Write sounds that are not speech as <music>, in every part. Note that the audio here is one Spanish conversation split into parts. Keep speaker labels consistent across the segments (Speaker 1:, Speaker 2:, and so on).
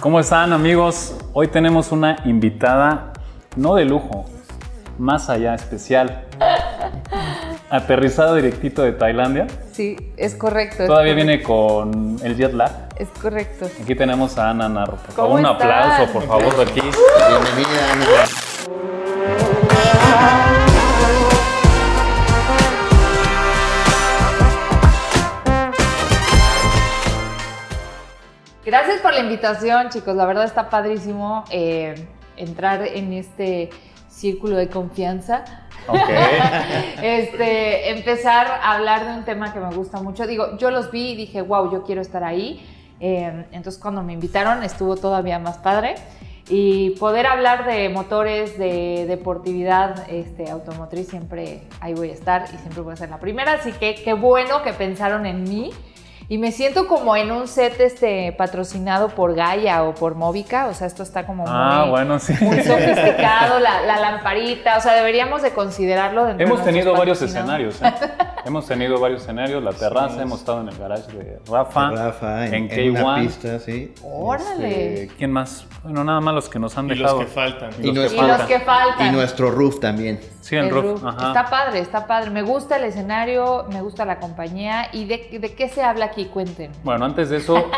Speaker 1: ¿Cómo están amigos? Hoy tenemos una invitada, no de lujo, más allá especial. Aterrizada directito de Tailandia.
Speaker 2: Sí, es correcto. es
Speaker 1: Todavía
Speaker 2: correcto.
Speaker 1: viene con el jet lag.
Speaker 2: Es correcto.
Speaker 1: Aquí tenemos a Ana Narro. Por favor,
Speaker 2: ¿Cómo
Speaker 1: un
Speaker 2: están?
Speaker 1: aplauso, por favor, de aquí.
Speaker 2: <laughs>
Speaker 3: Bienvenida, Ana.
Speaker 2: Gracias por la invitación, chicos. La verdad está padrísimo eh, entrar en este círculo de confianza.
Speaker 1: Ok.
Speaker 2: Este, empezar a hablar de un tema que me gusta mucho. Digo, yo los vi y dije, wow, yo quiero estar ahí. Eh, entonces, cuando me invitaron, estuvo todavía más padre. Y poder hablar de motores, de deportividad este, automotriz, siempre ahí voy a estar y siempre voy a ser la primera. Así que qué bueno que pensaron en mí. Y me siento como en un set este, patrocinado por Gaia o por Movica. O sea, esto está como
Speaker 1: Ah,
Speaker 2: muy,
Speaker 1: bueno, sí.
Speaker 3: <laughs>
Speaker 2: muy sofisticado, la, la lamparita, o sea, deberíamos de considerarlo. dentro de
Speaker 1: Hemos tenido
Speaker 2: nuestros
Speaker 1: varios
Speaker 2: patrocinadores.
Speaker 1: escenarios, ¿eh? Hemos tenido varios escenarios, la terraza, hemos estado en el garage de Rafa,
Speaker 3: Rafa, en,
Speaker 1: en,
Speaker 3: en una
Speaker 1: K1.
Speaker 3: pista, sí.
Speaker 2: Órale.
Speaker 3: Este,
Speaker 1: Eh, ¿Quién más? Bueno, nada más los que nos han
Speaker 4: Y los
Speaker 1: dejado.
Speaker 4: que faltan.
Speaker 3: Y,
Speaker 1: los
Speaker 2: y
Speaker 3: nuestro,
Speaker 2: los que faltan.
Speaker 3: y nuestro roof también.
Speaker 1: sí, el,
Speaker 2: El
Speaker 1: roof,
Speaker 2: roof.
Speaker 1: ajá.
Speaker 2: Está padre, está padre. Me gusta el escenario, me gusta la compañía. ¿Y de, de qué se habla aquí? Cuenten.
Speaker 1: Bueno, antes de
Speaker 2: <laughs>
Speaker 1: eso,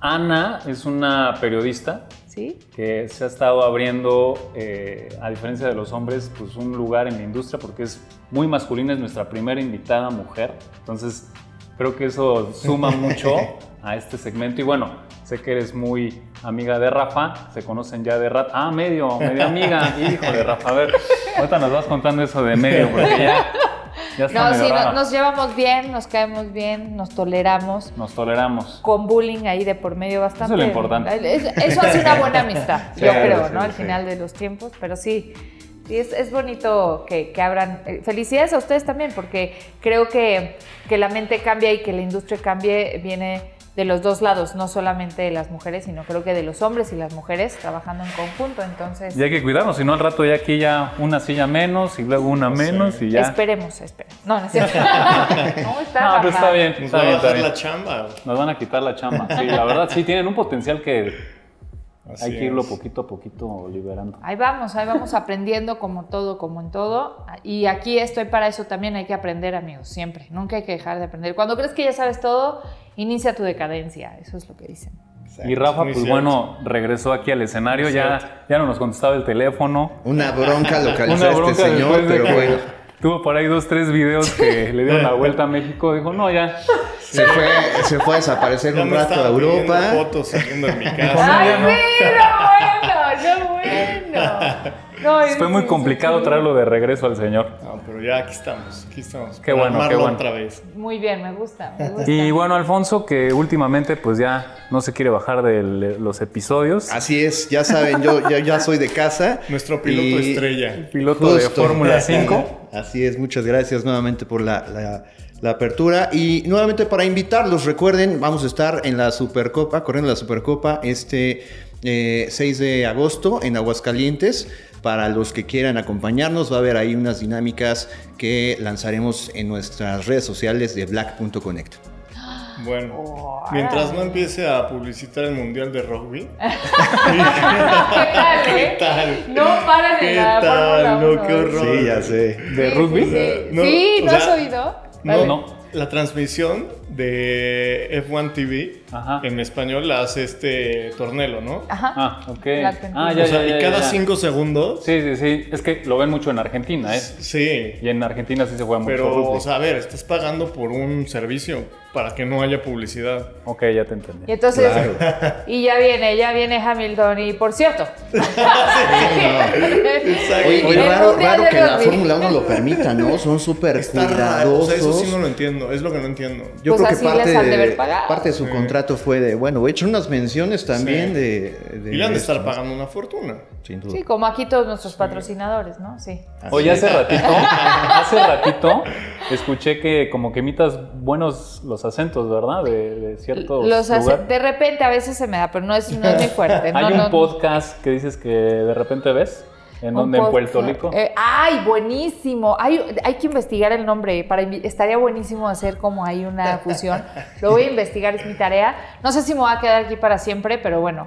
Speaker 1: Ana es una periodista
Speaker 2: ¿Sí?
Speaker 1: que se ha estado abriendo, eh, a diferencia de los hombres, pues un lugar en la industria porque es muy masculina, es nuestra primera invitada mujer. Entonces, creo que eso
Speaker 2: <laughs>
Speaker 1: suma mucho a este segmento. Y bueno, sé que eres muy amiga de Rafa, se conocen ya de Rafa. Ah, medio, medio
Speaker 2: <laughs>
Speaker 1: amiga, hijo de Rafa. A ver, ahorita nos vas contando eso de medio porque ya, ya está
Speaker 2: No,
Speaker 1: medio
Speaker 2: sí, no-
Speaker 1: raro.
Speaker 2: nos llevamos bien, nos caemos bien, nos toleramos.
Speaker 1: Nos toleramos.
Speaker 2: Con bullying ahí de por medio
Speaker 1: Eso
Speaker 2: bastante. Eh,
Speaker 1: es lo importante.
Speaker 2: Es- Eso hace una
Speaker 1: <laughs>
Speaker 2: buena amistad, yo
Speaker 3: Claro,
Speaker 2: creo,
Speaker 3: sí,
Speaker 2: ¿no? Al
Speaker 3: sí.
Speaker 2: final de los tiempos, pero sí. sí, es, es bonito que, que abran. eh, Felicidades a ustedes también, porque creo que, que la mente cambia y que la industria cambie viene de los dos lados, no solamente de las mujeres, sino creo que de los hombres y las mujeres trabajando en conjunto. Entonces,
Speaker 1: Y hay que cuidarnos, si no al rato ya aquí ya una silla menos y luego una menos y ya.
Speaker 2: esperemos, esperemos. No, no
Speaker 1: <laughs>
Speaker 2: es cierto. <laughs> no, está,
Speaker 1: No, pero está
Speaker 2: bajado.
Speaker 1: bien,
Speaker 4: Nos
Speaker 1: está
Speaker 4: va a
Speaker 1: bien, está
Speaker 4: bajar
Speaker 1: bien.
Speaker 4: la chamba.
Speaker 1: Nos van a quitar la chamba. Sí, la verdad sí tienen un potencial que hay
Speaker 4: Así
Speaker 1: que irlo pues.
Speaker 4: es.
Speaker 1: poquito a poquito liberando.
Speaker 2: Ahí vamos, ahí vamos aprendiendo como todo, como en todo. Y aquí estoy para eso también, hay que aprender amigos, siempre. Nunca hay que dejar de aprender. Cuando crees que ya sabes todo, inicia tu decadencia, eso es lo que dicen.
Speaker 1: Y Rafa,
Speaker 4: Muy
Speaker 1: pues
Speaker 4: cierto.
Speaker 1: bueno, regresó aquí al escenario, ya, ya no nos contestaba el teléfono.
Speaker 3: Una
Speaker 4: <laughs>
Speaker 3: bronca localizó
Speaker 1: Una
Speaker 3: a este
Speaker 1: bronca
Speaker 3: señor,
Speaker 1: después de
Speaker 3: pero
Speaker 1: que
Speaker 3: bueno.
Speaker 1: tuvo por ahí dos, tres videos que le dieron la vuelta a México. Dijo, no, ya,
Speaker 3: Se fue, se fue a desaparecer
Speaker 4: Ya
Speaker 3: un
Speaker 4: me
Speaker 3: rato a
Speaker 4: estaba pidiendo
Speaker 3: Europa.
Speaker 4: fotos saliendo
Speaker 1: <laughs>
Speaker 4: en mi
Speaker 1: Ah,
Speaker 4: casa.
Speaker 2: ¡Ay,
Speaker 1: ya no.
Speaker 2: mira, bueno! ¡Qué bueno! No, es-
Speaker 1: fue muy complicado traerlo de regreso al señor.
Speaker 4: No, pero ya aquí estamos, aquí estamos.
Speaker 1: Qué
Speaker 4: para
Speaker 1: bueno, qué
Speaker 4: armarlo
Speaker 1: bueno.
Speaker 4: otra vez.
Speaker 2: Muy bien, me gusta, me gusta.
Speaker 1: Y bueno, Alfonso, que últimamente pues ya no se quiere bajar de los episodios.
Speaker 3: Así es, ya saben, yo ya, ya soy de casa.
Speaker 4: Nuestro piloto
Speaker 3: Y
Speaker 4: estrella.
Speaker 1: Piloto de
Speaker 3: justo. <laughs>
Speaker 1: Fórmula 5.
Speaker 3: Así es, muchas gracias nuevamente por la, la- la apertura. Y nuevamente para invitarlos, recuerden, vamos a estar en la Supercopa, corriendo la Supercopa este eh, 6 de agosto en Aguascalientes. Para los que quieran acompañarnos, va a haber ahí unas dinámicas que lanzaremos en nuestras redes sociales de black.connect.
Speaker 4: Bueno,
Speaker 2: Oh, <laughs>
Speaker 4: mientras
Speaker 2: ay.
Speaker 4: no empiece a publicitar el mundial de rugby.
Speaker 2: ¿Qué tal, eh? <laughs>
Speaker 4: ¿Qué tal?
Speaker 2: No paran en
Speaker 4: ¿Qué
Speaker 2: la Fórmula
Speaker 4: tal?
Speaker 2: uno.
Speaker 4: No, qué horror.
Speaker 3: sé.
Speaker 1: ¿De rugby?
Speaker 2: Sí,
Speaker 4: No,
Speaker 2: Sí,
Speaker 4: o
Speaker 2: ¿no has
Speaker 4: sea,
Speaker 2: oído?
Speaker 1: No, no.
Speaker 4: La transmisión de F1 TV
Speaker 1: Ajá.
Speaker 4: en español la hace este tornelo, ¿no?
Speaker 2: Ajá.
Speaker 1: Ah, ok. Ah,
Speaker 2: La Argentina.
Speaker 1: ya,
Speaker 4: o sea,
Speaker 1: ya, ya,
Speaker 4: y cada
Speaker 1: ya.
Speaker 4: cinco segundos.
Speaker 1: Sí, sí, sí. Es que lo ven mucho en Argentina, ¿eh?
Speaker 4: Sí.
Speaker 1: Y en Argentina sí se juega mucho
Speaker 4: Pero,
Speaker 1: rugby.
Speaker 4: o sea, a ver, estás pagando por un servicio para que no haya publicidad.
Speaker 1: ok, ya te entendí.
Speaker 2: Y entonces,
Speaker 4: <laughs>
Speaker 2: y ya viene, ya viene Hamilton. Y
Speaker 1: <laughs>
Speaker 2: por cierto,
Speaker 3: Oye,
Speaker 2: El
Speaker 3: y raro,
Speaker 2: Mundial
Speaker 3: raro
Speaker 2: de
Speaker 3: que la
Speaker 2: Rugby.
Speaker 3: Fórmula 1 lo permita, ¿no? Son súper
Speaker 4: Está raro. O
Speaker 3: cuidadosos.
Speaker 4: sea, eso sí no lo entiendo. Es lo que no entiendo.
Speaker 2: Pues
Speaker 3: Yo creo que
Speaker 2: así les
Speaker 3: parte
Speaker 2: han de
Speaker 3: de,
Speaker 2: haber pagado.
Speaker 3: parte de su contrato fue de, bueno, voy a echar unas menciones también
Speaker 4: Sí.
Speaker 3: de, de
Speaker 4: Y le han de
Speaker 3: esto,
Speaker 4: estar
Speaker 3: ¿no?
Speaker 4: pagando una fortuna.
Speaker 3: Sin duda.
Speaker 2: sí, como aquí todos nuestros patrocinadores, ¿no? Sí.
Speaker 1: Oye, hace ratito, hace ratito, escuché que como que imitas buenos los acentos, ¿verdad? De, de ciertos
Speaker 2: Los hace-
Speaker 1: lugar.
Speaker 2: de repente a veces se me da, pero no es, no es muy fuerte.
Speaker 1: <laughs> Hay
Speaker 2: no,
Speaker 1: un
Speaker 2: no,
Speaker 1: podcast que dices que de repente ves, en donde en
Speaker 2: podcast.
Speaker 1: Puerto Rico.
Speaker 2: Eh, ay, buenísimo. Hay, hay que investigar el nombre. Para, invi- estaría buenísimo hacer como hay una fusión. Lo voy a investigar, es mi tarea. No sé si me va a quedar aquí para siempre, pero bueno.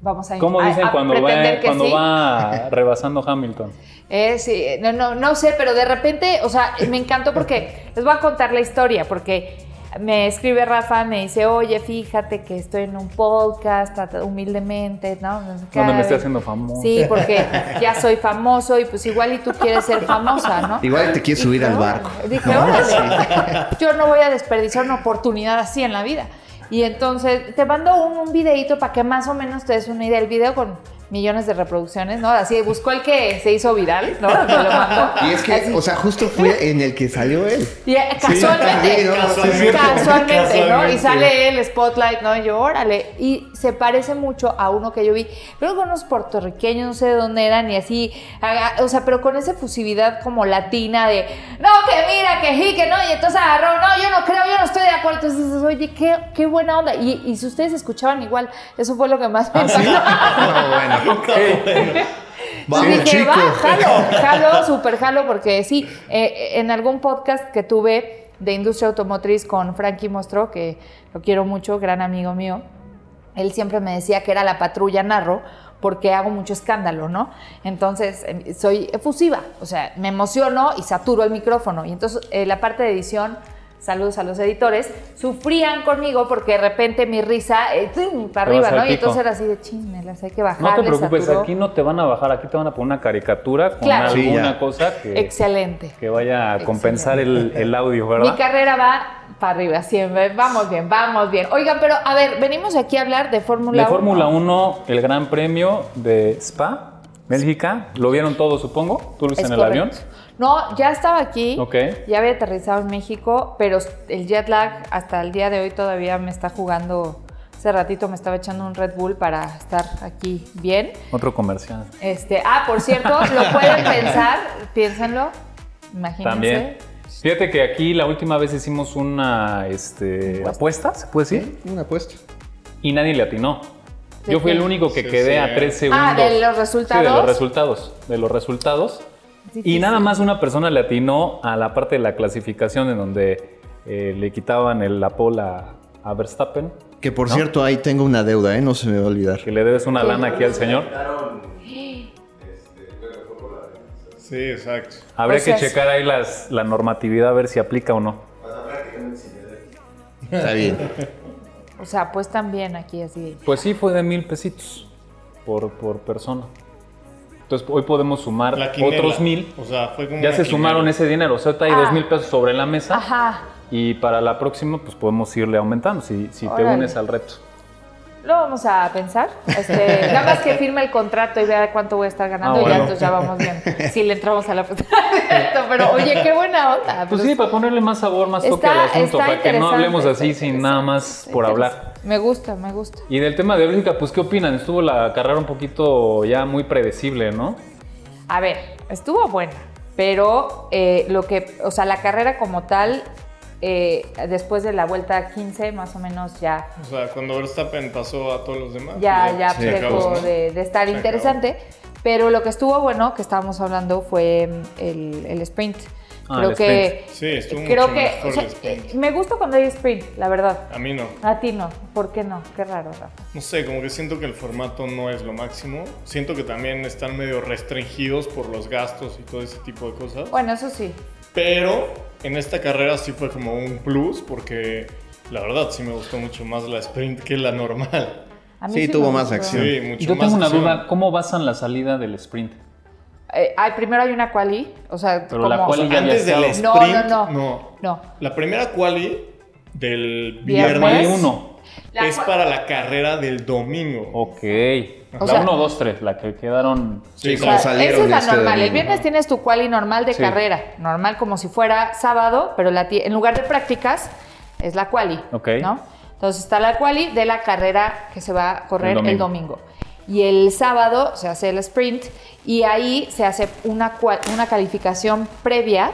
Speaker 2: vamos a,
Speaker 1: ¿Cómo
Speaker 2: a-
Speaker 1: dicen
Speaker 2: a
Speaker 1: cuando,
Speaker 2: pretender
Speaker 1: va,
Speaker 2: que
Speaker 1: cuando
Speaker 2: sí.
Speaker 1: va rebasando
Speaker 2: <laughs>
Speaker 1: Hamilton?
Speaker 2: Eh, sí, no, no, no sé, pero de repente, o sea, me encantó
Speaker 1: <laughs>
Speaker 2: porque les voy a contar la historia, porque me escribe Rafa, me dice, oye, fíjate que estoy en un podcast, ta, ta, humildemente, ¿no? No sé qué.
Speaker 1: Cuando me esté haciendo famoso.
Speaker 2: Sí,
Speaker 1: <laughs>
Speaker 2: porque ya soy famoso y pues igual y tú quieres ser famosa, ¿no?
Speaker 3: Igual te quieres
Speaker 2: Dije,
Speaker 3: subir al
Speaker 2: "Órale".
Speaker 3: barco.
Speaker 2: Dije,
Speaker 3: ¿no?
Speaker 2: "Órale".
Speaker 3: Sí.
Speaker 2: <laughs> yo no voy a desperdiciar una oportunidad así en la vida. Y entonces te mando un, un videito para que más o menos te des una idea. El video con millones de reproducciones, ¿no? Así buscó el que se hizo viral, ¿no? Me lo mandó.
Speaker 3: Y es que,
Speaker 2: Ah, Así.
Speaker 3: o sea, justo fue en el que salió él.
Speaker 2: Y, eh, casualmente,
Speaker 3: Sí, ¿no?
Speaker 2: casualmente,
Speaker 4: Casualmente.
Speaker 2: ¿no? Y sale el spotlight, ¿no? Y yo, órale. Y se parece mucho a uno que yo vi, pero con unos puertorriqueños, no sé de dónde eran, y así, haga- o sea, pero con esa efusividad como latina de, no, que mira, que sí, que no, y entonces agarró, no, yo no creo, yo no estoy de acuerdo. Entonces dices, oye, qué, qué buena onda. Y, y si ustedes escuchaban igual, eso fue lo que más
Speaker 3: Ah,
Speaker 2: me impactó.
Speaker 3: No, bueno. Vamos,
Speaker 2: dije,
Speaker 3: chico.
Speaker 2: va,
Speaker 1: <laughs>
Speaker 2: jalo, jalo, súper jalo, porque sí, eh, en algún podcast que tuve de industria automotriz con Frankie Mostró, que lo quiero mucho, gran amigo mío, él siempre me decía que era la patrulla narro porque hago mucho escándalo, ¿no? Entonces, em, soy efusiva, o sea, me emociono y saturo el micrófono. Y entonces, eh, la parte de edición, saludos a los editores, sufrían conmigo porque de repente mi risa, eh, ¡tum! para
Speaker 1: Te vas
Speaker 2: arriba,
Speaker 1: al
Speaker 2: ¿no? Y
Speaker 1: pico.
Speaker 2: entonces era así de chisme, las hay que bajar.
Speaker 1: No te
Speaker 2: le
Speaker 1: preocupes,
Speaker 2: saturó".
Speaker 1: aquí no te van a bajar, aquí te van a poner una caricatura con
Speaker 2: Claro.
Speaker 3: Sí,
Speaker 1: alguna
Speaker 3: ya.
Speaker 1: cosa que,
Speaker 2: Excelente.
Speaker 1: que vaya a compensar el, el audio, ¿verdad?
Speaker 2: Mi carrera va para arriba siempre. Vamos bien, vamos bien. Oigan, pero a ver, venimos aquí a hablar de Fórmula
Speaker 1: De
Speaker 2: 1.
Speaker 1: Fórmula 1, el Gran Premio de Spa, Bélgica. Lo vieron todos, supongo. ¿Tú lo viste
Speaker 2: Es
Speaker 1: en el
Speaker 2: correcto.
Speaker 1: avión?
Speaker 2: No, ya estaba aquí.
Speaker 1: Ok.
Speaker 2: Ya había aterrizado en México, pero el jet lag hasta el día de hoy todavía me está jugando. Hace ratito me estaba echando un Red Bull para estar aquí bien.
Speaker 1: Otro comercial.
Speaker 2: Este, ah,
Speaker 1: <laughs>
Speaker 2: por cierto, lo pueden pensar, piénsenlo, imagínense.
Speaker 1: También. Fíjate que aquí la última vez hicimos una este, apuesta, ¿se puede decir?
Speaker 3: Una apuesta.
Speaker 1: Y nadie le atinó.
Speaker 2: ¿De
Speaker 1: Yo fui
Speaker 2: qué?
Speaker 1: el único que
Speaker 4: Sí,
Speaker 1: quedé
Speaker 4: sí. eh.
Speaker 1: a tres segundos.
Speaker 2: Ah, de
Speaker 1: Sí, de
Speaker 2: los
Speaker 1: los
Speaker 2: resultados.
Speaker 1: resultados. De los resultados. Y
Speaker 2: Difícil.
Speaker 1: nada más una persona le atinó a la parte de la clasificación en donde eh, le quitaban el, la pola a Verstappen,
Speaker 3: Que por cierto, ahí tengo una deuda, ¿eh? No se me va a olvidar.
Speaker 4: <laughs>
Speaker 1: que le debes una lana aquí al señor.
Speaker 4: Sí, exacto.
Speaker 1: Habría
Speaker 2: O sea,
Speaker 1: que checar ahí las, la normatividad a ver si aplica o no.
Speaker 3: Está bien.
Speaker 2: O sea, pues también aquí así.
Speaker 1: Pues sí, fue de mil pesitos por, por persona. Entonces hoy podemos sumar
Speaker 4: La quinela.
Speaker 1: otros mil.
Speaker 4: O sea, fue como
Speaker 1: Ya
Speaker 4: una
Speaker 1: se sumaron
Speaker 4: quinela.
Speaker 1: ese dinero. O sea, ahorita hay
Speaker 2: Ah.
Speaker 1: dos mil pesos sobre la mesa.
Speaker 2: Ajá.
Speaker 1: Y para la próxima, pues podemos irle aumentando si, si te
Speaker 2: Órale.
Speaker 1: unes al reto.
Speaker 2: Lo vamos a pensar. Este,
Speaker 1: <laughs>
Speaker 2: nada más que firme el contrato y vea cuánto voy a estar
Speaker 1: Ah,
Speaker 2: ganando y ya,
Speaker 1: bueno.
Speaker 2: entonces ya vamos
Speaker 1: <laughs>
Speaker 2: bien. Si le entramos a la puta. <laughs> Pero oye, qué buena onda.
Speaker 1: Pues
Speaker 2: Pero
Speaker 1: sí, para ponerle más sabor, más toque
Speaker 2: está-
Speaker 1: al asunto,
Speaker 2: está
Speaker 1: para que no
Speaker 2: interesante,
Speaker 1: hablemos
Speaker 2: está
Speaker 1: así sin
Speaker 2: interesante,
Speaker 1: nada más
Speaker 2: está
Speaker 1: pues, por
Speaker 2: interesante.
Speaker 1: hablar.
Speaker 2: Me gusta, me gusta.
Speaker 1: Y del tema de Bélgica, pues ¿qué opinan? Estuvo la carrera un poquito ya muy predecible, ¿no?
Speaker 2: A ver, estuvo buena, pero eh, lo que, o sea, la carrera como tal, eh, después de la vuelta 15, más o menos ya
Speaker 4: O sea, cuando Verstappen pasó a todos los demás. pues,
Speaker 2: ya, ya
Speaker 4: se
Speaker 2: dejó
Speaker 4: acabó, ¿no?
Speaker 2: de, de estar
Speaker 4: Se
Speaker 2: interesante. Pero lo que estuvo bueno, que estábamos hablando, fue mm, el, el sprint.
Speaker 1: Ah,
Speaker 2: creo
Speaker 1: el
Speaker 2: que.
Speaker 1: sprint.
Speaker 4: Sí, estuvo
Speaker 2: creo
Speaker 4: mucho
Speaker 2: que.
Speaker 4: mejor
Speaker 2: o sea,
Speaker 4: el sprint.
Speaker 2: me gusta cuando hay sprint, la verdad.
Speaker 4: A mí no.
Speaker 2: A ti no. ¿Por qué no? Qué raro, Rafa.
Speaker 4: No sé, como que siento que el formato no es lo máximo. Siento que también están medio restringidos por los gastos y todo ese tipo de cosas.
Speaker 2: Bueno, eso sí.
Speaker 4: Pero en esta carrera sí fue como un plus porque la verdad sí me gustó mucho más la sprint que la normal.
Speaker 2: A mí
Speaker 3: Sí, tuvo
Speaker 2: me
Speaker 3: más
Speaker 2: gustó.
Speaker 3: acción.
Speaker 4: Sí, mucho
Speaker 1: Yo
Speaker 4: más
Speaker 1: tengo una
Speaker 4: acción.
Speaker 1: duda, ¿cómo basan la salida del sprint?
Speaker 2: Eh, ay, primero hay una quali. O sea,
Speaker 1: Pero la
Speaker 2: como-
Speaker 1: quali ya
Speaker 4: Antes
Speaker 1: había
Speaker 4: del
Speaker 1: estado.
Speaker 4: sprint,
Speaker 2: No, no, no.
Speaker 4: no.
Speaker 2: No.
Speaker 4: La primera quali del
Speaker 2: Viernes.
Speaker 4: viernes,
Speaker 1: La quali uno.
Speaker 2: La
Speaker 4: es
Speaker 2: cua-
Speaker 4: para la carrera del domingo.
Speaker 1: Ok. la
Speaker 2: O sea-
Speaker 1: 1, 2, 3, la que quedaron...
Speaker 3: Sí,
Speaker 4: Sí,
Speaker 3: como
Speaker 4: claro.
Speaker 3: salieron
Speaker 2: esa es la
Speaker 3: este
Speaker 2: normal. El
Speaker 3: domingo.
Speaker 2: viernes tienes tu quali normal de
Speaker 1: Sí.
Speaker 2: carrera, normal como si fuera sábado, pero la ti- en lugar de prácticas es la quali,
Speaker 1: Ok.
Speaker 2: ¿no? Entonces está la quali de la carrera que se va a correr
Speaker 1: El
Speaker 2: el domingo. Y el sábado se hace el sprint y ahí se hace una, cual- una calificación previa,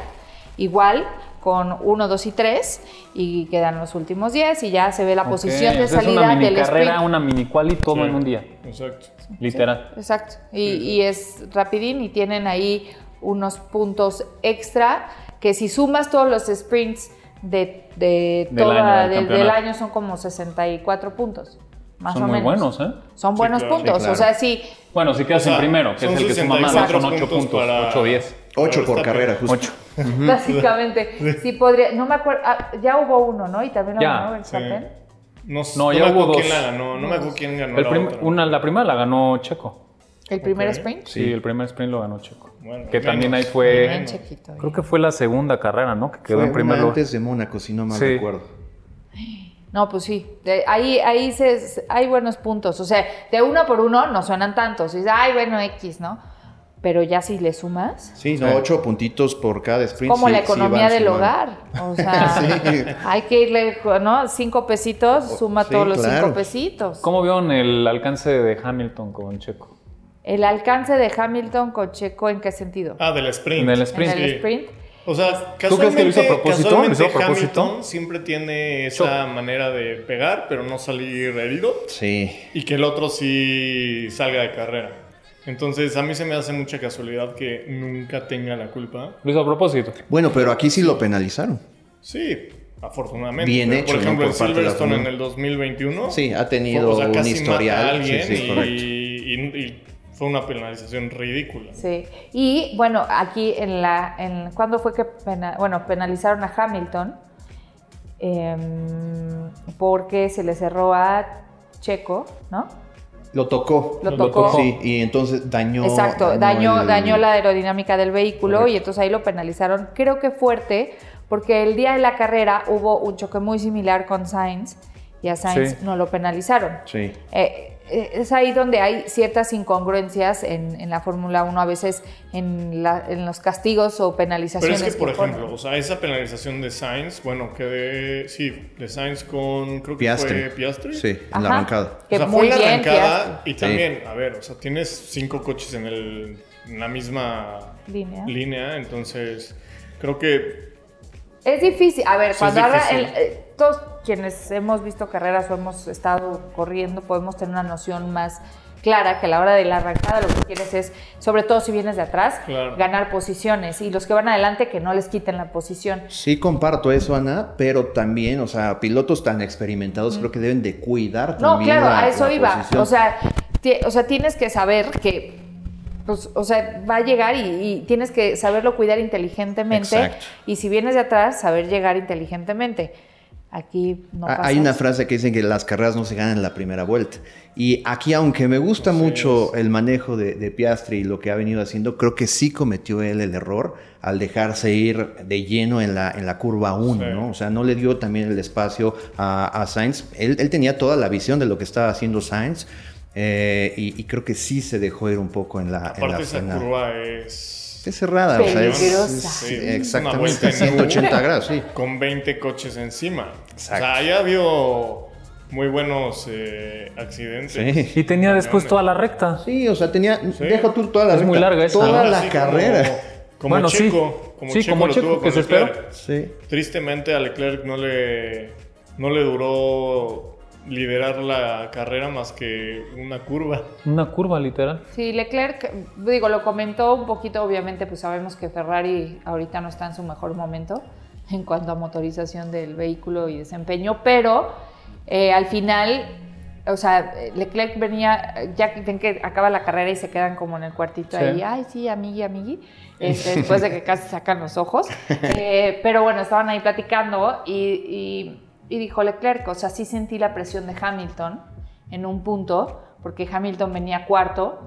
Speaker 2: igual con 1, 2 y 3, y quedan los últimos 10 y ya se ve la
Speaker 1: Ok,
Speaker 2: posición de
Speaker 1: o sea,
Speaker 2: salida
Speaker 1: Es una mini
Speaker 2: del
Speaker 1: carrera,
Speaker 2: sprint.
Speaker 1: una mini quali, todo
Speaker 4: Sí,
Speaker 1: en un día.
Speaker 4: Exacto.
Speaker 1: Literal.
Speaker 2: Exacto. Y, y es rapidín y tienen ahí unos puntos extra que si sumas todos los sprints de, de
Speaker 1: Del
Speaker 2: toda-
Speaker 1: año, del
Speaker 2: del, del
Speaker 1: campeonato.
Speaker 2: año son como 64 puntos. más
Speaker 1: Son
Speaker 2: o
Speaker 1: muy
Speaker 2: menos.
Speaker 1: buenos, ¿eh?
Speaker 2: Son
Speaker 4: Sí,
Speaker 2: buenos
Speaker 4: claro.
Speaker 2: puntos.
Speaker 3: Sí, claro.
Speaker 2: O sea, sí,
Speaker 1: Bueno, si quedas
Speaker 4: O sea,
Speaker 1: en primero, que es
Speaker 4: son
Speaker 1: el que suma más, ¿no?
Speaker 4: 64
Speaker 1: son 8
Speaker 4: puntos
Speaker 1: puntos,
Speaker 4: para-
Speaker 1: 8 o 10.
Speaker 3: Ocho por
Speaker 4: Verstappen.
Speaker 3: carrera, justo.
Speaker 1: 8. <laughs>
Speaker 2: básicamente. Sí podría, no me acuerdo, ah, ya hubo uno, ¿no? Y también lo
Speaker 1: Ya,
Speaker 2: ganó
Speaker 4: Sí.
Speaker 2: Verstappen.
Speaker 4: No, s-
Speaker 1: No,
Speaker 4: no
Speaker 1: ya
Speaker 4: me
Speaker 1: hubo
Speaker 4: acuerdo quién
Speaker 1: dos.
Speaker 4: la ganó. No me acuerdo quién ganó.
Speaker 1: El
Speaker 4: la
Speaker 1: prim-
Speaker 4: otra.
Speaker 1: una, la primera la ganó Checo.
Speaker 2: El primer
Speaker 4: Ok.
Speaker 2: sprint.
Speaker 1: Sí, el primer sprint lo ganó Checo.
Speaker 4: Bueno,
Speaker 1: que
Speaker 4: menos,
Speaker 1: también ahí
Speaker 2: Bien
Speaker 1: fue.
Speaker 2: chiquito.
Speaker 1: Creo que fue la segunda carrera, ¿no? Que quedó
Speaker 3: Fue
Speaker 1: en primer
Speaker 3: una
Speaker 1: lugar.
Speaker 3: antes de Mónaco, si no mal
Speaker 1: Sí.
Speaker 3: recuerdo.
Speaker 2: No, pues sí. De- ahí ahí se, hay buenos puntos. O sea, de uno por uno no suenan tantos. Dices, ay, bueno, X, ¿no? Pero ya si le sumas,
Speaker 3: Sí, no, ocho puntitos por cada sprint.
Speaker 2: como
Speaker 3: sí-
Speaker 2: la
Speaker 3: sí van
Speaker 2: economía del
Speaker 3: sumando.
Speaker 2: hogar. O sea,
Speaker 3: <laughs> Sí.
Speaker 2: hay que irle, ¿no? Cinco pesitos, suma
Speaker 3: sí,
Speaker 2: todos los
Speaker 3: claro.
Speaker 2: cinco pesitos.
Speaker 1: ¿Cómo vieron el alcance de Hamilton con Checo?
Speaker 2: El alcance de Hamilton con Checo, ¿en qué sentido?
Speaker 4: Ah, del sprint.
Speaker 1: En el sprint.
Speaker 2: En el
Speaker 4: Sí.
Speaker 2: sprint.
Speaker 4: O sea,
Speaker 1: ¿Tú crees que lo hizo a
Speaker 4: casualmente-
Speaker 1: propósito? ¿Lo hizo a
Speaker 4: casualmente
Speaker 1: propósito?
Speaker 4: Hamilton siempre tiene esa manera de pegar, pero no salir herido.
Speaker 3: Sí.
Speaker 4: y que el otro sí salga de carrera. Entonces, a mí se me hace mucha casualidad que nunca tenga la culpa.
Speaker 1: Lo hizo a propósito.
Speaker 3: Bueno, pero aquí sí lo penalizaron.
Speaker 4: Sí, afortunadamente.
Speaker 3: Bien
Speaker 4: Pero,
Speaker 3: hecho, ¿no?
Speaker 4: Por ejemplo,
Speaker 3: Por
Speaker 4: en
Speaker 3: parte de la
Speaker 4: Silverstone en
Speaker 3: FOM.
Speaker 4: el 2021.
Speaker 3: Sí, ha
Speaker 4: fue,
Speaker 3: tenido
Speaker 4: o sea,
Speaker 3: un
Speaker 4: casi
Speaker 3: historial.
Speaker 4: mata a alguien
Speaker 3: sí, sí,
Speaker 4: y-
Speaker 3: correcto.
Speaker 4: y, y fue una penalización ridícula.
Speaker 2: Sí. Y bueno, aquí en la. En, ¿Cuándo fue que pena- bueno, penalizaron a Hamilton? Em, porque se le cerró a Checo, ¿no?
Speaker 3: Lo tocó.
Speaker 2: Lo
Speaker 1: Lo
Speaker 2: tocó.
Speaker 1: tocó.
Speaker 3: Sí, y entonces dañó.
Speaker 2: Exacto, dañó,
Speaker 3: el-
Speaker 2: dañó la aerodinámica del vehículo
Speaker 3: Correcto.
Speaker 2: y entonces ahí lo penalizaron, creo que fuerte, porque el día de la carrera hubo un choque muy similar con Sainz y a Sainz
Speaker 1: Sí.
Speaker 2: no lo penalizaron.
Speaker 3: Sí.
Speaker 2: Eh, eh, es ahí donde hay ciertas incongruencias en, en la Fórmula 1, a veces en, la- en los castigos o
Speaker 4: Pero
Speaker 2: penalizaciones.
Speaker 4: es que, por
Speaker 2: ponen.
Speaker 4: ejemplo, o sea, esa penalización de Sainz, bueno, que de. Sí, de Sainz con. Creo que
Speaker 3: Piastri.
Speaker 4: fue Piastri.
Speaker 3: Sí, en
Speaker 2: Ajá,
Speaker 3: la bancada.
Speaker 2: Que
Speaker 4: o sea,
Speaker 2: muy
Speaker 4: fue en la
Speaker 2: bien,
Speaker 4: arrancada
Speaker 2: Piastri.
Speaker 4: y también, a ver, o sea, tienes cinco coches en, el, en la misma
Speaker 2: Línea.
Speaker 4: línea, entonces creo que
Speaker 2: Es difícil. A ver,
Speaker 4: Sí,
Speaker 2: cuando
Speaker 4: es
Speaker 2: habla-
Speaker 4: difícil.
Speaker 2: el- eh, todos quienes hemos visto carreras o hemos estado corriendo, podemos tener una noción más clara que a la hora de la arrancada lo que quieres es, sobre todo si vienes de atrás,
Speaker 4: Claro.
Speaker 2: ganar posiciones y los que van adelante que no les quiten la posición.
Speaker 3: Sí comparto eso, Ana, pero también, o sea, pilotos tan experimentados creo que deben de cuidar
Speaker 2: Mm. No,
Speaker 3: también
Speaker 2: claro,
Speaker 3: la-
Speaker 2: a eso
Speaker 3: la
Speaker 2: iba.
Speaker 3: posición.
Speaker 2: O sea, ti- o sea, tienes que saber que, pues, o sea, va a llegar y, y tienes que saberlo cuidar inteligentemente.
Speaker 3: Exacto.
Speaker 2: Y si vienes de atrás, saber llegar inteligentemente. Aquí no
Speaker 3: Ah,
Speaker 2: pasa
Speaker 3: Hay una
Speaker 2: eso.
Speaker 3: frase que dicen que las carreras no se ganan en la primera vuelta. Y aquí, aunque me gusta mucho el manejo de, de Piastri y lo que ha venido haciendo, creo que sí cometió él el error al dejarse ir de lleno en la, en la curva 1,
Speaker 4: Sí.
Speaker 3: ¿no? O sea, no le dio también el espacio a, a Sainz. Él, él tenía toda la visión de lo que estaba haciendo Sainz. eh, y, y creo que sí se dejó ir un poco Ah, en la, en la
Speaker 4: aparte esa
Speaker 3: frenada.
Speaker 4: curva es...
Speaker 3: Es cerrada, o sea, es-
Speaker 2: Peligrosa.
Speaker 3: es-
Speaker 4: Sí, es una
Speaker 3: exactamente,
Speaker 4: vuelta en U.
Speaker 3: 180 grados, sí.
Speaker 4: con 20 coches encima.
Speaker 3: Exacto.
Speaker 4: O sea, ya habido muy buenos eh, accidentes.
Speaker 3: Sí.
Speaker 1: Y tenía después toda la recta.
Speaker 3: Sí, o sea, tenía, deja tú toda la
Speaker 1: Es muy
Speaker 3: recta,
Speaker 1: larga esa,
Speaker 3: toda
Speaker 1: ¿no?
Speaker 3: la
Speaker 4: Así como-
Speaker 3: carrera.
Speaker 4: Como,
Speaker 1: Bueno, sí.
Speaker 4: Checo, como
Speaker 1: Sí,
Speaker 4: Checo
Speaker 1: como
Speaker 4: lo
Speaker 1: Checo,
Speaker 4: tuvo
Speaker 1: que
Speaker 4: con
Speaker 1: se espera.
Speaker 4: Leclerc.
Speaker 3: Sí.
Speaker 4: Tristemente a Leclerc no le, no le duró liderar la carrera más que una curva.
Speaker 1: Una curva, literal.
Speaker 2: Sí, Leclerc, digo, lo comentó un poquito, obviamente, pues sabemos que Ferrari ahorita no está en su mejor momento en cuanto a motorización del vehículo y desempeño, pero eh, al final, o sea, Leclerc venía, ya que ven que acaba la carrera y se quedan como en el
Speaker 1: Sí.
Speaker 2: cuartito ahí, ay, sí,
Speaker 1: <laughs>
Speaker 2: amigui, amigui, este, después de que casi sacan los ojos, Eh, pero bueno, estaban ahí platicando y, y- y dijo Leclerc, o sea, sí sentí la presión de Hamilton, en un punto, porque Hamilton venía cuarto,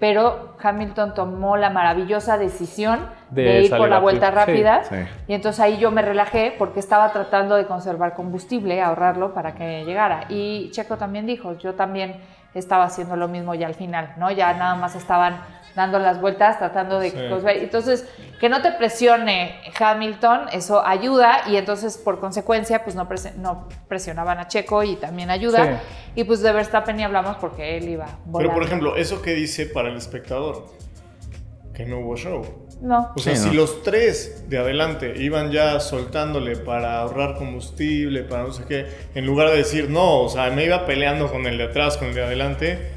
Speaker 2: pero Hamilton tomó la maravillosa decisión de,
Speaker 1: De
Speaker 2: ir por
Speaker 1: salir
Speaker 2: la
Speaker 1: rápido.
Speaker 2: vuelta
Speaker 1: Sí,
Speaker 2: rápida.
Speaker 3: sí.
Speaker 2: Y entonces ahí yo me relajé porque estaba tratando de conservar combustible, ahorrarlo para que llegara. Y Checo también dijo, yo también estaba haciendo lo mismo ya al final, ¿no? Ya nada más estaban dando las vueltas, tratando de...
Speaker 4: Sí.
Speaker 2: conservar. Entonces, que no te presione Hamilton, eso ayuda y entonces por consecuencia, pues no, prese- no presionaban a Checo y también ayuda. Y pues de Verstappen ni hablamos porque él iba volando.
Speaker 4: Pero por ejemplo, ¿eso qué dice para el espectador? Que no hubo show.
Speaker 2: No.
Speaker 4: O sea,
Speaker 3: Sí,
Speaker 4: si
Speaker 3: ¿no?
Speaker 4: los tres de adelante iban ya soltándole para ahorrar combustible, para no sé qué, en lugar de decir, no, o sea, me iba peleando con el de atrás, con el de adelante.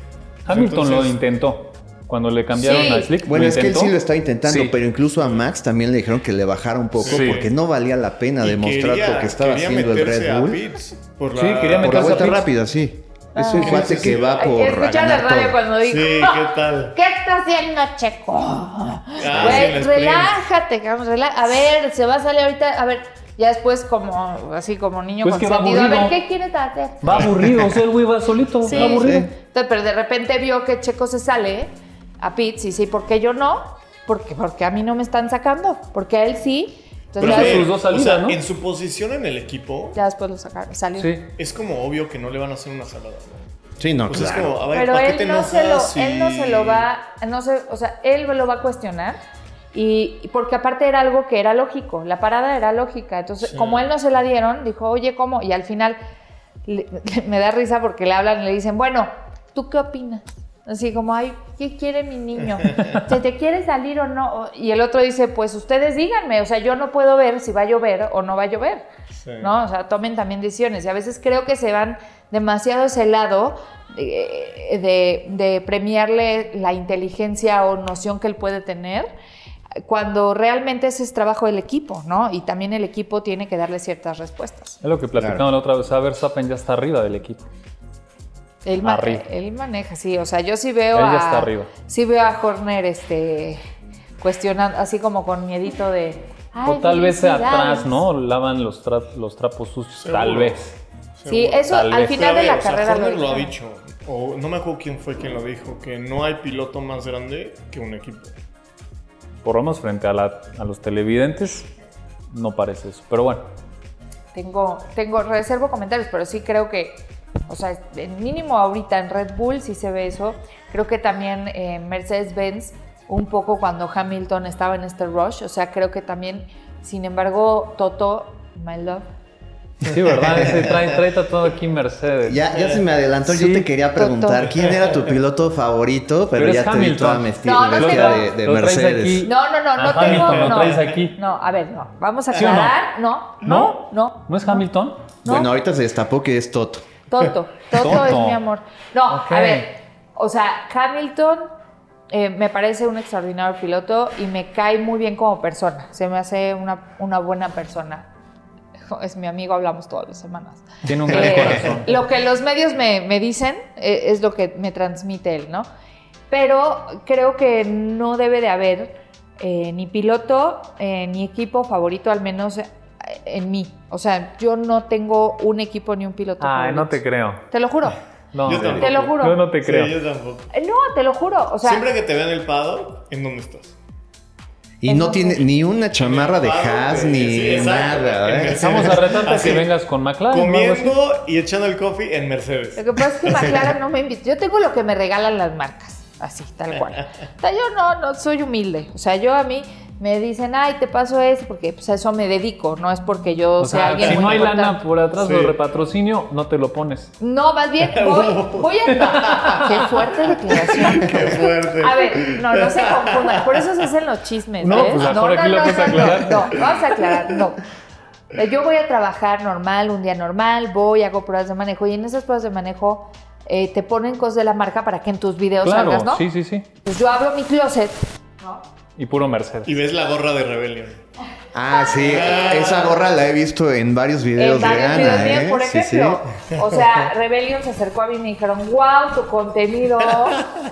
Speaker 1: Hamilton lo
Speaker 4: Entonces-
Speaker 1: intentó. Cuando le cambiaron
Speaker 2: Sí.
Speaker 1: a Slick.
Speaker 3: Bueno,
Speaker 1: lo
Speaker 3: es que él
Speaker 1: intentó.
Speaker 3: sí lo está intentando,
Speaker 1: Sí.
Speaker 3: pero incluso a Max también le dijeron que le bajara un poco
Speaker 1: Sí.
Speaker 3: porque no valía la pena
Speaker 4: y
Speaker 3: demostrar
Speaker 4: quería-
Speaker 3: lo que estaba
Speaker 4: quería
Speaker 3: haciendo el
Speaker 4: meterse
Speaker 3: Red
Speaker 4: a
Speaker 3: Bull
Speaker 4: pits por la,
Speaker 1: Sí, quería
Speaker 3: por la
Speaker 1: meterse a
Speaker 3: vuelta
Speaker 1: pits.
Speaker 3: rápida, sí. Es un
Speaker 2: Ah.
Speaker 3: cuate que va
Speaker 2: Hay
Speaker 3: por.
Speaker 2: que
Speaker 3: a
Speaker 2: escuchar la
Speaker 3: ganar
Speaker 2: radio
Speaker 3: todo.
Speaker 2: cuando digo.
Speaker 4: Sí, ¿qué tal? Ah,
Speaker 2: ¿Qué está haciendo Checo?
Speaker 1: Ah,
Speaker 4: sí,
Speaker 2: Güey,
Speaker 4: el sprint.
Speaker 2: relájate, cabrón, relá- A ver, se va a salir ahorita. A ver, ya después como así como niño
Speaker 1: Pues que va
Speaker 2: consentido. A ver,
Speaker 1: aburrido.
Speaker 2: ¿qué quiere hacer?
Speaker 1: Va aburrido, o sea, el güey va solito,
Speaker 2: Sí,
Speaker 1: va aburrido.
Speaker 2: sí. Entonces, pero de repente vio que Checo se sale a Pitts y sí, ¿por qué yo no? Porque, porque a mí no me están sacando, porque a él sí. Entonces
Speaker 1: Pero
Speaker 2: ya,
Speaker 1: hace
Speaker 4: sí,
Speaker 1: sus dos salidas,
Speaker 4: o sea,
Speaker 1: ¿no?
Speaker 4: en su posición en el equipo,
Speaker 2: ya después lo sacaron, salió.
Speaker 1: Sí.
Speaker 4: es como obvio que no le van a hacer una jalada. ¿no?
Speaker 3: Sí, no,
Speaker 4: Pues es
Speaker 3: claro.
Speaker 4: como, a ver,
Speaker 2: Pero
Speaker 4: ¿para qué
Speaker 2: él
Speaker 4: te
Speaker 2: no, se lo,
Speaker 4: enojas si-
Speaker 2: él no se lo va, no se, o sea, él lo va a cuestionar y y porque aparte era algo que era lógico, la parada era lógica, entonces
Speaker 4: Sí.
Speaker 2: como él no se la dieron, dijo, oye, ¿cómo? Y al final le- me da risa porque le hablan y le dicen, bueno, ¿tú qué opinas? Así como, ay, ¿qué quiere mi
Speaker 4: <laughs>
Speaker 2: niño? ¿Se te quiere salir o no? O- Y el otro dice, pues ustedes díganme, o sea, yo no puedo ver si va a llover o no va a llover.
Speaker 4: Sí.
Speaker 2: ¿no? O sea, tomen también decisiones. Y a veces creo que se van demasiado ese lado eh, de, de premiarle la inteligencia o noción que él puede tener cuando realmente ese es trabajo del equipo, ¿no? Y también el equipo tiene que darle ciertas respuestas.
Speaker 1: Es lo que platicamos
Speaker 3: Claro.
Speaker 1: la otra vez. A ver, Verstappen ya está arriba del equipo.
Speaker 2: Él, ma-
Speaker 1: Arriba.
Speaker 2: él maneja, sí, o sea, yo sí veo
Speaker 1: Él
Speaker 2: a
Speaker 1: ya está arriba.
Speaker 2: sí veo a Horner este cuestionando así como con miedito de
Speaker 1: O
Speaker 2: "Ay,
Speaker 1: tal vez
Speaker 2: felicidades".
Speaker 1: atrás, ¿no? Lavan los, tra- los trapos sucios.
Speaker 4: Seguro.
Speaker 1: Tal vez.
Speaker 2: Sí,
Speaker 4: Seguro.
Speaker 2: eso
Speaker 1: Tal
Speaker 2: al
Speaker 1: vez.
Speaker 2: final
Speaker 4: Pero a
Speaker 2: de la
Speaker 4: ver, o sea,
Speaker 2: carrera
Speaker 4: Horner lo, ha
Speaker 2: dijeron.
Speaker 4: dicho, o no me acuerdo quién fue quien lo dijo, que no hay piloto más grande que un equipo.
Speaker 1: Por lo menos frente a, la- a los televidentes, no parece eso. Pero bueno,
Speaker 2: tengo, tengo, reservo comentarios, pero sí creo que, o sea, en mínimo ahorita en Red Bull sí se ve eso. Creo que también eh, Mercedes-Benz, un poco cuando Hamilton estaba en este rush, o sea, creo que también, sin embargo, Toto, my love,
Speaker 1: sí, ¿verdad?
Speaker 4: <laughs>
Speaker 1: Ese trae, trae tatuado aquí Mercedes.
Speaker 3: Ya, ya se me adelantó, yo
Speaker 1: Sí.
Speaker 3: te quería preguntar
Speaker 2: Toto.
Speaker 3: quién era tu piloto favorito, pero,
Speaker 1: Pero es
Speaker 3: ya te vi
Speaker 1: Hamilton.
Speaker 3: toda mesti-
Speaker 2: No, no
Speaker 3: vestida
Speaker 2: tengo-
Speaker 3: de, de
Speaker 1: lo traes
Speaker 3: Mercedes.
Speaker 1: aquí.
Speaker 2: No, no, no,
Speaker 1: A
Speaker 2: no
Speaker 1: Hamilton
Speaker 2: tengo.
Speaker 1: lo
Speaker 2: No,
Speaker 1: traes aquí.
Speaker 2: No, a ver, no. Vamos a
Speaker 1: ¿Sí o no?
Speaker 2: aclarar. no?
Speaker 1: ¿No?
Speaker 2: no, no.
Speaker 1: ¿No es Hamilton?
Speaker 2: No.
Speaker 3: Bueno, ahorita se destapó que es Toto.
Speaker 1: <laughs>
Speaker 2: Toto, Toto,
Speaker 1: Toto.
Speaker 2: es mi amor. No,
Speaker 1: Ok.
Speaker 2: a ver, o sea, Hamilton eh, me parece un extraordinario piloto y me cae muy bien como persona. Se me hace una, una buena persona. <laughs> Es mi amigo, hablamos todas las semanas.
Speaker 1: Tiene un <laughs> gran
Speaker 2: Eh,
Speaker 1: corazón.
Speaker 2: Lo que los medios me, me dicen eh, es lo que me transmite él, ¿no? Pero creo que no debe de haber eh, ni piloto eh, ni equipo favorito, al menos eh, en mí. O sea, yo no tengo un equipo ni un piloto
Speaker 1: Ay,
Speaker 2: favorito.
Speaker 1: no te creo.
Speaker 2: Te lo juro.
Speaker 1: No,
Speaker 4: Yo tampoco.
Speaker 2: Te lo juro.
Speaker 1: Yo no te
Speaker 4: Sí,
Speaker 1: creo.
Speaker 4: yo tampoco.
Speaker 2: Eh, No, te lo juro. O sea,
Speaker 4: Siempre que te vean el pado, ¿en dónde estás?
Speaker 3: Y
Speaker 2: Es
Speaker 3: no
Speaker 2: un-
Speaker 3: tiene ni una chamarra de
Speaker 4: Pado,
Speaker 3: Haas
Speaker 4: güey,
Speaker 3: ni
Speaker 4: sí, exacto.
Speaker 3: nada.
Speaker 4: En
Speaker 3: ¿eh?
Speaker 4: Mercedes.
Speaker 1: Vamos a retarte
Speaker 4: Así,
Speaker 1: que vengas con McLaren. o algo así.
Speaker 4: Comiendo y echando el coffee en
Speaker 2: Lo <laughs>
Speaker 4: Mercedes.
Speaker 2: que pasa es que
Speaker 4: <laughs>
Speaker 2: McLaren no me invita. Yo tengo lo que me regalan las marcas, así, tal cual. O sea, yo no, no soy humilde. O sea, yo a mí me dicen, ay, te paso eso, porque pues, a eso me dedico, no es porque yo
Speaker 1: O
Speaker 2: sea,
Speaker 1: sea,
Speaker 2: alguien
Speaker 1: si
Speaker 2: muy
Speaker 1: no hay lana pues.
Speaker 2: importante.
Speaker 1: por atrás
Speaker 4: Sí.
Speaker 1: o repatrocinio, no te lo pones.
Speaker 2: No, más bien voy, voy
Speaker 4: <laughs>
Speaker 2: a... Qué fuerte declaración.
Speaker 4: Qué fuerte.
Speaker 2: A ver, no, no se confundan. Por eso se hacen los chismes.
Speaker 1: No,
Speaker 2: ¿ves?
Speaker 1: pues, mejor aquí lo vamos a aclarar.
Speaker 2: No, no, vamos a aclarar, no. Eh, Yo voy a trabajar normal, un día normal, voy, hago pruebas de manejo y en esas pruebas de manejo eh, te ponen cosas de la marca para que en tus videos
Speaker 1: claro,
Speaker 2: salgas, ¿no?
Speaker 1: sí, sí, sí.
Speaker 2: Pues yo abro mi closet. ¿no?
Speaker 1: Y puro Mercedes.
Speaker 4: Y ves la gorra de Rebellion.
Speaker 3: <laughs> Ah, sí, esa gorra la he visto en varios videos
Speaker 2: En varios
Speaker 3: de
Speaker 2: videos
Speaker 3: Ana.
Speaker 2: míos,
Speaker 3: ¿eh?
Speaker 2: por
Speaker 3: Sí, sí.
Speaker 2: ejemplo. O sea, Rebellion se acercó a mí y me dijeron, wow, tu contenido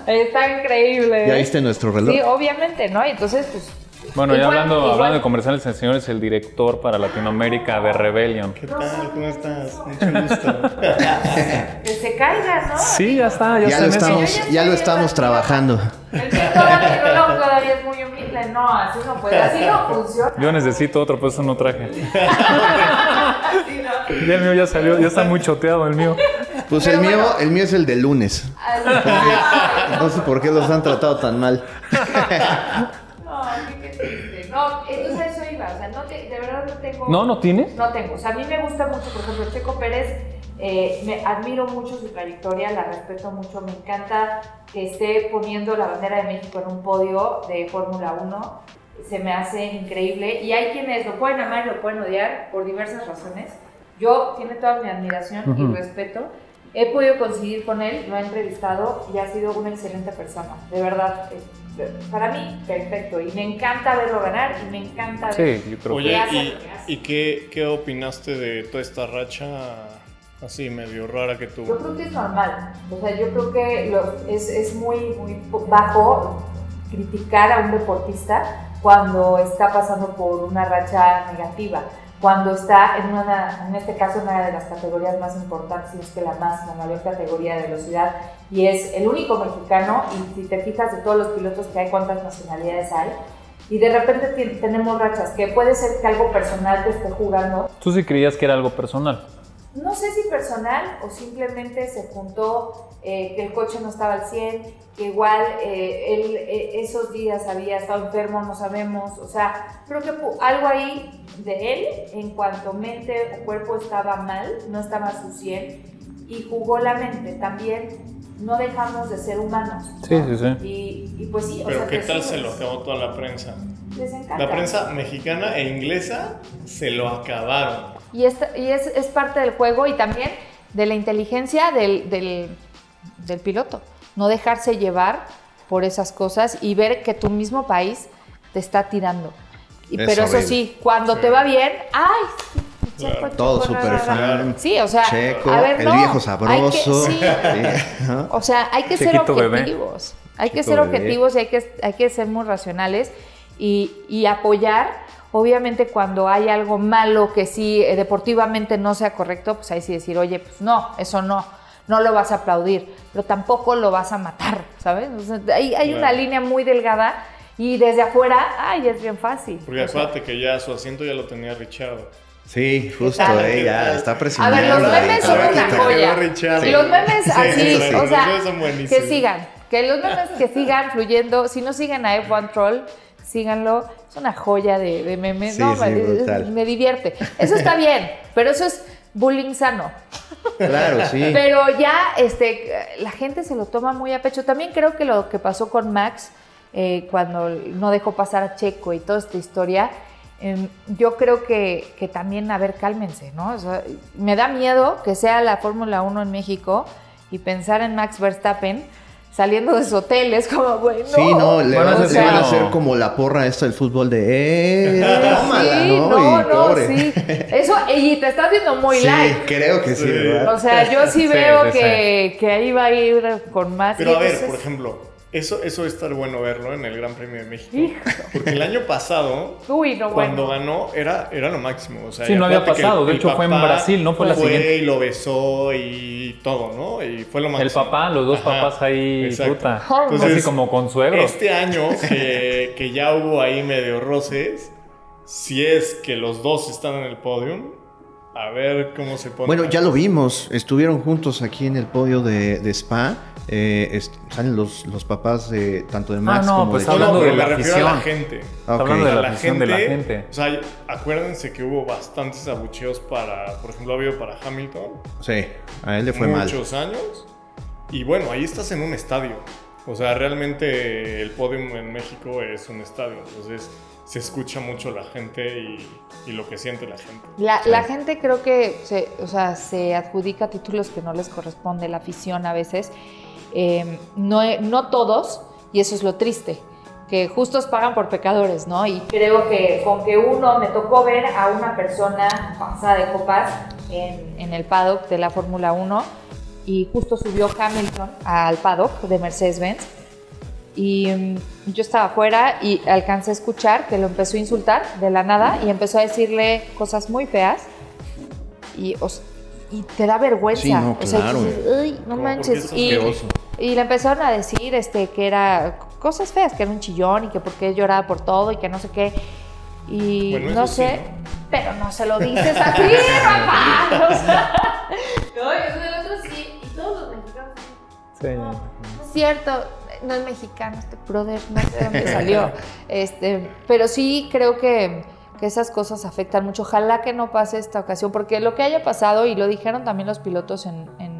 Speaker 2: está increíble.
Speaker 3: Ya viste nuestro reloj.
Speaker 2: Sí, obviamente, ¿no? Y entonces, pues...
Speaker 1: Bueno, ya
Speaker 2: igual-
Speaker 1: hablando,
Speaker 2: igual-
Speaker 1: hablando de comerciales, el señor es el director para Latinoamérica de Rebellion.
Speaker 4: ¿Qué tal? ¿Cómo estás? Mucho gusto.
Speaker 2: <laughs> Que se caiga, ¿no?
Speaker 1: Sí, ya está, ya,
Speaker 3: Ya
Speaker 1: está
Speaker 3: lo
Speaker 1: en eso.
Speaker 3: estamos, ya lo estamos trabajando.
Speaker 2: El sector tecnológico todavía es muy humilde. No, así no puede.
Speaker 1: <laughs>
Speaker 2: Así no funciona.
Speaker 1: Yo necesito otro, por eso no traje.
Speaker 2: Así no.
Speaker 1: Ya el mío ya salió, ya está muy choteado el mío.
Speaker 3: Pues
Speaker 2: Pero
Speaker 3: el mío,
Speaker 2: bueno.
Speaker 3: el mío es el de lunes.
Speaker 1: <laughs>
Speaker 2: Así
Speaker 3: No sé por qué los han tratado tan mal.
Speaker 2: no. No, qué triste. No, entonces eso iba. O sea, no te- de verdad no tengo.
Speaker 1: No, no tienes.
Speaker 2: No tengo. O sea, a mí me gusta mucho, por ejemplo, Checo Pérez, eh, me admiro mucho su trayectoria, la respeto mucho, me encanta que esté poniendo la bandera de México en un podio de Fórmula 1, se me hace increíble y hay quienes lo pueden amar y lo pueden odiar por diversas razones. Yo tiene toda mi admiración
Speaker 1: Ujú.
Speaker 2: y respeto. He podido coincidir con él, lo he entrevistado y ha sido una excelente persona. De verdad, eh, para mí, perfecto. Y me encanta verlo ganar y me encanta ver-
Speaker 1: Sí, yo creo
Speaker 4: Oye,
Speaker 1: que.
Speaker 2: Gracias,
Speaker 4: ¿y,
Speaker 2: gracias.
Speaker 4: y qué, qué opinaste de toda esta racha así medio rara que
Speaker 5: Yo
Speaker 4: tuvo.
Speaker 5: creo que es normal. O sea, yo creo que lo- es, es muy, muy po- bajo criticar a un deportista cuando está pasando por una racha negativa, cuando está en una, en este caso, en una de las categorías más importantes, si no es que la más, la mayor categoría de velocidad, y es el único mexicano, y si te fijas de todos los pilotos que hay, cuántas nacionalidades hay, y de repente ti- tenemos rachas, que puede ser que algo personal te esté jugando,
Speaker 1: ¿Tú sí creías que era algo personal?
Speaker 5: no sé si personal o simplemente se juntó eh, que el coche no estaba al 100, que igual eh, él eh, esos días había estado enfermo, no sabemos. O sea, creo que pu- algo ahí de él en cuanto mente o cuerpo estaba mal, no estaba a su 100 y jugó la mente. También no dejamos de ser humanos.
Speaker 1: Sí,
Speaker 5: ¿no?
Speaker 1: sí, sí.
Speaker 5: Y, y pues sí, o
Speaker 4: Pero
Speaker 5: sea,
Speaker 4: qué
Speaker 5: te
Speaker 4: tal se
Speaker 5: subes.
Speaker 4: lo acabó toda la prensa.
Speaker 5: Les encanta.
Speaker 4: La prensa mexicana e inglesa se lo acabaron.
Speaker 2: Y, esta- y es, es parte del juego y también de la inteligencia del, del- del piloto. No dejarse llevar por esas cosas y ver que tu mismo país te está tirando. Y-
Speaker 3: Es
Speaker 2: pero
Speaker 3: horrible.
Speaker 2: eso sí, cuando
Speaker 4: Sí.
Speaker 2: te va bien, ¡ay!
Speaker 4: Claro,
Speaker 3: Todo
Speaker 2: checo,
Speaker 3: súper
Speaker 2: ra, ra, ra.
Speaker 3: fan.
Speaker 2: Sí, o sea,
Speaker 3: Checo,
Speaker 2: a ver,
Speaker 3: el
Speaker 2: no,
Speaker 3: viejo
Speaker 2: hay que-
Speaker 3: sabroso.
Speaker 2: sí,
Speaker 3: Sí, ajá.
Speaker 2: o sea, hay que
Speaker 1: Chiquito
Speaker 2: ser
Speaker 1: bebé.
Speaker 2: objetivos. Hay que
Speaker 3: Chiquito
Speaker 2: ser
Speaker 3: bebé.
Speaker 2: objetivos y hay que, hay que ser muy racionales y, y apoyar. Obviamente, cuando hay algo malo que sí eh, deportivamente no sea correcto, pues ahí sí decir, oye, pues no, eso no, no lo vas a aplaudir, pero tampoco lo vas a matar, ¿sabes? O sea, hay hay una
Speaker 4: Claro.
Speaker 2: línea muy delgada y desde afuera, ay, es bien fácil.
Speaker 4: Porque
Speaker 2: O sea,
Speaker 4: acuérdate que ya su asiento ya lo tenía Richard.
Speaker 3: Sí, justo,
Speaker 2: tal?
Speaker 3: eh, ya está
Speaker 2: A
Speaker 3: presionando.
Speaker 2: ver, los memes son
Speaker 3: Ahorita
Speaker 2: una
Speaker 3: te-
Speaker 2: joya.
Speaker 4: quedó Richard.
Speaker 2: Los memes
Speaker 4: Sí,
Speaker 2: así,
Speaker 4: sí,
Speaker 2: o
Speaker 4: los
Speaker 2: sea,
Speaker 4: memes son buenísimos.
Speaker 2: que sigan. Que los memes que sigan fluyendo. Si no siguen a F1 Troll, síganlo. Es una joya de, de memes.
Speaker 3: Sí,
Speaker 2: no,
Speaker 3: sí,
Speaker 2: me,
Speaker 3: brutal.
Speaker 2: me divierte. Eso está bien, pero eso es bullying sano.
Speaker 3: Claro,
Speaker 2: <laughs>
Speaker 3: sí.
Speaker 2: Pero ya este, la gente se lo toma muy a pecho. También creo que lo que pasó con Max, eh, cuando no dejó pasar a Checo y toda esta historia, em, yo creo que, que también, a ver, cálmense, ¿no? O sea, me da miedo que sea la Fórmula 1 en México y pensar en Max Verstappen saliendo de su hotel. Es como, güey, no.
Speaker 3: Sí, no, le
Speaker 1: Bueno,
Speaker 3: van,
Speaker 1: eso
Speaker 3: le van a
Speaker 1: sí, no.
Speaker 3: hacer como la porra esta del fútbol
Speaker 2: <laughs>
Speaker 3: de...
Speaker 2: Sí,
Speaker 3: ¡Eh, tómala, ¿no?
Speaker 2: no,
Speaker 3: Y
Speaker 2: no,
Speaker 3: pobre.
Speaker 2: sí. Eso, y te estás viendo muy
Speaker 3: Sí,
Speaker 2: light.
Speaker 3: creo que sí,
Speaker 4: <laughs> Sí.
Speaker 3: ¿verdad?
Speaker 2: O sea, yo sí
Speaker 1: Sí,
Speaker 2: veo
Speaker 1: sí, sí.
Speaker 2: que, que ahí va a ir con más.
Speaker 4: Pero
Speaker 2: y
Speaker 4: a ver,
Speaker 2: entonces-
Speaker 4: por ejemplo, eso, eso va a estar bueno verlo en el Gran Premio de México. Porque el año pasado,
Speaker 2: Uy, no,
Speaker 4: cuando
Speaker 2: bueno.
Speaker 4: ganó, era, era lo máximo. O sea,
Speaker 1: Sí,
Speaker 4: y
Speaker 1: no había
Speaker 4: acuérdate que
Speaker 1: pasado. De hecho, fue en
Speaker 4: papá
Speaker 1: Brasil, ¿no? Fue la siguiente.
Speaker 4: y lo besó y todo, ¿no? Y fue lo máximo.
Speaker 1: El papá, los dos
Speaker 4: Ajá,
Speaker 1: papás ahí,
Speaker 4: exacto.
Speaker 1: puta.
Speaker 4: Entonces,
Speaker 1: casi como consuegros.
Speaker 4: Este año,
Speaker 1: <laughs>
Speaker 4: que, que ya hubo ahí medio roces, si es que los dos están en el podium, a ver cómo se pone.
Speaker 3: Bueno, ya lo vimos. Estuvieron juntos aquí en el podio de, de Spa. Eh, est- salen los, los papás de tanto de Max
Speaker 1: no,
Speaker 3: como
Speaker 1: pues
Speaker 3: de
Speaker 4: No,
Speaker 3: Checo.
Speaker 4: no,
Speaker 1: hablando
Speaker 4: pero
Speaker 1: de
Speaker 4: me
Speaker 1: la
Speaker 4: refiero a la
Speaker 1: afición.
Speaker 4: gente.
Speaker 3: Ah, ok.
Speaker 1: Hablando de
Speaker 4: A
Speaker 1: la afición de la gente.
Speaker 4: O sea, acuérdense que hubo bastantes abucheos para, por ejemplo, ha habido para Hamilton.
Speaker 3: Sí, a él le fue mal.
Speaker 4: muchos años. Y bueno, ahí estás en un estadio. O sea, realmente el podium en México es un estadio. Entonces se escucha mucho la gente y, y lo que siente la gente.
Speaker 2: La, la gente creo que se, o sea, se adjudica títulos que no les corresponde, la afición a veces. Eh, no, no todos, y eso es lo triste, que justos pagan por pecadores, ¿no? Y
Speaker 5: creo que con que uno me tocó ver a una persona pasada de copas en,
Speaker 2: en el paddock de la Fórmula 1 y justo subió Hamilton al paddock de Mercedes-Benz y mm, yo estaba afuera y alcancé a escuchar que lo empezó a insultar de la nada y empezó a decirle cosas muy feas y, o s- y te da vergüenza.
Speaker 3: Sí, no,
Speaker 2: O sea,
Speaker 3: claro.
Speaker 2: dices, "Ay, no
Speaker 4: Como,
Speaker 2: manches.
Speaker 4: ¿por qué
Speaker 2: Y,
Speaker 4: estás
Speaker 2: y le empezaron a decir este, que era cosas feas, que era un chillón y que por qué lloraba por todo y que no sé qué. Y
Speaker 4: Bueno,
Speaker 2: no
Speaker 4: eso sí,
Speaker 2: sé,
Speaker 4: ¿no?
Speaker 2: pero no se lo dices así, <laughs>
Speaker 5: <laughs>
Speaker 2: papá. O sea,
Speaker 5: No, y eso del otro sí, y todos los mexicanos.
Speaker 1: Sí.
Speaker 2: no es cierto, no es mexicano este brother, no sé de dónde salió. Este, pero sí creo que, que esas cosas afectan mucho. Ojalá que no pase esta ocasión, porque lo que haya pasado, y lo dijeron también los pilotos en, en-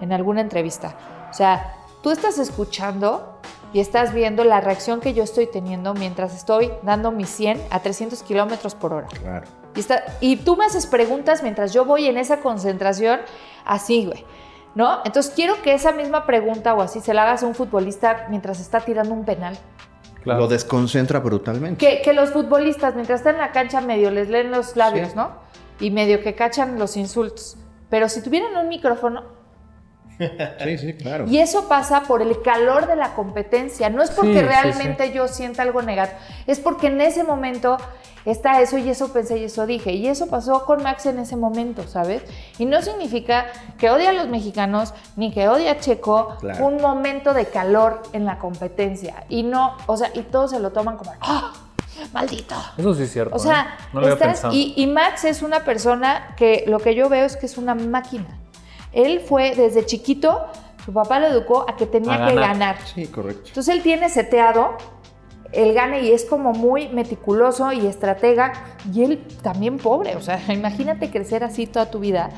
Speaker 2: en alguna entrevista, o sea, tú estás escuchando y estás viendo la reacción que yo estoy teniendo mientras estoy dando mi 100 a 300 kilómetros por hora.
Speaker 3: Claro.
Speaker 2: Y, está- y tú me haces preguntas mientras yo voy en esa concentración así, güey. ¿No? Entonces quiero que esa misma pregunta o así se la hagas a un futbolista mientras está tirando un penal.
Speaker 1: Claro.
Speaker 3: Lo desconcentra brutalmente.
Speaker 2: Que, que los futbolistas mientras están en la cancha medio les leen los labios,
Speaker 3: Sí.
Speaker 2: ¿no? Y medio que cachan los insultos. Pero si tuvieran un micrófono,
Speaker 3: Sí, sí, claro.
Speaker 2: y eso pasa por el calor de la competencia. No es porque
Speaker 1: Sí, sí,
Speaker 2: realmente yo sienta algo negativo, es porque en ese momento está eso y eso pensé y eso dije. Y eso pasó con Max en ese momento, ¿sabes? Y no significa que odie a los mexicanos ni que odie a Checo.
Speaker 3: Claro.
Speaker 2: Fue un momento de calor en la competencia. Y no, o sea, y todos se lo toman como, ¡ah! ¡Maldito!
Speaker 1: Eso sí es cierto.
Speaker 2: O sea,
Speaker 1: ¿eh? no lo había
Speaker 2: estás-
Speaker 1: pensado.
Speaker 2: y, y Max es una persona que lo que yo veo es que es una máquina. Él fue desde chiquito, su papá lo educó a que tenía
Speaker 1: A
Speaker 2: que
Speaker 1: ganar.
Speaker 2: ganar.
Speaker 3: Sí, correcto.
Speaker 2: Entonces él tiene seteado el gane y es como muy meticuloso y estratega y él también pobre, o sea, <laughs> imagínate crecer así toda tu vida.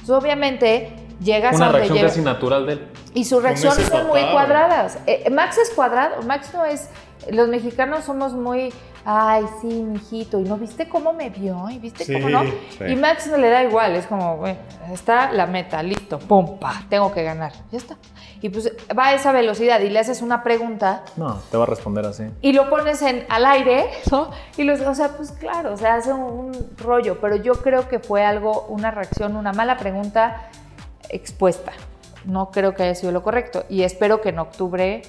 Speaker 2: Entonces obviamente llegas a
Speaker 1: Una
Speaker 2: donde
Speaker 1: reacción
Speaker 2: llegas
Speaker 1: casi natural de él.
Speaker 2: y sus reacciones
Speaker 4: ese
Speaker 2: son muy
Speaker 4: papá.
Speaker 2: cuadradas. Eh, Max es cuadrado, Max no es. Los mexicanos somos muy. Ay, sí, mijito. Y no viste cómo me vio, y viste
Speaker 4: Sí,
Speaker 2: cómo no.
Speaker 3: sí.
Speaker 2: Y Max no le da igual, es como, bueno, está la meta, listo, pum, pa, tengo que ganar, ya está. Y pues va a esa velocidad y le haces una pregunta
Speaker 1: No, te va a responder así.
Speaker 2: y lo pones en, al aire, ¿no? Y los, o sea, pues claro, o sea, hace un, un rollo, pero yo creo que fue algo, una reacción, una mala pregunta expuesta. No creo que haya sido lo correcto y espero que en octubre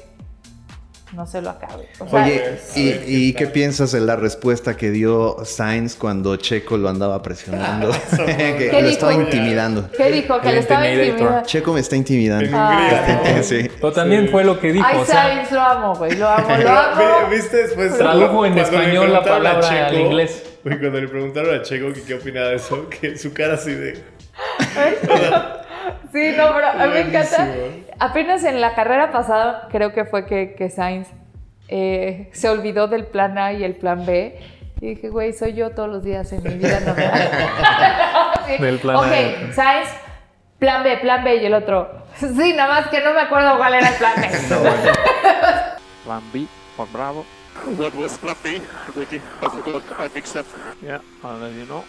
Speaker 2: no se lo acabe. O sea,
Speaker 3: Oye,
Speaker 4: A
Speaker 3: ¿y,
Speaker 4: ver,
Speaker 3: y
Speaker 4: ¿qué
Speaker 3: qué
Speaker 4: tal?
Speaker 3: piensas de la respuesta que dio Sainz cuando Checo lo andaba presionando? <laughs> que
Speaker 2: ¿Qué
Speaker 3: lo
Speaker 2: dijo?
Speaker 3: estaba intimidando.
Speaker 2: ¿qué dijo? Que
Speaker 1: el
Speaker 2: le estaba
Speaker 1: intimidator.
Speaker 2: intimidando.
Speaker 3: Checo me está
Speaker 4: En
Speaker 3: intimidando.
Speaker 4: Hungría, ¿no?
Speaker 3: Este, <laughs> Sí.
Speaker 1: Pero también fue lo que dijo.
Speaker 2: Ay,
Speaker 1: o sea,
Speaker 2: Sainz, lo amo, güey,
Speaker 1: <laughs>
Speaker 2: lo amo, lo
Speaker 4: Pero,
Speaker 2: amo.
Speaker 4: vi- ¿Viste después?
Speaker 1: Tradujo en
Speaker 4: cuando le
Speaker 1: español la
Speaker 4: preguntaron a
Speaker 1: palabra
Speaker 4: Checo-
Speaker 1: al inglés.
Speaker 4: Güey, Cuando le preguntaron a Checo que qué opinaba de eso, que su cara así de.
Speaker 2: Sí, no, pero a mí me encanta.
Speaker 4: Buenísimo.
Speaker 2: Apenas en la carrera pasada, creo que fue que, que Sainz eh, se olvidó del plan A y el plan B. Y dije, güey, soy yo todos los días en mi
Speaker 3: <laughs>
Speaker 2: vida. No me Sí.
Speaker 1: Del plan A.
Speaker 2: Ok, Sainz, plan B, plan B y el otro. Sí, nada más que no me acuerdo cuál era el plan
Speaker 3: <laughs>
Speaker 2: B.
Speaker 6: Plan B for Bravo. What was Plan B? Ricky, I forgot. I mixed up. Yeah, I'll let you know.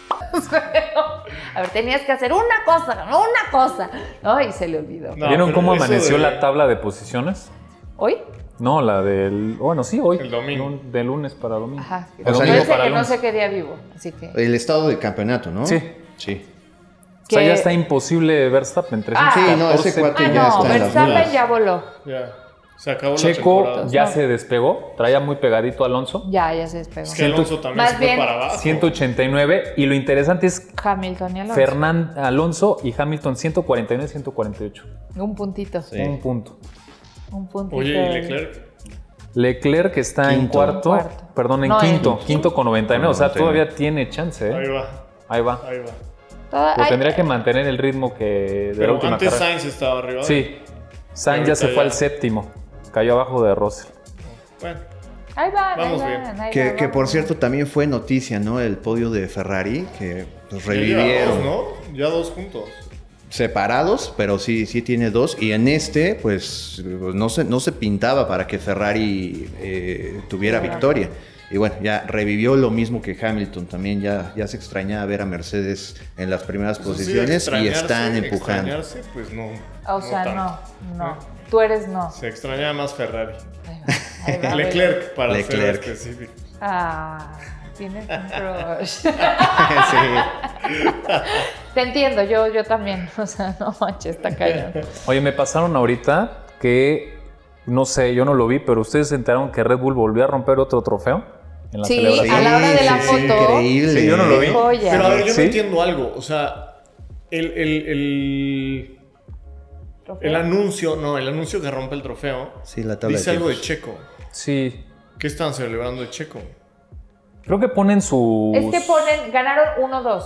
Speaker 2: a ver, tenías que hacer una cosa, no una cosa. No, y se le olvidó.
Speaker 4: No,
Speaker 1: ¿Vieron
Speaker 4: pero
Speaker 1: cómo
Speaker 4: eso
Speaker 1: amaneció
Speaker 4: de-
Speaker 1: la tabla de posiciones?
Speaker 2: ¿Hoy?
Speaker 1: No, la del. Bueno, sí, hoy.
Speaker 4: El domingo.
Speaker 1: Lun- De lunes para domingo.
Speaker 2: Ajá.
Speaker 1: De
Speaker 2: Yo
Speaker 3: sea,
Speaker 1: domingo
Speaker 3: digo,
Speaker 2: sé
Speaker 1: para
Speaker 2: que no
Speaker 1: lunes.
Speaker 2: sé qué día vivo, así que...
Speaker 3: El estado del campeonato, ¿no?
Speaker 1: Sí.
Speaker 3: Sí.
Speaker 1: O sea,
Speaker 2: que-
Speaker 1: ya está imposible Verstappen.
Speaker 2: Ah,
Speaker 3: Sí,
Speaker 1: 314.
Speaker 3: no, ese cuate
Speaker 2: Ah,
Speaker 3: ya
Speaker 2: no,
Speaker 3: está en las
Speaker 2: Verstappen
Speaker 3: nubes.
Speaker 2: ya voló.
Speaker 4: Ya. Se acabó la
Speaker 1: Checo
Speaker 4: temporada.
Speaker 1: ya
Speaker 2: No.
Speaker 1: se despegó. Traía muy pegadito a Alonso.
Speaker 2: Ya, ya se despegó.
Speaker 4: Es que Alonso también
Speaker 2: Más
Speaker 4: se fue
Speaker 2: bien,
Speaker 4: para abajo.
Speaker 1: 189. Y lo interesante es
Speaker 2: Hamilton y Alonso.
Speaker 1: Fernán Alonso y Hamilton 149 148.
Speaker 2: Un puntito.
Speaker 3: Sí.
Speaker 1: Un punto.
Speaker 2: Un puntito.
Speaker 4: Oye,
Speaker 2: del-
Speaker 4: y Leclerc.
Speaker 1: ¿eh? Leclerc que está en
Speaker 3: Quinto.
Speaker 1: cuarto,
Speaker 2: Cuarto.
Speaker 1: perdón, en
Speaker 2: No, en
Speaker 1: quinto,
Speaker 2: quinto.
Speaker 1: quinto con 99, o sea,
Speaker 3: 99.
Speaker 1: todavía tiene chance, ¿eh?
Speaker 4: Ahí va,
Speaker 1: Ahí va.
Speaker 4: ahí va.
Speaker 2: Toda-
Speaker 1: Pero
Speaker 2: ay, eh,
Speaker 1: tendría que mantener el ritmo que de la
Speaker 4: Pero
Speaker 1: última
Speaker 4: antes
Speaker 1: carrera.
Speaker 4: Sainz estaba arriba.
Speaker 1: sí. Sainz ya
Speaker 4: ahorita
Speaker 1: se fue
Speaker 4: ya.
Speaker 1: al séptimo, cayó abajo de Russell.
Speaker 4: Bueno,
Speaker 2: ahí van,
Speaker 4: Vamos
Speaker 2: ahí
Speaker 4: bien.
Speaker 2: van, ahí
Speaker 3: Que,
Speaker 2: van,
Speaker 3: que, por
Speaker 2: vamos.
Speaker 3: cierto también fue noticia, ¿no? El podio de Ferrari, que los
Speaker 4: ya
Speaker 3: revivieron.
Speaker 4: dos, ¿no? Ya dos juntos.
Speaker 3: Separados, pero sí, sí tiene dos. Y en este, pues no se, no se pintaba para que Ferrari eh, tuviera victoria. Y bueno, ya revivió lo mismo que Hamilton también. Ya, ya se extrañaba ver a Mercedes en las primeras
Speaker 4: Eso sí,
Speaker 3: posiciones y
Speaker 4: extrañarse,
Speaker 3: están empujando.
Speaker 4: Extrañarse, pues no.
Speaker 2: O sea, no,
Speaker 4: tanto. ¿Eh?
Speaker 2: no. Tú eres no.
Speaker 4: Se extrañaba más Ferrari.
Speaker 2: Ahí va,
Speaker 4: <laughs>
Speaker 2: ahí va, güey.
Speaker 4: Leclerc, para
Speaker 3: Leclerc.
Speaker 4: ser específico.
Speaker 2: Ah, tienes un crush.
Speaker 3: <laughs> Sí.
Speaker 2: Te entiendo, yo, yo también. <laughs> O sea, no manches, está cañón.
Speaker 1: Oye, me pasaron ahorita que no sé, yo no lo vi, pero ustedes se enteraron que Red Bull volvió a romper otro trofeo en la
Speaker 2: Sí,
Speaker 1: celebración.
Speaker 2: A la hora de la foto.
Speaker 3: Increíble.
Speaker 1: Sí, yo no lo vi.
Speaker 2: Joya.
Speaker 4: Pero a ver, yo
Speaker 1: ¿Sí?
Speaker 4: no entiendo algo. O sea, el, el, el, el anuncio, no, el anuncio que rompe el trofeo
Speaker 3: Sí, la tabla
Speaker 4: dice
Speaker 3: de
Speaker 4: algo de
Speaker 3: tiempos.
Speaker 4: Checo.
Speaker 1: Sí.
Speaker 4: ¿Qué están celebrando de Checo?
Speaker 1: Creo que ponen su
Speaker 2: Es que ponen, ganaron 1-2.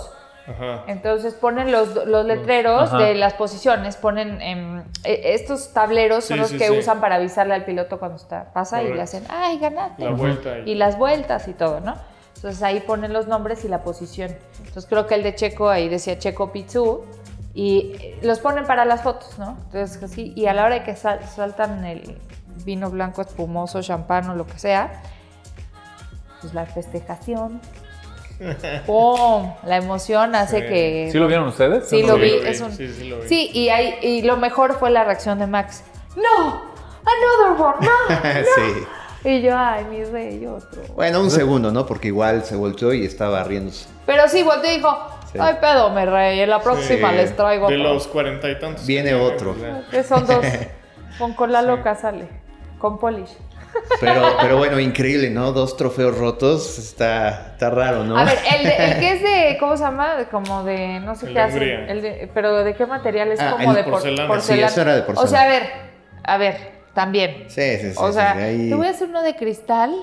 Speaker 4: Ajá.
Speaker 2: Entonces ponen los, los letreros
Speaker 1: Ajá.
Speaker 2: de las posiciones, ponen em, e- estos tableros son
Speaker 4: Sí,
Speaker 2: los
Speaker 4: sí,
Speaker 2: que
Speaker 4: sí.
Speaker 2: usan para avisarle al piloto cuando está, pasa y le
Speaker 4: Correcto.
Speaker 2: hacen, ay, ganaste.
Speaker 4: La vuelta y-
Speaker 2: Y las vueltas y todo, ¿no? Entonces ahí ponen los nombres y la posición. Entonces creo que el de Checo ahí decía Checo Pizú y eh, los ponen para las fotos, ¿no? Entonces así, y a la hora de que sal- saltan el vino blanco espumoso, champán o lo que sea, pues la
Speaker 4: <laughs>
Speaker 2: festejación. ¡Pum! La emoción hace
Speaker 4: Sí.
Speaker 2: que
Speaker 1: ¿Sí lo vieron ustedes?
Speaker 2: Sí,
Speaker 1: Yo
Speaker 2: lo
Speaker 1: no
Speaker 2: vi. es un-
Speaker 4: Sí, sí, lo vi.
Speaker 2: Sí, y, ahí- y lo mejor fue la reacción de Max. ¡No! ¡Another one! ¡No!
Speaker 4: <laughs>
Speaker 3: <laughs> Sí.
Speaker 2: Y yo, ay, mi rey, otro.
Speaker 3: Bueno, un segundo, ¿no? Porque igual se volteó y estaba riéndose.
Speaker 2: Pero sí, volteó y dijo,
Speaker 3: Sí.
Speaker 2: No hay pedo, me reí. En la próxima
Speaker 3: Sí.
Speaker 2: les traigo
Speaker 4: De
Speaker 2: otro.
Speaker 4: los cuarenta y tantos.
Speaker 3: Viene
Speaker 4: que tiene,
Speaker 3: otro.
Speaker 4: pues, ya.
Speaker 2: Que son
Speaker 3: <laughs>
Speaker 2: dos. Con cola loca sale. Con polish.
Speaker 3: Pero, pero bueno, increíble, ¿no? Dos trofeos rotos, está, está raro, ¿no?
Speaker 2: A ver, el, de- el que es de,
Speaker 3: <laughs>
Speaker 2: ¿cómo se llama? De- Como de, no sé
Speaker 4: El
Speaker 2: qué
Speaker 4: de
Speaker 2: hace.
Speaker 4: Hungría.
Speaker 2: El de- pero ¿de qué material es?
Speaker 3: Ah,
Speaker 2: como
Speaker 3: el
Speaker 2: de
Speaker 3: de
Speaker 2: por-
Speaker 4: porcelana.
Speaker 3: Sí, eso era de porcelana.
Speaker 2: O sea, a ver, a ver, también.
Speaker 3: sí, sí, sí.
Speaker 2: o
Speaker 3: sí,
Speaker 2: sea,
Speaker 3: sí, ahí-
Speaker 2: te voy a hacer uno de cristal,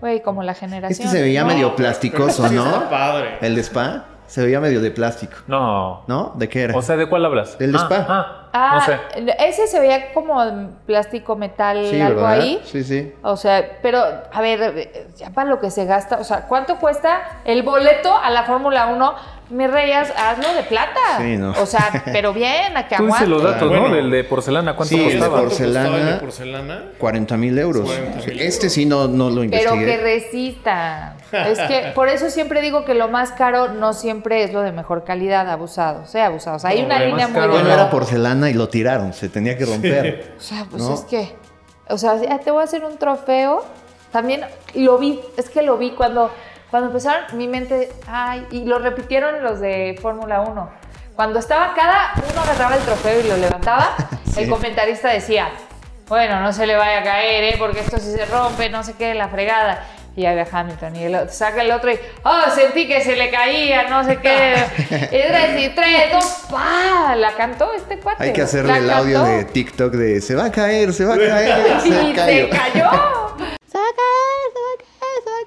Speaker 2: güey, como la generación.
Speaker 3: Este se veía
Speaker 2: ¿no?
Speaker 3: medio plasticoso,
Speaker 4: Sí,
Speaker 3: ¿no? Eh,
Speaker 4: está padre.
Speaker 3: El de spa se veía medio de plástico,
Speaker 1: No.
Speaker 3: ¿no? ¿De qué era?
Speaker 1: O sea, ¿de cuál hablas?
Speaker 3: Eh. Del de
Speaker 1: Ah,
Speaker 3: spa.
Speaker 1: Ah,
Speaker 2: Ah,
Speaker 1: no sé.
Speaker 2: ese se veía como en plástico, metal, algo ahí.
Speaker 3: Sí, sí.
Speaker 2: O sea, pero, a ver, eh, ya para lo que se gasta, o sea, ¿cuánto cuesta el boleto a la Fórmula 1? Me reyes, hazlo de plata.
Speaker 3: Sí, no.
Speaker 2: O sea, pero bien, a que
Speaker 1: Tú dices
Speaker 2: aguante.
Speaker 1: los datos,
Speaker 4: Bueno.
Speaker 1: ¿no? Del de porcelana, ¿cuánto
Speaker 3: Sí, el de
Speaker 4: ¿Sabes
Speaker 1: costaba?
Speaker 4: cuánto
Speaker 3: porcelana.
Speaker 4: costaba el de porcelana?
Speaker 3: 40 mil euros.
Speaker 4: 40,000
Speaker 3: Este sí no, no lo
Speaker 2: Pero que
Speaker 3: investigué.
Speaker 2: resistan. Es que por eso siempre digo que lo más caro no siempre es lo de mejor calidad, abusados, ¿eh? Abusados. Hay
Speaker 1: No,
Speaker 2: una
Speaker 1: lo más
Speaker 2: línea muy
Speaker 1: caro
Speaker 3: Bueno,
Speaker 1: no.
Speaker 2: delgada.
Speaker 3: era porcelana y lo tiraron, se tenía que romper.
Speaker 2: O sea, pues
Speaker 3: ¿no?
Speaker 2: es que. O sea, ah, te voy a hacer un trofeo. También lo vi, es que lo vi cuando, cuando empezaron, mi mente, ay, y lo repitieron los de Fórmula 1. Cuando estaba cada uno agarraba el trofeo y lo levantaba,
Speaker 3: <laughs>
Speaker 2: el
Speaker 3: Sí.
Speaker 2: comentarista decía, bueno, no se le vaya a caer, ¿eh? porque esto si se rompe, no sé qué, la fregada. Y ahí ve Hamilton y el otro- saca el otro y, oh, sentí que se le caía, no sé qué.
Speaker 3: <laughs>
Speaker 2: y tres, y tres, dos, pa, la cantó este cuate.
Speaker 3: Hay que
Speaker 2: la
Speaker 3: hacerle el audio
Speaker 2: cantó.
Speaker 3: de TikTok de se va a caer, se va
Speaker 2: <laughs>
Speaker 3: a caer,
Speaker 2: Y
Speaker 3: se
Speaker 2: se
Speaker 3: cayó.
Speaker 2: cayó. <laughs>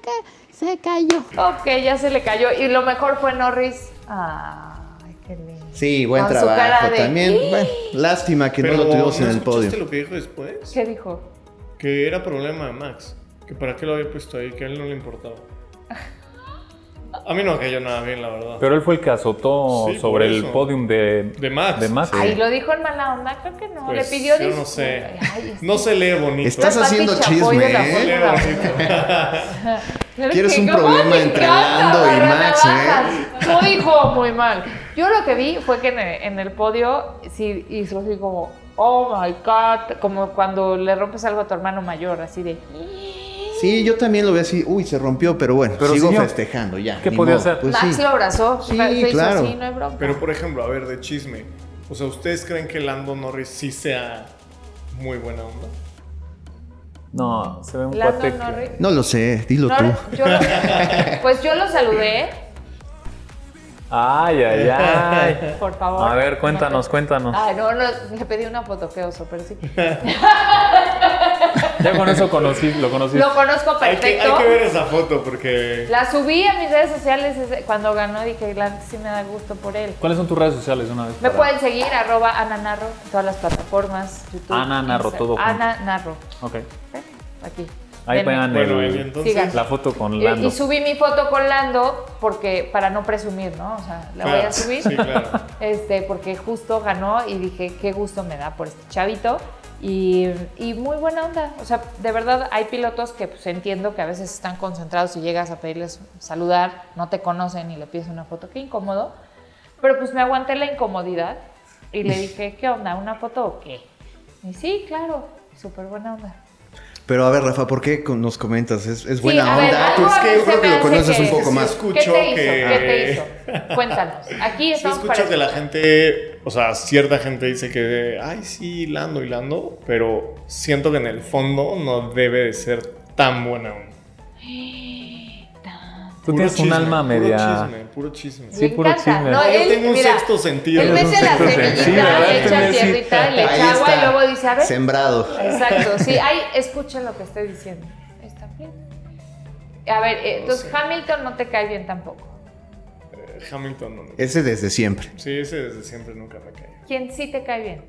Speaker 2: Se va a caer, se va a caer, se va a caer. Se cayó. Ok, ya se le cayó. Y lo mejor fue Norris. Ay, qué lindo.
Speaker 3: Sí, buen
Speaker 2: Con su cara
Speaker 3: trabajo
Speaker 2: de-
Speaker 3: también. Bueno, lástima que
Speaker 4: Pero
Speaker 3: no lo tuvimos en el
Speaker 4: escuchaste
Speaker 3: podio.
Speaker 4: lo que dijo después?
Speaker 2: ¿Qué dijo?
Speaker 4: Que era problema de Max. Que para qué lo había puesto ahí, que a él no le
Speaker 2: <laughs>
Speaker 4: importaba. A mí no me cayó nada bien, la verdad.
Speaker 1: Pero él fue el que azotó
Speaker 4: Sí,
Speaker 1: sobre
Speaker 4: por
Speaker 1: el
Speaker 4: eso.
Speaker 1: podium de,
Speaker 4: De Max.
Speaker 1: De Max.
Speaker 2: Ay, lo dijo en mala onda, creo que no.
Speaker 4: Pues,
Speaker 2: le pidió
Speaker 4: yo no
Speaker 2: disculpas.
Speaker 4: sé.
Speaker 2: Ay, es-
Speaker 4: No se lee bonito.
Speaker 3: Estás
Speaker 2: Pati
Speaker 3: haciendo
Speaker 2: Chapoy de la
Speaker 3: chisme, ¿eh?
Speaker 4: No se lee
Speaker 2: Fórmula
Speaker 4: bonito.
Speaker 2: Claro
Speaker 3: Quieres
Speaker 2: que
Speaker 3: un
Speaker 2: cómo
Speaker 3: problema
Speaker 2: te
Speaker 3: entre
Speaker 2: encanta,
Speaker 3: Lando y
Speaker 2: Barra
Speaker 3: Max, ¿eh?
Speaker 2: Navajas. Lo dijo muy mal. Yo lo que vi fue que en el, en el podio sí hizo así como, oh my god, como cuando le rompes algo a tu hermano mayor, así de.
Speaker 3: Sí, yo también lo veo así. Uy, se rompió, pero bueno,
Speaker 1: Pero
Speaker 3: sigo
Speaker 1: siguió.
Speaker 3: festejando ya.
Speaker 1: ¿Qué
Speaker 3: ni
Speaker 1: podía
Speaker 3: modo,
Speaker 1: hacer?
Speaker 3: pues
Speaker 2: Max
Speaker 3: sí.
Speaker 2: lo abrazó,
Speaker 3: Sí,
Speaker 2: se hizo
Speaker 3: claro.
Speaker 2: así, no hay bronca.
Speaker 4: Pero por ejemplo, a ver, de chisme. O sea, ¿ustedes creen que Lando Norris sí sea muy buena onda?
Speaker 1: No, se ve un
Speaker 2: Lando
Speaker 1: cuate. que-
Speaker 2: Norris-
Speaker 3: No lo sé, dilo
Speaker 2: No,
Speaker 3: tú.
Speaker 2: yo lo- pues yo lo saludé,
Speaker 1: Ay, ay, ay.
Speaker 2: por favor.
Speaker 1: A ver, cuéntanos, cuéntanos.
Speaker 2: Ay, no, no, le pedí una foto, qué oso, pero sí.
Speaker 1: Ya con eso conocí, lo conocí.
Speaker 2: Lo conozco
Speaker 4: Hay
Speaker 2: perfecto.
Speaker 4: que, hay que ver esa foto porque.
Speaker 2: La subí a mis redes sociales ese- cuando ganó, dije, la neta sí me da gusto por él.
Speaker 1: ¿Cuáles son tus redes sociales de una vez?
Speaker 2: Me
Speaker 1: para-
Speaker 2: pueden seguir, arroba Ana Narro, en todas las plataformas, YouTube.
Speaker 1: Ana Narro,
Speaker 2: Instagram.
Speaker 1: todo junto.
Speaker 2: Ana Narro,
Speaker 1: Ok.
Speaker 2: ¿eh? aquí.
Speaker 1: Ahí
Speaker 2: Denme.
Speaker 1: vean
Speaker 4: Bueno,
Speaker 1: el-
Speaker 4: y entonces.
Speaker 2: Sigan.
Speaker 1: la foto con
Speaker 2: Y,
Speaker 1: Lando.
Speaker 2: y subí mi foto con Lando porque para no presumir, ¿no? O sea, la voy a
Speaker 4: Claro,
Speaker 2: subir.
Speaker 4: Sí, claro.
Speaker 2: <laughs> Este, porque justo ganó y dije, qué gusto me da por este chavito. Y, y muy buena onda. O sea, de verdad hay pilotos que pues entiendo que a veces están concentrados y llegas a pedirles saludar, no te conocen y le pides una foto, qué incómodo. Pero pues me aguanté la incomodidad y
Speaker 4: <laughs>
Speaker 2: le dije, ¿qué onda? ¿Una foto o qué? Y sí, claro, súper buena onda.
Speaker 3: Pero a ver, Rafa, ¿por qué con- nos comentas? ¿Es, es buena
Speaker 2: a ver,
Speaker 3: onda?
Speaker 2: algo
Speaker 3: Pues
Speaker 2: a
Speaker 3: que
Speaker 2: mí
Speaker 3: yo
Speaker 2: se
Speaker 3: creo que
Speaker 2: me
Speaker 3: lo
Speaker 2: hace
Speaker 3: conoces
Speaker 2: que-
Speaker 3: un poco
Speaker 4: Sí,
Speaker 3: más.
Speaker 4: escucho
Speaker 2: ¿Qué te hizo?
Speaker 4: que-
Speaker 2: ¿Qué te hizo? Cuéntanos. Aquí
Speaker 4: Sí
Speaker 2: estamos para <gasps>
Speaker 4: escucho que la gente, o sea, cierta gente dice que, ay, sí, Lando y Lando, pero siento que en el fondo no debe de ser tan buena onda.
Speaker 1: Tú
Speaker 4: Puro
Speaker 1: tienes un
Speaker 4: chisme,
Speaker 1: alma media.
Speaker 4: Puro chisme, puro chisme.
Speaker 1: Sí,
Speaker 2: Me
Speaker 1: puro
Speaker 2: encanta.
Speaker 1: chisme.
Speaker 2: No,
Speaker 1: Ah,
Speaker 4: yo
Speaker 2: él,
Speaker 4: tengo un
Speaker 2: mira,
Speaker 4: sexto sentido.
Speaker 2: Él
Speaker 4: Yo
Speaker 2: mete
Speaker 4: tengo
Speaker 2: la
Speaker 4: un sexto
Speaker 2: semillita,
Speaker 1: sentido. Sí, ¿verdad?
Speaker 2: le echa
Speaker 1: También sí.
Speaker 2: tierrita, le
Speaker 3: Ahí
Speaker 2: echa agua y
Speaker 3: está,
Speaker 2: luego dice, a ver.
Speaker 3: Sembrado.
Speaker 2: Exacto, sí, ahí escuchen lo que estoy diciendo. Está bien. A ver, eh, entonces Hamilton no te cae bien tampoco.
Speaker 4: Eh, Hamilton no me
Speaker 3: Ese desde siempre.
Speaker 4: Sí, ese desde siempre nunca me cae.
Speaker 2: ¿Quién sí te cae bien?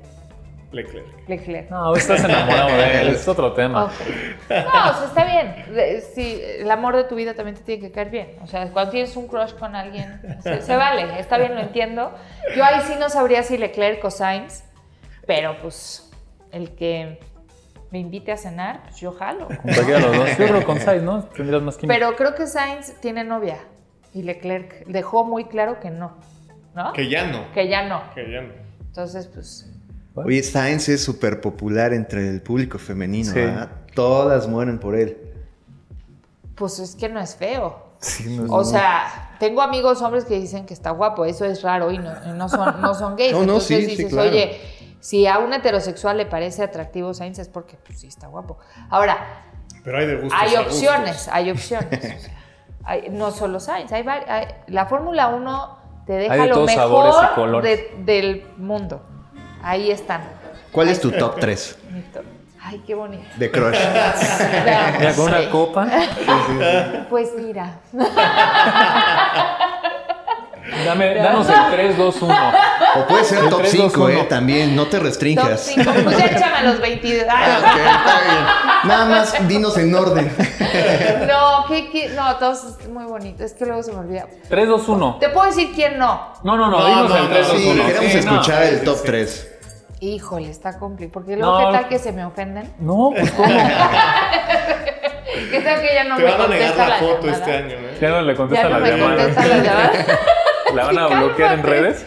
Speaker 4: Leclerc.
Speaker 2: Leclerc. No,
Speaker 1: No, estás enamorado de él. Es otro tema.
Speaker 2: no o sea, está bien. De- Si el amor de tu vida también te tiene que caer bien. O sea, cuando tienes un crush con alguien, se, se vale. Está bien, lo entiendo. Yo ahí sí no sabría si Leclerc o Sainz, pero pues el que me invite a cenar, pues yo jalo.
Speaker 1: Con cualquiera de los dos. Yo creo que con Sainz, ¿no? Tendrías más química.
Speaker 2: Pero creo que Sainz tiene novia y Leclerc dejó muy claro que no, ¿no?
Speaker 4: Que ya no.
Speaker 2: Que ya no.
Speaker 4: Que ya no.
Speaker 2: Entonces, pues,
Speaker 3: Oye, Sainz es súper popular entre el público femenino,
Speaker 1: Sí.
Speaker 3: ¿verdad? Todas mueren por él.
Speaker 2: pues es que no es feo.
Speaker 7: Sí, no es
Speaker 2: O
Speaker 7: muy-
Speaker 2: sea, tengo amigos hombres que dicen que está guapo, eso es raro y no, y no son, no son gays.
Speaker 3: No, no,
Speaker 2: Entonces
Speaker 3: sí, sí,
Speaker 2: dices,
Speaker 3: claro.
Speaker 2: oye, si a un heterosexual le parece atractivo Sainz es porque pues sí está guapo. Ahora,
Speaker 4: Pero hay de gustos.
Speaker 2: hay
Speaker 4: a gustos.
Speaker 2: opciones, hay opciones. o sea, hay- no solo Sainz, hay, vari- hay- la Fórmula 1 te deja
Speaker 1: Hay de
Speaker 2: lo
Speaker 1: todos sabores y
Speaker 2: mejor
Speaker 1: colores.
Speaker 2: de- del mundo. Ahí están.
Speaker 3: ¿Cuál es tu top 3
Speaker 2: mi top. Ay, qué bonito.
Speaker 3: de
Speaker 2: <laughs>
Speaker 3: crush?
Speaker 7: Mira, con
Speaker 2: Sí.
Speaker 7: una copa.
Speaker 2: Pues mira,
Speaker 1: Dame, danos el 3, 2, 1.
Speaker 3: O puede ser
Speaker 1: El
Speaker 3: top
Speaker 1: tres, dos,
Speaker 3: 5, eh,
Speaker 1: uno.
Speaker 3: también, no te
Speaker 2: top
Speaker 3: restringas.
Speaker 2: 5. Pues ya échame a los 22.
Speaker 3: Ah, <laughs> ok, está bien. Nada más dinos en
Speaker 1: <laughs>
Speaker 3: orden.
Speaker 2: No, ¿qué, qué? no, todos es muy bonito. Es que luego se me olvida.
Speaker 1: 3, 2, 1.
Speaker 2: Te puedo decir quién no.
Speaker 1: No, no, no,
Speaker 4: No,
Speaker 1: dinos
Speaker 4: no,
Speaker 1: el 3,
Speaker 4: no,
Speaker 1: 2,
Speaker 3: Sí,
Speaker 1: 1.
Speaker 3: queremos escuchar el top 3.
Speaker 2: Híjole, está complicado. Porque luego,
Speaker 1: No.
Speaker 2: ¿qué tal que se me ofenden?
Speaker 1: No, pues cómo.
Speaker 2: ¿Qué tal que ella no
Speaker 4: Te
Speaker 2: me
Speaker 4: van a negar
Speaker 2: contesta
Speaker 4: la
Speaker 2: la
Speaker 4: foto
Speaker 2: llamada?
Speaker 4: este año, ¿eh?
Speaker 1: Ya no le
Speaker 2: Ya
Speaker 1: contesta
Speaker 2: no
Speaker 1: la
Speaker 2: me contesta
Speaker 1: llamada.
Speaker 2: la
Speaker 1: <laughs>
Speaker 2: llamada.
Speaker 1: ¿La van a
Speaker 2: Cálmate.
Speaker 1: bloquear en redes?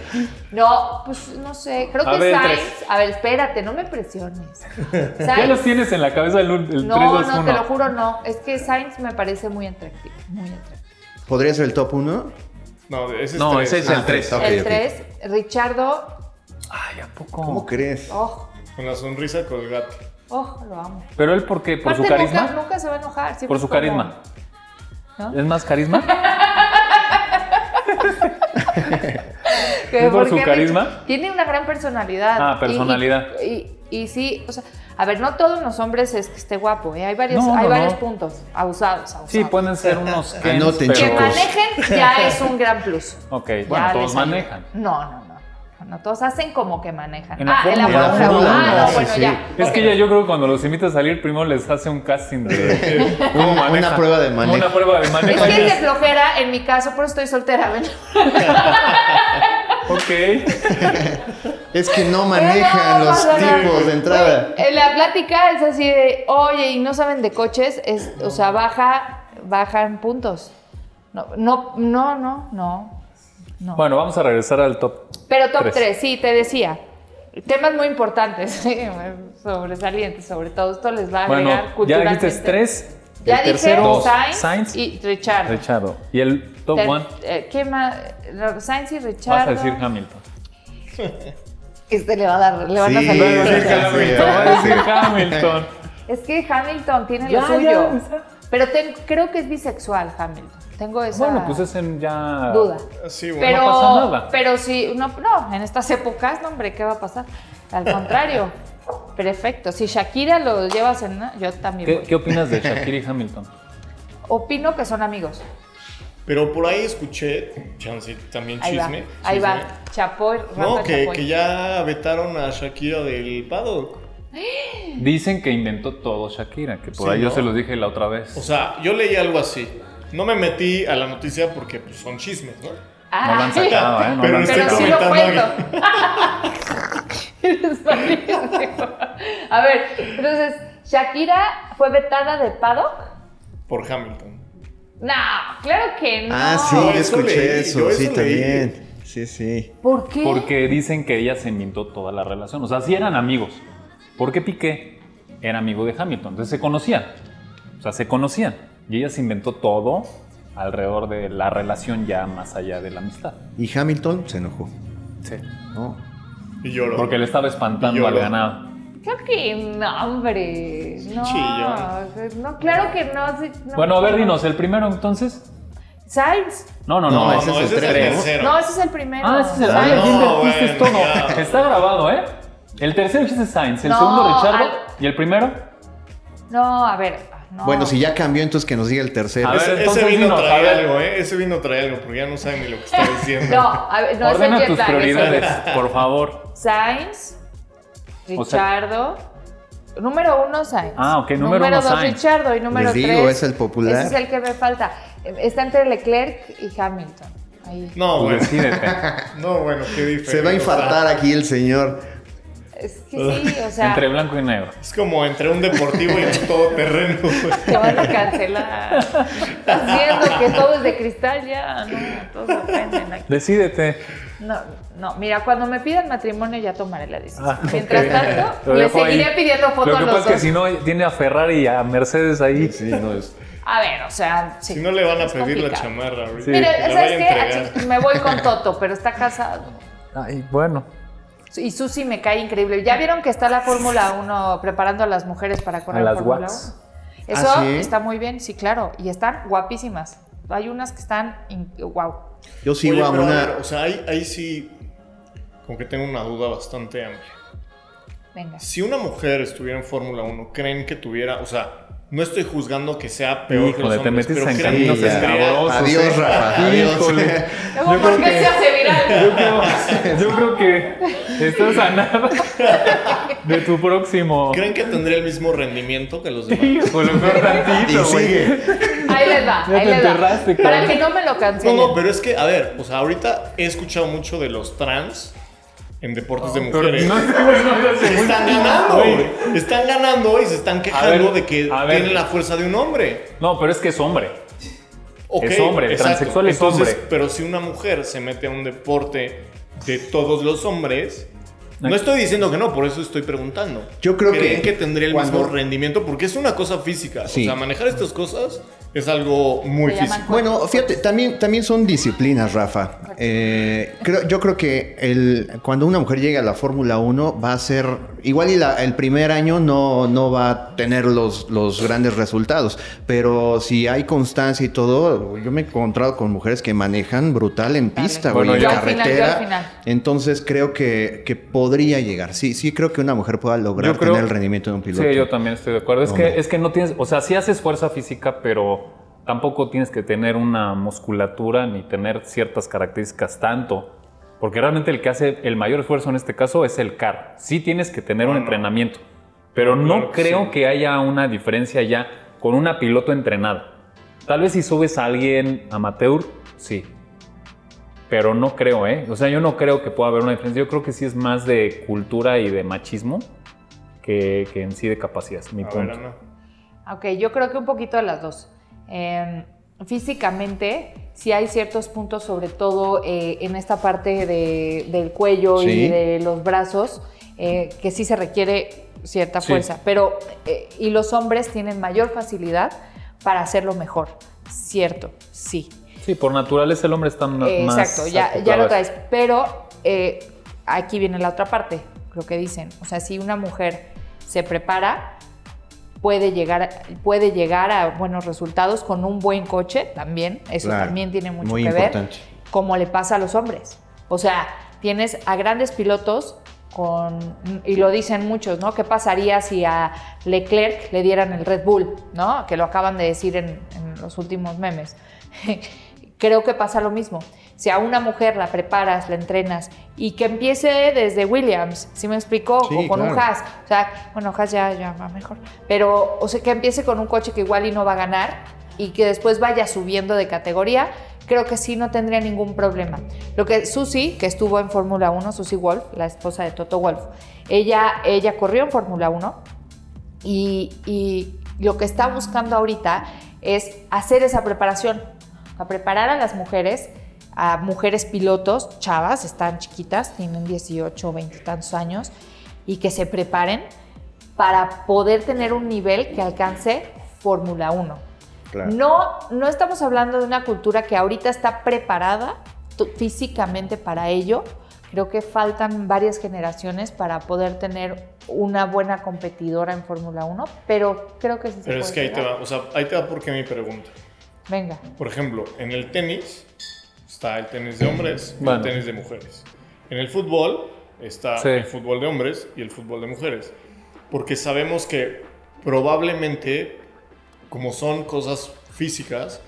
Speaker 2: No, pues no sé. Creo
Speaker 1: A
Speaker 2: que
Speaker 1: ver,
Speaker 2: Sainz.
Speaker 1: tres.
Speaker 2: A ver, espérate, no me presiones.
Speaker 1: <laughs> Ya
Speaker 2: Sainz-
Speaker 1: los tienes en la cabeza el, ul- el 3,
Speaker 2: No,
Speaker 1: 2,
Speaker 2: no,
Speaker 1: 1.
Speaker 2: te lo juro, no. Es que Sainz me parece muy atractivo. Muy atractivo.
Speaker 3: ¿Podría ser el top 1?
Speaker 4: No, ese es
Speaker 1: No,
Speaker 4: tres.
Speaker 1: ese es
Speaker 4: Ah,
Speaker 1: el 3.
Speaker 3: Ok,
Speaker 2: el
Speaker 3: ok.
Speaker 2: 3, Richardo.
Speaker 1: Ay, ¿a poco?
Speaker 3: ¿Cómo crees?
Speaker 2: Oh,
Speaker 4: Con la sonrisa colgate.
Speaker 2: oh, lo amo.
Speaker 1: ¿Pero él por qué? ¿Por su
Speaker 2: Aparte, nunca-
Speaker 1: carisma?
Speaker 2: Nunca, se va a enojar. siempre
Speaker 1: Por su
Speaker 2: es como-
Speaker 1: carisma.
Speaker 2: ¿No?
Speaker 1: ¿Es más carisma?
Speaker 2: Que
Speaker 1: ¿Es por
Speaker 2: porque
Speaker 1: su carisma?
Speaker 2: Tiene una gran personalidad.
Speaker 1: Ah,
Speaker 2: Y-
Speaker 1: personalidad.
Speaker 2: Y, y, sí, o sea, a ver, no todos los hombres es que esté guapo, ¿eh? Hay varios,
Speaker 1: No,
Speaker 2: hay
Speaker 1: no,
Speaker 2: varios
Speaker 1: no.
Speaker 2: puntos abusados, abusados.
Speaker 1: Sí, pueden ser unos Kens,
Speaker 3: <laughs> Anoten,
Speaker 2: Que
Speaker 3: chicos.
Speaker 1: <laughs>
Speaker 2: manejen ya es un gran plus.
Speaker 1: Ok,
Speaker 2: Ya
Speaker 1: bueno,
Speaker 2: les
Speaker 1: todos
Speaker 2: ayuda.
Speaker 1: manejan.
Speaker 2: No, no, no. No, todos hacen como que manejan.
Speaker 1: En la
Speaker 2: ah, en
Speaker 1: Fórmula
Speaker 2: la
Speaker 1: uno.
Speaker 2: Fórmula uno. Ah, no,
Speaker 3: Sí,
Speaker 2: bueno,
Speaker 3: sí.
Speaker 2: ya.
Speaker 1: Es que ya yo creo que cuando los invita a salir, primero les hace un casting
Speaker 3: <laughs>
Speaker 1: de cómo
Speaker 3: Una
Speaker 1: manejan.
Speaker 3: prueba de manejo.
Speaker 1: Una prueba de manejo.
Speaker 2: Es que es de flojera, en mi caso, por eso estoy soltera. <laughs> ¿ven?
Speaker 1: <laughs> Ok.
Speaker 3: Es que no
Speaker 2: Eh,
Speaker 3: manejan
Speaker 2: no,
Speaker 3: los
Speaker 2: no, no, no.
Speaker 3: tipos de entrada.
Speaker 2: Güey, en la plática es así de, oye, y no saben de coches, es, o sea, baja, bajan puntos. No, no, no, no, no. no.
Speaker 1: Bueno, vamos a regresar al top.
Speaker 2: Pero top
Speaker 1: tres.
Speaker 2: 3, sí, te decía. Temas muy importantes, <laughs> sí, sobresalientes, sobre todo. Esto les va a
Speaker 1: Bueno,
Speaker 2: agregar
Speaker 1: ya
Speaker 2: culturalmente.
Speaker 1: dijiste tres.
Speaker 2: Ya
Speaker 1: el
Speaker 2: dije
Speaker 1: tercero, dos,
Speaker 2: Sainz,
Speaker 1: Sainz
Speaker 2: y Richard.
Speaker 1: Richardo. Y el top one,
Speaker 2: eh, ¿Qué más? Sainz y Richard.
Speaker 1: vas a decir Hamilton.
Speaker 2: Este le va a dar, le van a
Speaker 3: Sí,
Speaker 2: salir.
Speaker 3: sí, sí,
Speaker 1: Hamilton, vas a decir
Speaker 3: <laughs> sí.
Speaker 1: Hamilton.
Speaker 2: Es que Hamilton tiene
Speaker 1: Ya,
Speaker 2: lo
Speaker 1: ya,
Speaker 2: suyo.
Speaker 1: o sea.
Speaker 2: pero ten- creo que es bisexual Hamilton. Tengo esa
Speaker 1: Bueno, pues es en ya...
Speaker 2: duda.
Speaker 4: Ah, Sí, bueno.
Speaker 2: Pero,
Speaker 1: pasa nada.
Speaker 2: pero si no, no, en estas épocas, no, hombre, ¿qué va a pasar?
Speaker 1: <laughs>
Speaker 2: Al contrario. Perfecto. Si Shakira lo llevas en yo también.
Speaker 1: ¿Qué,
Speaker 2: voy.
Speaker 1: qué opinas de Shakira y Hamilton?
Speaker 2: Opino que son amigos.
Speaker 4: Pero por ahí escuché, chance, también
Speaker 2: Ahí
Speaker 4: chisme.
Speaker 2: va. Ahí
Speaker 4: chisme.
Speaker 2: va. Chapoy,
Speaker 4: No,
Speaker 2: Rafa
Speaker 4: que,
Speaker 2: Chapoy.
Speaker 4: que ya vetaron a Shakira del paddock.
Speaker 1: Dicen que inventó todo Shakira, que por
Speaker 4: Sí,
Speaker 1: ahí yo
Speaker 4: ¿no?
Speaker 1: se los dije la otra vez.
Speaker 4: O sea, yo leí algo así. No me metí a la noticia porque pues, son chismes, ¿no?
Speaker 2: Ah,
Speaker 1: no lo han sacado, ¿eh? No
Speaker 4: pero
Speaker 1: lo han
Speaker 4: estoy
Speaker 2: Pero
Speaker 1: sacado.
Speaker 2: sí lo
Speaker 4: comentando
Speaker 2: cuento.
Speaker 4: algo.
Speaker 2: Eres malísimo. <laughs> A ver, entonces, Shakira fue vetada de paddock.
Speaker 4: Por Hamilton.
Speaker 2: No, claro que no.
Speaker 3: Ah, sí,
Speaker 4: No,
Speaker 3: yo
Speaker 4: eso
Speaker 3: escuché
Speaker 4: leí,
Speaker 3: eso,
Speaker 4: yo
Speaker 3: sí,
Speaker 4: eso leí.
Speaker 3: también. Sí, sí.
Speaker 2: ¿Por qué?
Speaker 1: Porque dicen que ella se inventó toda la relación. O sea, sí eran amigos. Porque Piqué era amigo de Hamilton. Entonces se conocían. O sea, se conocían. Y ella se inventó todo alrededor de la relación ya más allá de la amistad.
Speaker 3: Y Hamilton se enojó.
Speaker 1: Sí.
Speaker 3: ¿no?
Speaker 4: Y lloró.
Speaker 1: Porque le estaba espantando
Speaker 4: Lloró.
Speaker 1: al ganado.
Speaker 2: Claro que no, hombre. No, pues,
Speaker 4: Chillón.
Speaker 2: no claro que no. sí, no.
Speaker 1: Bueno, a ver, dinos, ¿el primero entonces?
Speaker 2: Sainz.
Speaker 1: No, no, no.
Speaker 3: No,
Speaker 4: No,
Speaker 3: ese
Speaker 4: ese
Speaker 3: es
Speaker 4: es
Speaker 3: el
Speaker 4: el
Speaker 3: tres.
Speaker 4: tercero.
Speaker 2: No, ese es el primero.
Speaker 1: Ah, ese es el
Speaker 3: Ah,
Speaker 1: ah, ya
Speaker 4: no,
Speaker 1: invertiste
Speaker 4: bueno,
Speaker 1: todo.
Speaker 4: ya.
Speaker 1: Está grabado, ¿eh? El tercero chiste es Sainz, el
Speaker 2: No,
Speaker 1: segundo Richardo
Speaker 2: al-
Speaker 1: y el primero.
Speaker 2: No, a ver. no.
Speaker 3: Bueno, si ya cambió, entonces que nos diga el tercero.
Speaker 1: A ver,
Speaker 4: Ese, ese
Speaker 1: entonces
Speaker 4: vino
Speaker 1: dinos, a
Speaker 4: trae
Speaker 1: ver.
Speaker 4: algo, ¿eh? Ese vino trae algo, porque ya no saben ni lo que está
Speaker 2: <laughs> <laughs>
Speaker 4: diciendo.
Speaker 2: No, a ver, no es el
Speaker 1: Ordena
Speaker 2: jet
Speaker 1: tus
Speaker 2: lag, es el-
Speaker 1: prioridades, por favor.
Speaker 2: Sainz,
Speaker 1: O sea-
Speaker 2: Richardo. número uno, Sainz.
Speaker 1: Ah, ok, número uno,
Speaker 2: dos,
Speaker 1: Sainz.
Speaker 2: Richardo. Y número
Speaker 3: Les digo,
Speaker 2: tres.
Speaker 3: es el popular.
Speaker 2: Ese es el que me falta. Eh, Está entre Leclerc y Hamilton. Ahí.
Speaker 4: No,
Speaker 1: Tú
Speaker 2: <laughs>
Speaker 4: bueno.
Speaker 1: decídete.
Speaker 4: No, bueno, qué diferente.
Speaker 3: Se va a infartar
Speaker 4: o sea,
Speaker 3: aquí el señor.
Speaker 2: Es que sí, o sea,
Speaker 1: Entre blanco y negro.
Speaker 4: es como entre un deportivo y
Speaker 2: <laughs>
Speaker 4: un todoterreno. güey.
Speaker 2: te van a cancelar. Estás viendo que todo es de cristal ya. No, todos se ofenden aquí.
Speaker 1: Decídete.
Speaker 2: No, no, mira, cuando me pidan matrimonio ya tomaré la decisión.
Speaker 1: Ah,
Speaker 2: Mientras
Speaker 1: <laughs> ok.
Speaker 2: tanto,
Speaker 1: Lo
Speaker 2: le
Speaker 1: dejo ahí.
Speaker 2: seguiré pidiendo fotos
Speaker 1: Lo
Speaker 2: a
Speaker 1: que
Speaker 2: los
Speaker 1: pasa es que
Speaker 2: dos.
Speaker 1: si no, tiene a Ferrari y a Mercedes ahí.
Speaker 3: Sí, no es.
Speaker 2: A ver, o sea, sí,
Speaker 4: <laughs> Si no le van a
Speaker 2: es
Speaker 4: pedir la
Speaker 2: complicado.
Speaker 4: chamarra ahorita.
Speaker 1: Sí.
Speaker 4: que
Speaker 2: Mire,
Speaker 4: la
Speaker 2: ¿sabes qué?
Speaker 4: vaya a entregar.
Speaker 2: Aquí me voy con Toto, pero está casado.
Speaker 7: Ay, bueno.
Speaker 2: Y Susi me cae increíble. ¿Ya vieron que está la Fórmula 1 preparando a las mujeres para correr
Speaker 1: A las
Speaker 2: Fórmula
Speaker 1: Watts.
Speaker 2: 1? Eso
Speaker 3: ¿Ah, sí?
Speaker 2: está muy bien, sí, claro. Y están guapísimas. Hay unas que están. in- ¡Wow!
Speaker 3: Yo sigo
Speaker 4: Oye,
Speaker 3: a
Speaker 4: pero a
Speaker 3: una.
Speaker 4: ver, O sea, ahí, ahí sí, como que tengo una duda bastante amplia.
Speaker 2: Venga.
Speaker 4: Si una mujer estuviera en Fórmula 1, ¿creen que tuviera, o sea, no estoy juzgando que sea peor que los
Speaker 1: Híjole, te
Speaker 4: hombres,
Speaker 1: metiste
Speaker 4: pero
Speaker 1: en
Speaker 4: creen que
Speaker 1: caminos
Speaker 3: Sí, ya.
Speaker 4: tendría-
Speaker 1: escabrosos.
Speaker 3: Adiós,
Speaker 1: ¿eh?
Speaker 3: Rafa, adiós.
Speaker 1: Híjole.
Speaker 2: Luego,
Speaker 1: Yo
Speaker 2: ¿por
Speaker 1: creo
Speaker 2: qué
Speaker 1: que-
Speaker 2: se hace viral?
Speaker 1: Yo <laughs> creo, yo creo que estás a nada de tu próximo.
Speaker 4: ¿Creen que tendría el mismo rendimiento
Speaker 1: <laughs>
Speaker 4: que los demás?
Speaker 1: Híjole, peor
Speaker 3: <laughs> Y
Speaker 1: tantito, güey.
Speaker 3: sigue.
Speaker 2: Ahí les va.
Speaker 1: <laughs> Ya te
Speaker 2: ahí les va.
Speaker 1: enterraste,
Speaker 2: Para
Speaker 1: cabrón.
Speaker 2: que no me lo
Speaker 4: No,
Speaker 2: cancelen.
Speaker 4: no, pero es que, a ver, o sea, ahorita he escuchado mucho de los trans en deportes de
Speaker 1: Pero
Speaker 4: mujeres.
Speaker 1: no, no, no, no,
Speaker 4: Están ganando,
Speaker 1: güey.
Speaker 4: güey. Están ganando y se están quejando
Speaker 1: ver,
Speaker 4: de que
Speaker 1: a ver.
Speaker 4: tienen la fuerza de un hombre.
Speaker 1: No, pero es que es hombre.
Speaker 4: Ok,
Speaker 1: Es hombre, el transexual es
Speaker 4: Entonces,
Speaker 1: hombre.
Speaker 4: Pero si una mujer se mete a un deporte de todos los hombres, no
Speaker 1: Ay.
Speaker 4: estoy diciendo que no, por eso estoy preguntando.
Speaker 3: Yo creo que
Speaker 4: ¿Creen que tendría el mismo
Speaker 3: cuando-
Speaker 4: rendimiento porque es una cosa física.
Speaker 3: Sí.
Speaker 4: O sea, manejar estas cosas es algo muy
Speaker 2: Se llaman
Speaker 4: físico.
Speaker 3: Bueno, fíjate, también, también son disciplinas, Rafa. Eh, creo- yo creo que el, cuando una mujer llega a la Fórmula 1 va a ser, igual y la- el primer año no, no va a tener los, los grandes resultados, pero si hay constancia y todo, yo me he encontrado con mujeres que manejan brutal en pista,
Speaker 1: Bueno,
Speaker 3: güey, en
Speaker 1: yo
Speaker 2: al final, yo al
Speaker 3: carretera.
Speaker 2: final.
Speaker 3: Entonces creo que, que podría llegar. Sí, sí creo que una mujer pueda lograr
Speaker 1: Yo creo-
Speaker 3: tener el rendimiento de un piloto.
Speaker 1: Sí, yo también estoy de acuerdo. Es que,
Speaker 3: Hombre.
Speaker 1: es que no tienes, o sea, sí haces fuerza física, pero tampoco tienes que tener una musculatura ni tener ciertas características tanto. Porque realmente el que hace el mayor esfuerzo en este caso es el carro. Sí tienes que tener un
Speaker 4: Bueno.
Speaker 1: entrenamiento, pero no
Speaker 4: Claro que
Speaker 1: creo
Speaker 4: sí.
Speaker 1: que haya una diferencia ya con una piloto entrenada. Tal vez si subes a alguien amateur, sí. Pero no creo, ¿eh? O sea, yo no creo que pueda haber una diferencia. Yo creo que sí es más de cultura y de machismo que, que en sí de capacidades. Mi
Speaker 4: A ver,
Speaker 1: punto.
Speaker 4: Ana.
Speaker 2: Ok, yo creo que un poquito de las dos. Eh, físicamente, sí hay ciertos puntos, sobre todo eh, en esta parte de- del cuello y
Speaker 3: Sí.
Speaker 2: de los brazos, eh, que sí se requiere cierta
Speaker 1: Sí.
Speaker 2: fuerza. Pero, eh, y los hombres tienen mayor facilidad para hacerlo mejor. Cierto, sí.
Speaker 1: Sí, por naturaleza el hombre está ma-
Speaker 2: Eh,
Speaker 1: más.
Speaker 2: Exacto, ya, ya
Speaker 1: acoplado
Speaker 2: lo
Speaker 1: a
Speaker 2: traes.
Speaker 1: eso.
Speaker 2: Pero eh, aquí viene la otra parte, lo que dicen. O sea, si una mujer se prepara, puede llegar, puede llegar a buenos resultados con un buen coche también. Eso
Speaker 3: Claro,
Speaker 2: también tiene mucho
Speaker 3: muy
Speaker 2: que
Speaker 3: importante.
Speaker 2: ver. Como le pasa a los hombres. O sea, tienes a grandes pilotos con, y lo dicen muchos, ¿no? ¿Qué pasaría si a Leclerc le dieran el Red Bull, ¿no? Que lo acaban de decir en, en los últimos memes. <laughs> Creo que pasa lo mismo. Si a una mujer la preparas, la entrenas y que empiece desde Williams, si me explicó,
Speaker 3: Sí,
Speaker 2: o con un
Speaker 3: claro.
Speaker 2: Haas. O sea, bueno, Haas ya, ya va mejor. Pero, o sea, que empiece con un coche que igual y no va a ganar y que después vaya subiendo de categoría, creo que sí no tendría ningún problema. Lo que Susi, que estuvo en Fórmula 1, Susi Wolf, la esposa de Toto Wolf, ella, ella corrió en Fórmula 1 y, y lo que está buscando ahorita es hacer esa preparación, a preparar a las mujeres, a mujeres pilotos, chavas, están chiquitas, tienen 18 o 20 y tantos años, y que se preparen para poder tener un nivel que alcance Fórmula 1.
Speaker 3: Claro.
Speaker 2: No, no estamos hablando de una cultura que ahorita está preparada to- físicamente para ello. Creo que faltan varias generaciones para poder tener una buena competidora en Fórmula 1, pero creo que sí se
Speaker 4: Pero es
Speaker 2: puede
Speaker 4: que ahí te
Speaker 2: llegar.
Speaker 4: va, o sea, ahí te va porque mi pregunta.
Speaker 2: Venga.
Speaker 4: Por ejemplo, en el tenis está el tenis de hombres y
Speaker 1: Bueno.
Speaker 4: el tenis de mujeres. En el fútbol está
Speaker 1: Sí.
Speaker 4: el fútbol de hombres y el fútbol de mujeres. Porque sabemos que probablemente, como son cosas físicas,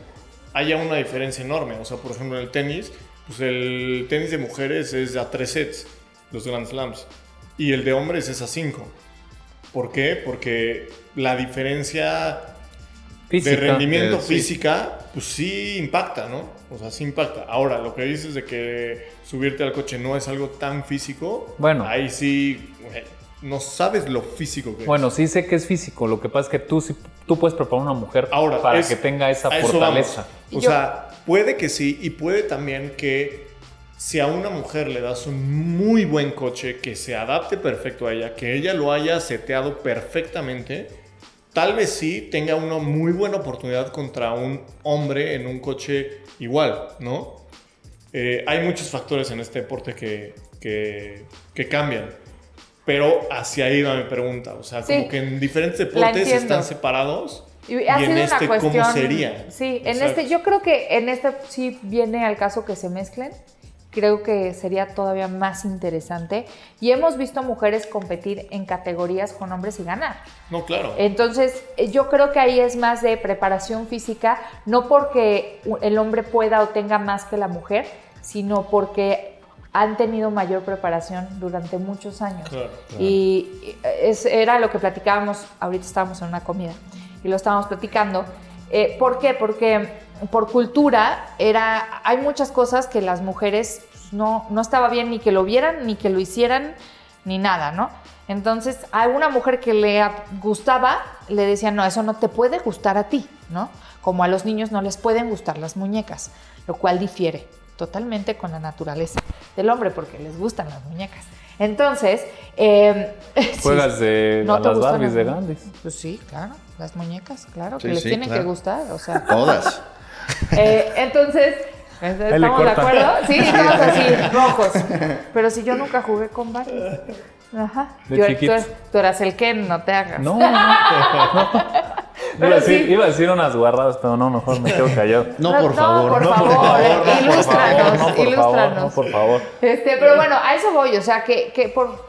Speaker 4: haya una diferencia enorme. O sea, por ejemplo, en el tenis, pues el tenis de mujeres es a tres sets, los Grand Slams, y el de hombres es a cinco. ¿Por qué? Porque la diferencia
Speaker 1: Física.
Speaker 4: de rendimiento
Speaker 3: Eh, sí.
Speaker 4: física, pues sí impacta, ¿no? O sea, sí impacta. Ahora, lo que dices de que subirte al coche no es algo tan físico,
Speaker 1: Bueno.
Speaker 4: ahí sí güey, no sabes lo físico que
Speaker 1: Bueno,
Speaker 4: es.
Speaker 1: sí sé que es físico. Lo que pasa es que tú, sí- tú puedes preparar a una mujer
Speaker 4: ahora
Speaker 1: para
Speaker 4: es-
Speaker 1: que tenga esa
Speaker 4: a eso
Speaker 1: fortaleza.
Speaker 4: vamos.
Speaker 2: Y
Speaker 4: O
Speaker 2: yo-
Speaker 4: sea, puede que sí y puede también que si a una mujer le das un muy buen coche que se adapte perfecto a ella, que ella lo haya seteado perfectamente, Tal vez sí tenga una muy buena oportunidad contra un hombre en un coche igual, ¿no? Eh, hay muchos factores en este deporte que, que, que cambian. Pero hacia ahí va mi pregunta. O sea,
Speaker 2: Sí.
Speaker 4: como que en diferentes
Speaker 2: La
Speaker 4: deportes
Speaker 2: entiendo.
Speaker 4: están separados.
Speaker 2: Y,
Speaker 4: Y,
Speaker 2: ha sido
Speaker 4: en este,
Speaker 2: una cuestión.
Speaker 4: ¿cómo sería?
Speaker 2: Sí, en
Speaker 4: O sea,
Speaker 2: este, yo creo que en este sí viene al caso que se mezclen. Creo que sería todavía más interesante. Y hemos visto mujeres competir en categorías con hombres y ganar.
Speaker 4: No, claro.
Speaker 2: Entonces, eh, yo creo que ahí es más de preparación física, no porque u- el hombre pueda o tenga más que la mujer, sino porque han tenido mayor preparación durante muchos años.
Speaker 4: Claro, claro.
Speaker 2: Y y, eh, es- era lo que platicábamos, ahorita estábamos en una comida y lo estábamos platicando. Eh, ¿Por qué? Porque mm, por cultura era, hay muchas cosas que las mujeres pues, no, no estaba bien ni que lo vieran, ni que lo hicieran, ni nada, ¿no? Entonces, a una mujer que le ap- gustaba, le decían, no, eso no te puede gustar a ti, ¿no? Como a los niños no les pueden gustar las muñecas, lo cual difiere totalmente con la naturaleza del hombre, porque les gustan las muñecas. Entonces, eh, <laughs> sí,
Speaker 1: Juegas de
Speaker 2: No
Speaker 1: a
Speaker 2: te
Speaker 1: las
Speaker 2: gustan
Speaker 1: Barbies
Speaker 2: las
Speaker 1: de
Speaker 2: muñecas. <laughs>
Speaker 1: grandes.
Speaker 2: pues sí, claro, las muñecas, claro,
Speaker 3: Sí,
Speaker 2: que les
Speaker 3: sí,
Speaker 2: tienen que
Speaker 3: claro.
Speaker 2: gustar, o
Speaker 3: <laughs>
Speaker 2: sea.
Speaker 3: Todas.
Speaker 2: Eh, entonces,
Speaker 1: Ahí le
Speaker 2: ¿estamos de
Speaker 1: cortan.
Speaker 2: acuerdo? Sí, estamos así, rojos. Pero si yo nunca jugué con Barbies. Ajá.
Speaker 1: De
Speaker 2: Yo- tú,
Speaker 1: chiquitos.
Speaker 2: tú eras el que no te hagas.
Speaker 1: No, no. no.
Speaker 2: Pero
Speaker 1: iba, a decir,
Speaker 2: sí.
Speaker 1: iba a decir unas guarradas, pero no, mejor me quedo callado.
Speaker 3: No, por favor.
Speaker 2: por
Speaker 1: No,
Speaker 2: favor,
Speaker 1: no, por
Speaker 2: ilústranos,
Speaker 1: favor, no, por favor,
Speaker 2: ilústranos.
Speaker 1: no, por favor.
Speaker 2: Este, pero bueno, a eso voy, o sea, que, que por,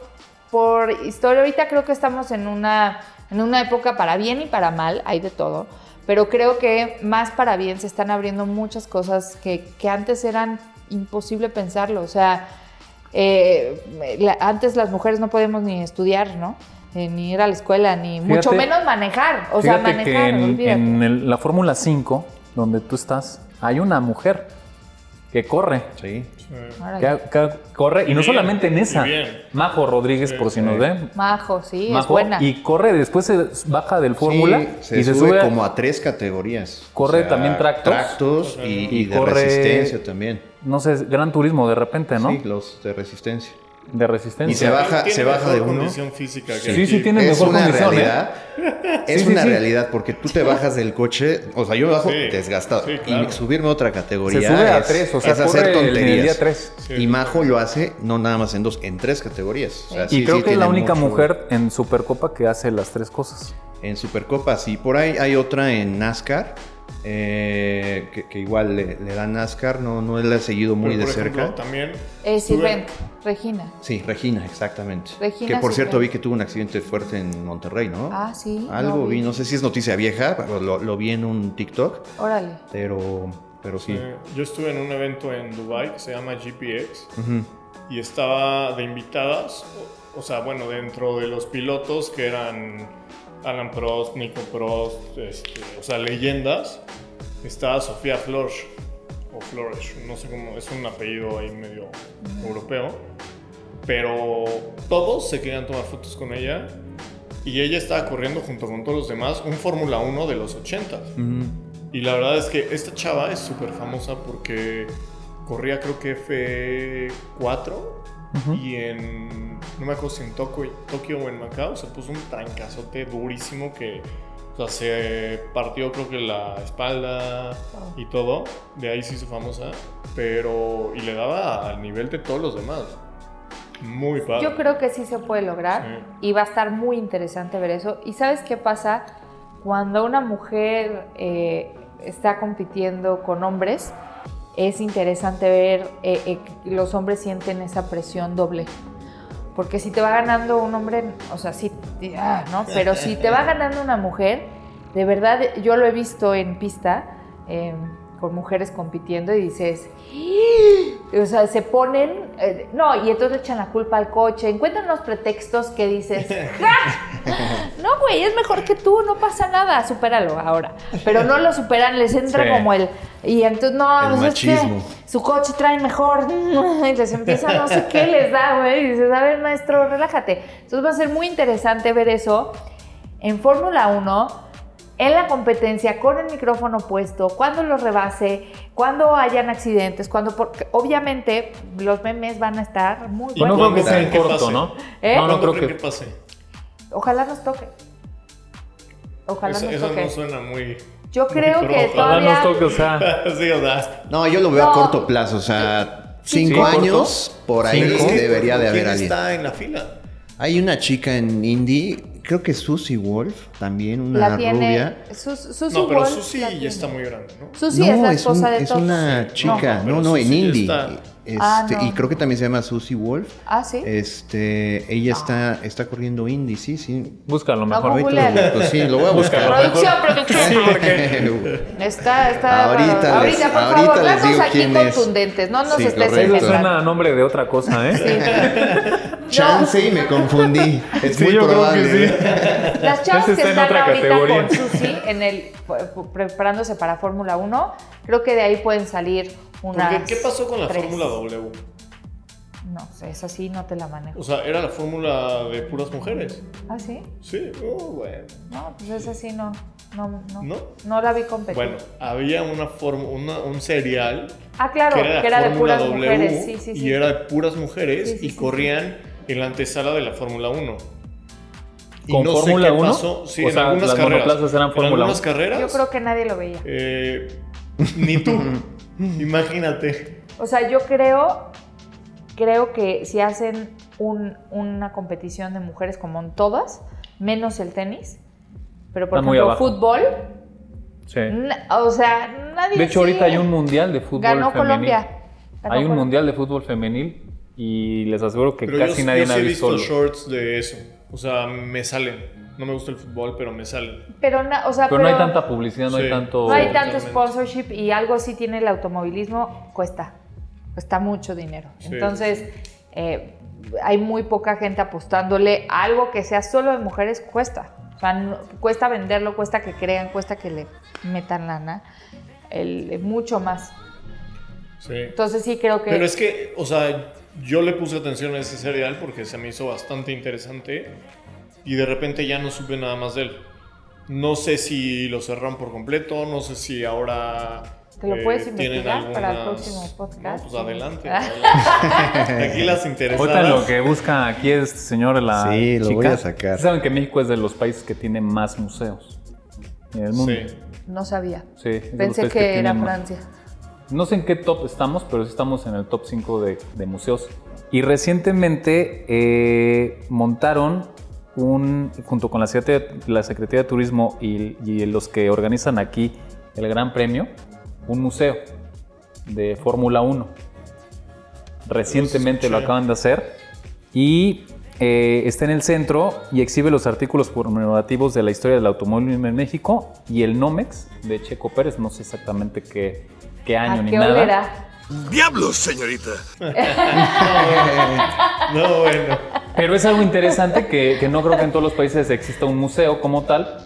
Speaker 2: por historia, ahorita creo que estamos en una, en una época para bien y para mal, hay de todo, pero creo que más para bien se están abriendo muchas cosas que, que antes eran imposible pensarlo, o sea, eh, la- antes las mujeres no podíamos ni estudiar, ¿no? Eh, ni ir a la escuela, ni mucho
Speaker 1: Fíjate-
Speaker 2: menos manejar, o sea,
Speaker 1: Fíjate
Speaker 2: manejar,
Speaker 1: que en,
Speaker 2: olvídate.
Speaker 1: en el- la Fórmula 5, donde tú estás, hay una mujer que corre.
Speaker 3: Sí.
Speaker 2: Órale.
Speaker 1: Que, que corre, y no
Speaker 4: Bien,
Speaker 1: solamente en
Speaker 4: y
Speaker 1: esa.
Speaker 4: bien.
Speaker 1: Majo Rodríguez, por si nos ven.
Speaker 2: Majo, sí, es
Speaker 1: Majo,
Speaker 2: buena.
Speaker 1: y corre, después se baja del Fórmula
Speaker 3: Sí, se
Speaker 1: y se
Speaker 3: sube,
Speaker 1: sube.
Speaker 3: como a tres categorías.
Speaker 1: Corre también tractos.
Speaker 3: Tractos y,
Speaker 1: Y
Speaker 3: y de
Speaker 1: corre-
Speaker 3: resistencia también.
Speaker 1: No sé, gran turismo de repente, ¿no?
Speaker 3: Sí, los de resistencia.
Speaker 1: De resistencia.
Speaker 3: Y se baja,
Speaker 4: Tiene
Speaker 3: se baja
Speaker 4: mejor
Speaker 3: de uno.
Speaker 4: condición física que
Speaker 1: Sí,
Speaker 4: aquí.
Speaker 1: sí, tiene
Speaker 3: es
Speaker 1: mejor
Speaker 3: una
Speaker 1: condición. ¿eh? <laughs>
Speaker 3: realidad. Es
Speaker 1: Sí, sí,
Speaker 3: una
Speaker 1: sí.
Speaker 3: realidad porque tú te bajas del coche, o sea, yo me bajo
Speaker 4: Sí,
Speaker 3: desgastado
Speaker 4: sí,
Speaker 3: y
Speaker 4: claro.
Speaker 3: subirme a otra categoría
Speaker 1: Se sube a
Speaker 3: es,
Speaker 1: tres, o sea,
Speaker 3: es
Speaker 1: corre
Speaker 3: hacer
Speaker 1: el- en el
Speaker 3: tonterías.
Speaker 1: día tres.
Speaker 3: y Majo lo hace no nada más en dos, en tres categorías. O sea,
Speaker 1: Y
Speaker 3: sí,
Speaker 1: creo
Speaker 3: sí
Speaker 1: que es la
Speaker 3: tiene
Speaker 1: única
Speaker 3: mucho-
Speaker 1: mujer en Supercopa que hace las tres cosas.
Speaker 3: en Supercopa, sí. Por ahí hay otra en NASCAR. eh, que, que igual le, le da NASCAR, no, no la he seguido muy
Speaker 4: Pero,
Speaker 3: de
Speaker 4: por
Speaker 3: cerca.
Speaker 4: ejemplo, también.
Speaker 2: Eh, sí,
Speaker 4: tuve-
Speaker 2: ven, Regina.
Speaker 3: Sí, Regina, exactamente.
Speaker 2: Regina
Speaker 3: que por
Speaker 2: Silva.
Speaker 3: cierto vi que tuvo un accidente fuerte en Monterrey, ¿no?
Speaker 2: Ah, sí,
Speaker 3: Algo
Speaker 2: lo vi.
Speaker 3: vi. no sé si es noticia vieja, pero lo, lo vi en un TikTok,
Speaker 2: Órale.
Speaker 3: pero, pero sí.
Speaker 4: eh, yo estuve en un evento en Dubai que se llama GPX
Speaker 3: Ujú.
Speaker 4: y estaba de invitadas, o, o sea, bueno, dentro de los pilotos que eran Alan Prost, Nico Prost, este, o sea, leyendas, estaba Sofía Flores, o Flores, no sé cómo, es un apellido ahí medio europeo, pero todos se querían tomar fotos con ella y ella estaba corriendo junto con todos los demás un Fórmula 1 de los 80 y la verdad es que esta chava es súper famosa porque corría creo que F4 y en, no me acuerdo si en Toco- Tokio o en Macao se puso un trancazote durísimo que o sea, se partió creo que la espalda y todo. De ahí se hizo famosa, pero y le daba al nivel de todos los demás. Muy padre.
Speaker 2: Yo creo que sí se puede lograr y va a estar muy interesante ver eso. ¿Y sabes qué pasa? Cuando una mujer eh, está compitiendo con hombres, es interesante ver eh, eh, que los hombres sienten esa presión doble. Porque si te va ganando un hombre, o sea, sí, te- ah, ¿no? Pero si te va ganando una mujer, de verdad, yo lo he visto en pista, eh, con mujeres compitiendo y dices, "¡Ah!". o sea, se ponen, eh, no, y entonces le echan la culpa al coche, encuentran los pretextos que dices, "¡Ja! no, güey, es mejor que tú, no pasa nada, supéralo ahora. Pero no lo superan, les entra
Speaker 1: Sí.
Speaker 2: como el, y entonces, no,
Speaker 3: El
Speaker 2: pues es que
Speaker 3: machismo.
Speaker 2: su coche trae mejor <laughs> y les empieza no sé qué les da, güey. Y dices, a ver, maestro, relájate. Entonces va a ser muy interesante ver eso en Fórmula 1, en la competencia, con el micrófono puesto, cuando lo rebase, cuando hayan accidentes, cuando... Porque obviamente los memes van a estar muy
Speaker 4: Y
Speaker 1: no
Speaker 2: buenos.
Speaker 1: creo que
Speaker 4: ¿Cuándo
Speaker 1: sea en
Speaker 4: creen que
Speaker 1: corto,
Speaker 4: pase?
Speaker 1: ¿no?
Speaker 2: ¿Eh?
Speaker 1: No, no
Speaker 4: ¿Cuándo
Speaker 1: creo
Speaker 4: creen
Speaker 1: que.
Speaker 4: que pase?
Speaker 2: Ojalá nos toque. Ojalá
Speaker 4: Eso,
Speaker 2: nos
Speaker 4: eso
Speaker 2: toque.
Speaker 4: no suena muy. <laughs>
Speaker 2: Yo creo
Speaker 4: muy
Speaker 2: que
Speaker 4: pro.
Speaker 2: todavía- Ojalá nos toque,
Speaker 8: o sea.
Speaker 4: sí, o sea.
Speaker 3: No, yo lo veo
Speaker 2: No.
Speaker 3: a corto plazo, o sea,
Speaker 2: Sí,
Speaker 3: cinco
Speaker 8: sí, corto.
Speaker 3: años, por ahí
Speaker 4: Pero es que,
Speaker 3: debería de haber
Speaker 4: ¿Quién
Speaker 3: alguien.
Speaker 4: está en la fila?
Speaker 3: Hay una chica en indie, creo que Susie Wolf, también una
Speaker 2: la tiene.
Speaker 3: rubia.
Speaker 2: Sus- Susi
Speaker 4: No, pero
Speaker 2: Wolf
Speaker 4: Susi
Speaker 2: Pues la
Speaker 4: ya
Speaker 2: tiene.
Speaker 4: está muy grande, ¿no?
Speaker 2: Susi es la esposa
Speaker 3: un-
Speaker 2: de
Speaker 3: es
Speaker 2: Thor.
Speaker 3: una chica,
Speaker 4: pero
Speaker 3: no, no, en
Speaker 4: Susie ya
Speaker 3: indie.
Speaker 4: está.
Speaker 3: Este,
Speaker 2: Ah, no.
Speaker 3: Y creo que también se llama Susie Wolf.
Speaker 2: Ah, sí.
Speaker 3: Este, ella está, está corriendo indie, sí, sí.
Speaker 1: Búscalo
Speaker 2: No,
Speaker 1: mejor.
Speaker 3: Ahorita lo
Speaker 2: Google.
Speaker 3: busco, sí, lo voy a buscar.
Speaker 2: Producción, producción. Está, está.
Speaker 3: Ahorita
Speaker 2: bárbaro.
Speaker 3: les-
Speaker 2: ahorita por
Speaker 3: ahorita
Speaker 2: favor,
Speaker 3: les
Speaker 2: datos
Speaker 3: digo
Speaker 2: aquí
Speaker 3: quién es.
Speaker 2: contundentes. No nos
Speaker 3: Sí,
Speaker 2: estés
Speaker 3: correcto.
Speaker 1: Eso
Speaker 2: inventando.
Speaker 1: suena a nombre de otra cosa, ¿eh?
Speaker 3: <laughs> Chance y me confundí. Es
Speaker 1: Sí,
Speaker 3: muy
Speaker 1: yo creo que
Speaker 3: probable. ¿eh?
Speaker 1: sí.
Speaker 2: Las chavas
Speaker 1: Ese
Speaker 2: que
Speaker 1: está en
Speaker 2: están
Speaker 1: otra
Speaker 2: ahorita
Speaker 1: categoría.
Speaker 2: con Susi en el, preparándose para Fórmula 1, creo que de ahí pueden salir unas.
Speaker 4: Porque, ¿Qué pasó con la
Speaker 2: tres.
Speaker 4: Fórmula W?
Speaker 2: No, es así, no te la manejo.
Speaker 4: O sea, era la fórmula de puras mujeres.
Speaker 2: ¿Ah, sí?
Speaker 4: Sí, oh, bueno.
Speaker 2: No, pues es así, no. No, no.
Speaker 4: ¿No?
Speaker 2: No la vi competir.
Speaker 4: Bueno, había una form- una- un serial
Speaker 2: ah, claro,
Speaker 4: que era la
Speaker 2: que era de
Speaker 4: Fórmula
Speaker 2: puras
Speaker 4: W
Speaker 2: mujeres. Sí, sí,
Speaker 4: y
Speaker 2: sí.
Speaker 4: era de puras mujeres
Speaker 2: Sí, sí,
Speaker 4: y
Speaker 2: sí,
Speaker 4: corrían en la antesala de la Fórmula 1. Y
Speaker 1: ¿Con Fórmula 1?
Speaker 4: pasó. Sí,
Speaker 1: O
Speaker 4: en
Speaker 1: sea,
Speaker 4: algunas
Speaker 1: las
Speaker 4: carreras.
Speaker 1: monoplazas eran
Speaker 4: En
Speaker 1: Fórmula
Speaker 4: algunas
Speaker 1: 1.
Speaker 4: carreras.
Speaker 2: Yo creo que nadie lo veía.
Speaker 4: eh,
Speaker 1: <laughs>
Speaker 4: ni tú. Imagínate.
Speaker 2: O sea, yo creo, creo que si hacen un- una competición de mujeres como en todas, menos el tenis, pero por
Speaker 1: Está muy
Speaker 2: ejemplo
Speaker 1: abajo.
Speaker 2: fútbol,
Speaker 1: Sí.
Speaker 2: na- o sea, nadie.
Speaker 1: De hecho,
Speaker 2: sigue.
Speaker 1: ahorita hay un mundial de fútbol
Speaker 2: Ganó
Speaker 1: femenil.
Speaker 2: Colombia. Ganó
Speaker 1: Hay un
Speaker 2: Col-
Speaker 1: mundial de fútbol femenil y les aseguro que
Speaker 4: Pero
Speaker 1: casi
Speaker 4: yo,
Speaker 1: nadie
Speaker 4: yo sí
Speaker 1: ha
Speaker 4: he
Speaker 1: visto.
Speaker 4: visto
Speaker 1: lo-
Speaker 4: shorts de eso. O sea, me salen. No me gusta el fútbol, pero me salen.
Speaker 2: Pero, na- o sea,
Speaker 1: Pero, no hay tanta publicidad, no hay
Speaker 4: Sí.
Speaker 1: tanto.
Speaker 2: no hay tanto
Speaker 4: Totalmente.
Speaker 2: sponsorship y algo así tiene el automovilismo, cuesta, cuesta mucho dinero.
Speaker 4: Sí,
Speaker 2: Entonces, eh, hay muy poca gente apostándole a algo que sea solo de mujeres, cuesta. O sea, no- cuesta venderlo, cuesta que crean, cuesta que le metan lana, el- mucho más.
Speaker 4: Sí.
Speaker 2: Entonces sí creo que...
Speaker 4: Pero es que, o sea, yo le puse atención a ese serial porque se me hizo bastante interesante y de repente ya no supe nada más de él. No sé si lo cerraron por completo, no sé si ahora... eh,
Speaker 2: ¿Te lo puedes investigar para el
Speaker 4: algunas-
Speaker 2: próximo podcast?
Speaker 4: No, pues
Speaker 2: <laughs>
Speaker 4: adelante. adelante. Aquí las
Speaker 1: Ahorita lo
Speaker 4: interesadas.
Speaker 1: que busca aquí es este señor la
Speaker 3: Sí, lo
Speaker 1: chica.
Speaker 3: voy a sacar.
Speaker 1: Sí Saben que México es de los países que tiene más museos en el mundo.
Speaker 4: Sí.
Speaker 2: No sabía.
Speaker 1: Sí, es de los
Speaker 2: Pensé
Speaker 1: países
Speaker 2: que, era
Speaker 1: tienen más.
Speaker 2: Francia.
Speaker 1: No sé en qué top estamos, pero sí estamos en el top 5 de, de museos. Y recientemente eh, montaron un, junto con la Secretaría, la Secretaría de Turismo y, y los que organizan aquí el Gran Premio, un museo de Fórmula 1. Recientemente lo
Speaker 4: escuché.
Speaker 1: acaban de hacer y eh, está en el centro y exhibe los artículos conmemorativos de la historia del automovilismo en México y el Nomex de Checo Pérez, no sé exactamente qué, qué año
Speaker 2: ¿A
Speaker 1: ni
Speaker 2: qué
Speaker 1: nada.
Speaker 2: olera?
Speaker 4: No, bueno.
Speaker 1: Pero es algo interesante que, que no creo que en todos los países exista un museo como tal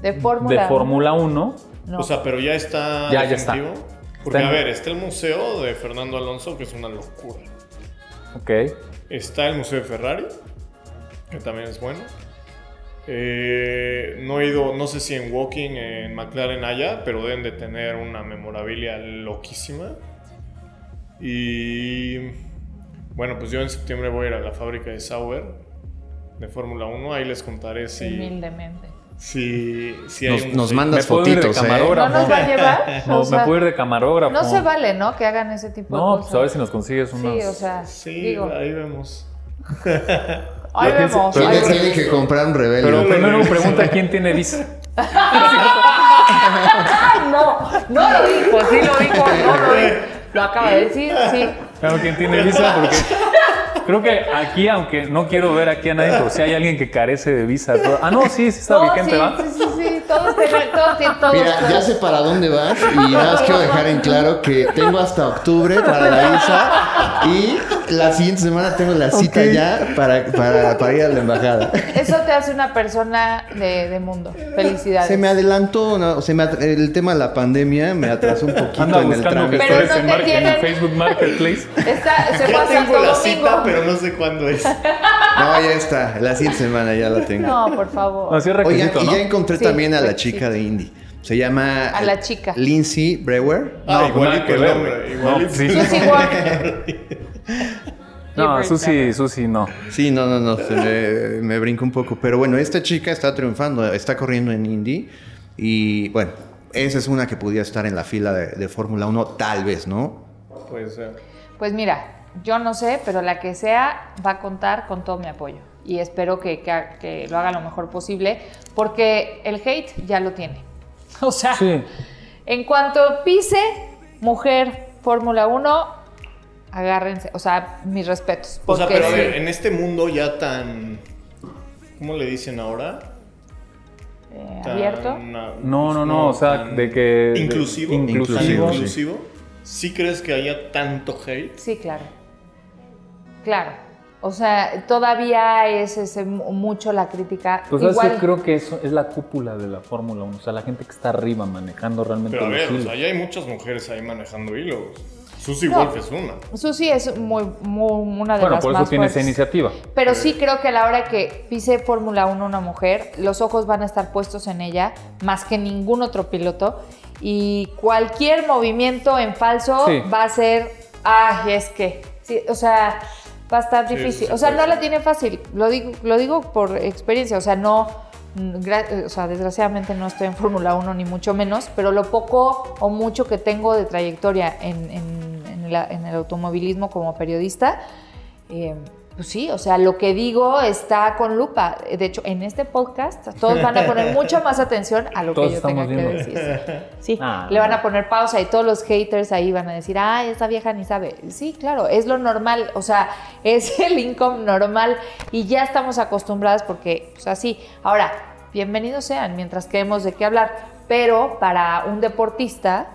Speaker 2: De Fórmula.
Speaker 1: de Fórmula 1.
Speaker 2: No.
Speaker 4: O sea, pero ya está
Speaker 1: Ya, ya está.
Speaker 4: definitivo. Porque,
Speaker 1: Está en-
Speaker 4: a ver, está el museo de Fernando Alonso, que es una locura.
Speaker 1: Ok.
Speaker 4: Está el Museo de Ferrari, que también es bueno. Eh, no he ido, no sé si en Walking, en McLaren haya, pero deben de tener una memorabilia loquísima. Y bueno, pues yo en septiembre voy a ir a la fábrica de Sauber de Fórmula 1, ahí les contaré si,
Speaker 2: Humildemente.
Speaker 4: si, si hay
Speaker 3: Nos,
Speaker 4: un
Speaker 3: nos
Speaker 4: museo.
Speaker 3: mandas
Speaker 1: Me puedo ir de
Speaker 3: fotitos, ¿eh?
Speaker 2: ¿No
Speaker 1: camarógrafo.
Speaker 2: nos va a llevar?
Speaker 1: No,
Speaker 2: O sea,
Speaker 1: me puedo ir de camarógrafo.
Speaker 2: No se vale, ¿no? Que hagan ese tipo
Speaker 1: No,
Speaker 2: de cosas.
Speaker 1: pues a ver si nos consigues unos.
Speaker 2: Sí, o sea,
Speaker 4: Sí,
Speaker 2: digo,
Speaker 4: ahí vemos.
Speaker 2: ahí
Speaker 1: yo pienso-
Speaker 2: vemos.
Speaker 3: Pero
Speaker 2: ahí
Speaker 3: ya
Speaker 2: vemos.
Speaker 3: tienen que comprar un rebelde.
Speaker 1: Pero
Speaker 4: Yo
Speaker 1: primero
Speaker 4: regreso.
Speaker 1: pregunta quién tiene visa.
Speaker 2: <laughs> ¡Ay, no! No lo dijo, sí lo dijo, no lo dijo. Lo acaba de decir, sí.
Speaker 1: Claro, quién tiene visa porque creo que aquí, aunque no quiero ver aquí a nadie, pero si hay alguien que carece de visa. todo- Ah, no, sí, sí está
Speaker 2: No,
Speaker 1: vigente,
Speaker 2: sí,
Speaker 1: ¿va?
Speaker 2: sí, sí, sí, todos tienen, todos tienen, todos.
Speaker 3: Mira, ya sé para dónde vas y nada más quiero dejar en claro que tengo hasta octubre para la visa y la siguiente semana tengo la cita ya para, para, para ir a la embajada.
Speaker 2: Eso te hace una persona de, de mundo. Felicidades.
Speaker 3: Se me adelantó, no, se me at- el tema de la pandemia me atrasó un poquito
Speaker 1: Anda
Speaker 3: en el
Speaker 1: buscando
Speaker 3: trámite.
Speaker 2: Pero
Speaker 1: gestores
Speaker 2: no
Speaker 1: en,
Speaker 2: te
Speaker 1: market- en
Speaker 2: tienen-
Speaker 1: Facebook
Speaker 2: <laughs>
Speaker 1: Marketplace.
Speaker 2: Está, se
Speaker 4: Ya
Speaker 2: pasa
Speaker 4: tengo
Speaker 2: todo
Speaker 4: la
Speaker 2: domingo.
Speaker 4: cita, pero no sé cuándo es.
Speaker 3: No, ya está, la siguiente semana ya la tengo.
Speaker 2: No, por favor.
Speaker 1: Así es
Speaker 3: Oigan,
Speaker 1: requisito,
Speaker 3: y
Speaker 1: ¿no?
Speaker 3: ya encontré
Speaker 2: Sí,
Speaker 3: también a la
Speaker 2: requisito.
Speaker 3: chica de Indie. Se llama
Speaker 2: A la chica.
Speaker 3: Lindsay Brewer.
Speaker 4: Ah,
Speaker 1: pues nada
Speaker 4: igualito
Speaker 1: que
Speaker 4: el
Speaker 1: ver,
Speaker 4: nombre,
Speaker 1: güey.
Speaker 4: igualito.
Speaker 1: No, sí.
Speaker 2: Susi Wolf.
Speaker 7: No,
Speaker 2: Favorite
Speaker 7: Susi,
Speaker 2: ever.
Speaker 7: Susi no.
Speaker 3: Sí, no, no, no, se me, me brinco un poco. Pero bueno, esta chica está triunfando, está corriendo en Indy. Y bueno, esa es una que pudiera estar en la fila de, de Fórmula 1, tal vez, ¿no?
Speaker 4: Puede ser.
Speaker 2: Pues mira, yo no sé, pero la que sea va a contar con todo mi apoyo. Y espero que, que ha- que lo haga lo mejor posible, porque el hate ya lo tiene. <laughs> O sea,
Speaker 7: Sí.
Speaker 2: en cuanto pise mujer Fórmula 1, agárrense. O sea, mis respetos.
Speaker 4: O sea,
Speaker 2: porque
Speaker 4: pero a
Speaker 2: sí.
Speaker 4: ver, en este mundo ya tan. ¿Cómo le dicen ahora?
Speaker 2: Eh,
Speaker 4: Tan,
Speaker 2: abierto.
Speaker 4: ah,
Speaker 7: No, no, no, o sea,
Speaker 4: tan
Speaker 7: de que- de-
Speaker 4: Inclusivo.
Speaker 7: inclusivo,
Speaker 4: tan
Speaker 3: sí.
Speaker 4: inclusivo. ¿Sí crees que haya tanto hate?
Speaker 2: Sí, claro. Claro. O sea, todavía es ese mu- mucho la crítica.
Speaker 7: Pues
Speaker 2: Igual,
Speaker 7: yo creo que eso es la cúpula de la Fórmula 1, o sea, la gente que está arriba manejando realmente
Speaker 4: Pero a
Speaker 7: los
Speaker 4: ver, o
Speaker 7: hilos.
Speaker 4: sea, ya hay muchas mujeres ahí manejando hilos. Susie
Speaker 2: No.
Speaker 4: Wolf es una.
Speaker 2: Susi es muy, muy- una de
Speaker 7: bueno,
Speaker 2: las
Speaker 7: por eso
Speaker 2: más
Speaker 7: tiene esa
Speaker 2: fuertes.
Speaker 7: iniciativa.
Speaker 2: Pero sí creo que a la hora que pise Fórmula 1 una mujer, los ojos van a estar puestos en ella más que ningún otro piloto. Y cualquier movimiento en falso
Speaker 7: Sí.
Speaker 2: va a ser, ay, es que, sí, o sea, va a estar
Speaker 4: Sí,
Speaker 2: difícil.
Speaker 4: sí se
Speaker 2: o sea,
Speaker 4: puede.
Speaker 2: no la tiene fácil, lo digo, lo digo por experiencia, o sea, no, mm, gra- eh, o sea, desgraciadamente no estoy en Fórmula 1 ni mucho menos, pero lo poco o mucho que tengo de trayectoria en, en- en la- en el automovilismo como periodista, eh, pues sí, o sea, lo que digo está con lupa. De hecho, en este podcast todos van a poner mucha más atención a lo
Speaker 7: Todos
Speaker 2: que yo tenga
Speaker 7: estamos
Speaker 2: que
Speaker 7: viendo.
Speaker 2: decir. Sí,
Speaker 7: Ah,
Speaker 2: le van
Speaker 7: no.
Speaker 2: a poner pausa y todos los haters ahí van a decir, ay, esta vieja ni sabe. Sí, claro, es lo normal, o sea, <laughs> es el income normal y ya estamos acostumbradas porque, pues así. Ahora, bienvenidos sean mientras queremos de qué hablar, pero para un deportista...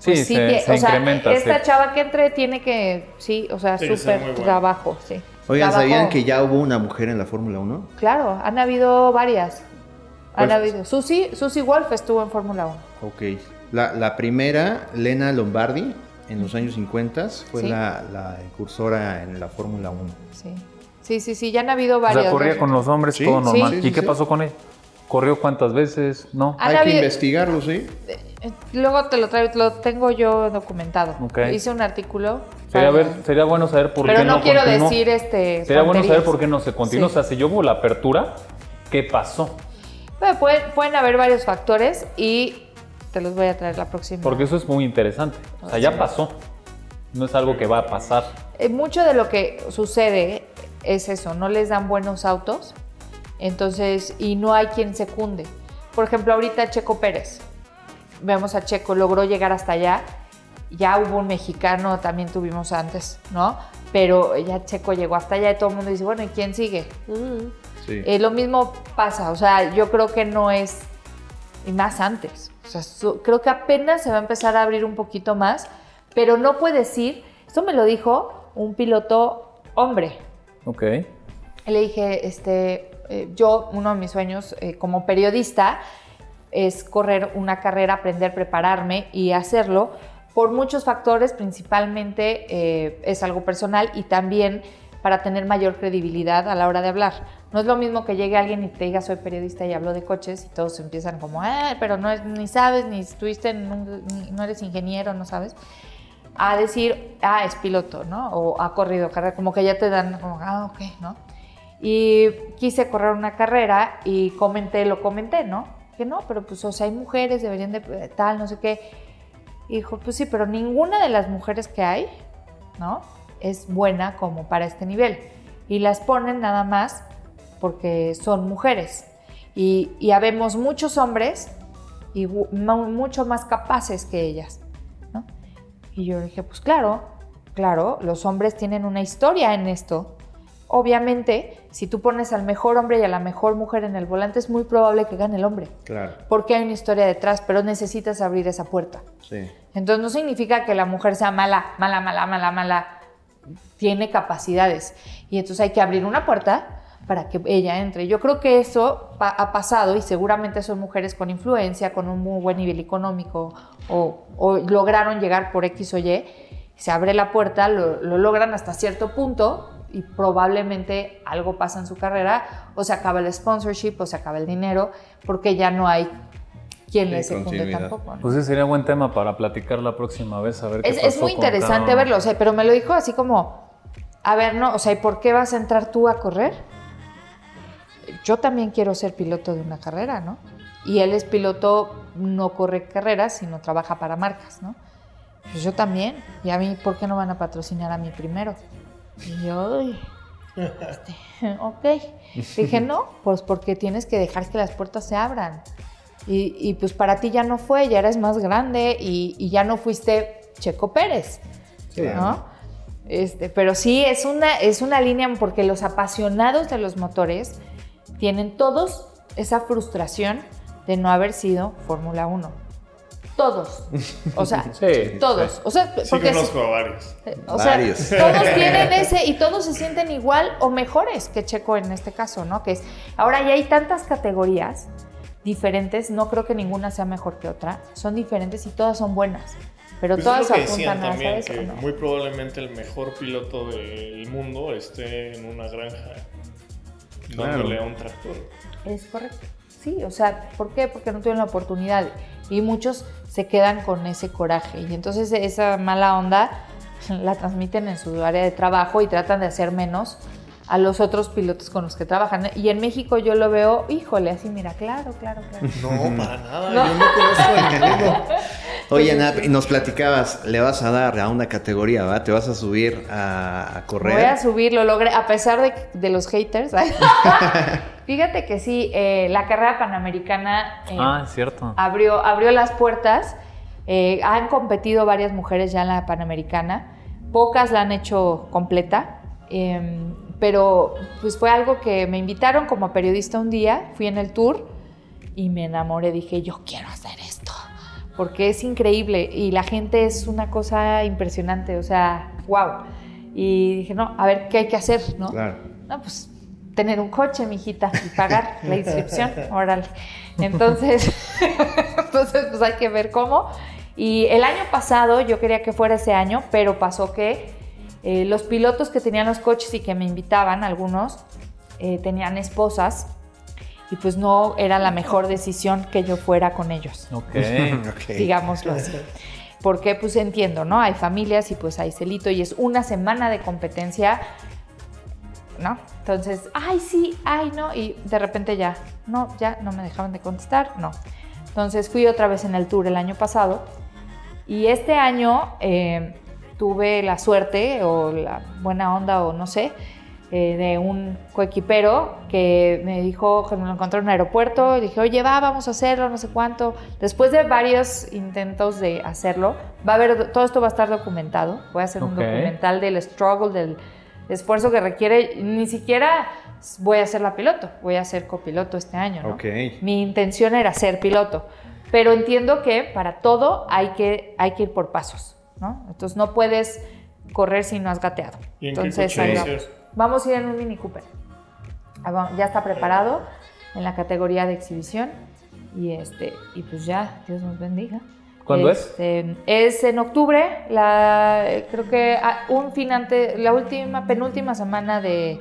Speaker 7: Sí,
Speaker 2: pues
Speaker 7: se-
Speaker 2: tie-
Speaker 7: se incrementa,
Speaker 2: Esta
Speaker 7: sí.
Speaker 2: chava que entre tiene que, sí, o sea,
Speaker 4: Sí, ser
Speaker 2: súper
Speaker 4: muy buena.
Speaker 2: trabajo, sí.
Speaker 3: Oigan,
Speaker 2: Trabajo-
Speaker 3: ¿sabían que ya hubo una mujer en la Fórmula 1?
Speaker 2: Claro, han habido varias. Han
Speaker 7: Pues-
Speaker 2: habido. Susi, Susi Wolf estuvo en Fórmula 1.
Speaker 3: Ok. La, la primera, Lena Lombardi, en los años 50, fue
Speaker 2: Sí.
Speaker 3: la, la cursora en la Fórmula 1.
Speaker 2: Sí. Sí, sí, sí, ya han habido
Speaker 7: O
Speaker 2: varias.
Speaker 7: sea, corría
Speaker 2: ¿no?
Speaker 7: con los hombres,
Speaker 3: Sí,
Speaker 7: todo
Speaker 2: sí,
Speaker 7: normal.
Speaker 3: sí,
Speaker 7: ¿Y
Speaker 3: sí,
Speaker 7: qué
Speaker 3: sí.
Speaker 7: pasó con él? ¿Corrió cuántas veces? No.
Speaker 2: Han
Speaker 3: Hay que
Speaker 2: habido-
Speaker 3: investigarlo, ¿sí?
Speaker 2: eh, Luego te lo traigo, lo tengo yo documentado.
Speaker 7: Ok.
Speaker 2: Hice un artículo.
Speaker 7: Sería,
Speaker 2: para-
Speaker 7: ver- sería bueno saber por
Speaker 2: Pero
Speaker 7: qué
Speaker 2: no,
Speaker 7: no,
Speaker 2: quiero
Speaker 7: continuó.
Speaker 2: decir este.
Speaker 7: Sería bueno saber por qué
Speaker 2: tonterías.
Speaker 7: no se continuó.
Speaker 2: Sí.
Speaker 7: O sea, si yo hubo la apertura, ¿qué pasó?
Speaker 2: Bueno, pueden, pueden haber varios factores y te los voy a traer la próxima.
Speaker 7: Porque eso es muy interesante. O sea, ya pasó. No es algo que va a pasar.
Speaker 2: Eh, mucho de lo que sucede es eso, no les dan buenos autos, entonces, y no hay quien secunde. Por ejemplo, ahorita Checo Pérez, vemos a Checo, logró llegar hasta allá, ya hubo un mexicano, también tuvimos antes, ¿no? Pero ya Checo llegó hasta allá y todo el mundo dice, bueno, ¿y quién sigue?
Speaker 3: Sí.
Speaker 2: Eh, lo mismo pasa, o sea, yo creo que no es, y más antes, o sea, su- creo que apenas se va a empezar a abrir un poquito más, pero no puede decir, esto me lo dijo un piloto hombre,
Speaker 7: Ok.
Speaker 2: y le dije, este, eh, yo, uno de mis sueños eh, como periodista es correr una carrera, aprender, prepararme y hacerlo por muchos factores, principalmente eh, es algo personal y también para tener mayor credibilidad a la hora de hablar. No es lo mismo que llegue alguien y te diga soy periodista y hablo de coches y todos empiezan como, "Ah, pero no es- ni sabes, ni estuviste, en un- ni- no eres ingeniero, no sabes a decir, ah, es piloto, ¿no? O ha corrido carrera, como que ya te dan, como, ah, ok, ¿no? Y quise correr una carrera y comenté, lo comenté, ¿no? Que no, pero pues, o sea, hay mujeres, deberían de eh, tal, no sé qué. Y dijo, pues sí, pero ninguna de las mujeres que hay, ¿no? Es buena como para este nivel. Y las ponen nada más porque son mujeres. Y, y habemos muchos hombres y bu- mu- mucho más capaces que ellas, ¿no? Y yo dije, pues claro, claro, los hombres tienen una historia en esto. Obviamente, si tú pones al mejor hombre y a la mejor mujer en el volante, es muy probable que gane el hombre,
Speaker 3: Claro,
Speaker 2: porque hay una historia detrás, pero necesitas abrir esa puerta.
Speaker 3: sí.
Speaker 2: Entonces no significa que la mujer sea mala, mala, mala, mala, mala. Tiene capacidades. Y entonces hay que abrir una puerta para que ella entre. Yo creo que eso pa- ha pasado y seguramente son mujeres con influencia, con un muy buen nivel económico o, o lograron llegar por X o Y. Se abre la puerta, lo, lo logran hasta cierto punto y probablemente algo pasa en su carrera o se acaba el sponsorship o se acaba el dinero porque ya no hay quien
Speaker 3: Sí,
Speaker 2: les secunde
Speaker 3: continuidad.
Speaker 2: tampoco. ¿no?
Speaker 7: Pues ese sería buen tema para platicar la próxima vez, a ver qué
Speaker 2: Es, es
Speaker 7: pasó
Speaker 2: muy
Speaker 7: con cada
Speaker 2: interesante
Speaker 7: uno.
Speaker 2: verlo, o sea, pero me lo dijo así como, a ver, no, o sea, ¿y por qué vas a entrar tú a correr? Yo también quiero ser piloto de una carrera, ¿no? Y él es piloto, no corre carreras, sino trabaja para marcas, ¿no? Pues yo también. ¿Y a mí por qué no van a patrocinar a mí primero? Y yo, "Uy, este, <laughs> ok. Dije, no, pues porque tienes que dejar que las puertas se abran. Y, y, pues para ti ya no fue, ya eres más grande y, y ya no fuiste Checo Pérez, ¿no? Este, pero sí, es una, es una línea porque los apasionados de los motores tienen todos esa frustración de no haber sido Fórmula 1. Todos. O
Speaker 4: <laughs>
Speaker 2: sea,
Speaker 1: Sí,
Speaker 2: todos. O sea,
Speaker 4: Sí
Speaker 2: porque
Speaker 4: conozco a varios.
Speaker 2: o sea,
Speaker 3: Varios.
Speaker 2: todos tienen ese y todos se sienten igual o mejores que Checo en este caso, ¿no? Que es ahora ya hay tantas categorías diferentes, no creo que ninguna sea mejor que otra, son diferentes y todas son buenas, pero
Speaker 4: Pues
Speaker 2: todas
Speaker 4: es lo que
Speaker 2: apuntan
Speaker 4: decían
Speaker 2: a hacer
Speaker 4: también,
Speaker 2: eso,
Speaker 4: que
Speaker 2: ¿no?
Speaker 4: muy probablemente el mejor piloto del mundo esté en una granja dándole a un tractor.
Speaker 2: Es correcto. Sí, o sea, ¿por qué? Porque no tuvieron la oportunidad y muchos se quedan con ese coraje y entonces esa mala onda <laughs> la transmiten en su área de trabajo y tratan de hacer menos a los otros pilotos con los que trabajan. ¿no? Y en México yo lo veo, híjole, así mira, claro, claro, claro.
Speaker 4: No, para nada.
Speaker 2: No. Pues
Speaker 4: Yo no conozco
Speaker 2: <laughs>
Speaker 4: a ninguno.
Speaker 3: Oye, Nat, y nos platicabas, le vas a dar a una categoría, ¿va? Te vas a subir a, a correr.
Speaker 2: Voy a subir, lo logré, a pesar de, de los haters. <laughs> Fíjate que sí, eh, la carrera panamericana eh,
Speaker 7: Ah, es cierto.
Speaker 2: abrió, abrió las puertas. Eh, han competido varias mujeres ya en la Panamericana. Pocas la han hecho completa. eh, pero pues fue algo que me invitaron como periodista un día. Fui en el tour y me enamoré. Dije, yo quiero hacer esto. Porque es increíble y la gente es una cosa impresionante. O sea, wow. Y dije, no, a ver qué hay que hacer, ¿no?
Speaker 3: Claro.
Speaker 2: No, pues tener un coche, mijita, y pagar la inscripción, órale. Entonces, <laughs> entonces, pues hay que ver cómo. Y el año pasado, yo quería que fuera ese año, pero pasó que eh, los pilotos que tenían los coches y que me invitaban, algunos, eh, tenían esposas y pues no era la mejor decisión que yo fuera con ellos
Speaker 7: Ok.
Speaker 3: Ok.
Speaker 2: digámoslo así. Porque pues entiendo, ¿no? Hay familias y pues hay celito y es una semana de competencia, ¿no? Entonces, ay, sí, ay, no, y de repente ya, no, ya no me dejaban de contestar, no. Entonces fui otra vez en el tour el año pasado y este año eh, tuve la suerte o la buena onda o no sé, eh, de un coequipero que me dijo que me lo encontré en un aeropuerto y dije, oye, va, vamos a hacerlo, no sé cuánto. Después de varios intentos de hacerlo, va a haber, todo esto va a estar documentado. Voy a hacer un
Speaker 7: Ok.
Speaker 2: documental del struggle, del esfuerzo que requiere. Ni siquiera voy a ser la piloto, voy a ser copiloto este año. ¿no?
Speaker 3: Ok.
Speaker 2: Mi intención era ser piloto, pero entiendo que para todo hay que, hay que ir por pasos, ¿no? Entonces no puedes correr si no has gateado.
Speaker 4: ¿Y en qué
Speaker 2: Entonces
Speaker 4: coche
Speaker 2: ahí
Speaker 4: vas a
Speaker 2: vamos.
Speaker 4: ir?
Speaker 2: Vamos a ir en un Mini Cooper. Ah, va- Ya está preparado en la categoría de exhibición y este y pues ya Dios nos bendiga.
Speaker 7: ¿Cuándo es?
Speaker 2: Este, Es en octubre, la, eh, creo que ah, un fin antes, la última, penúltima semana de,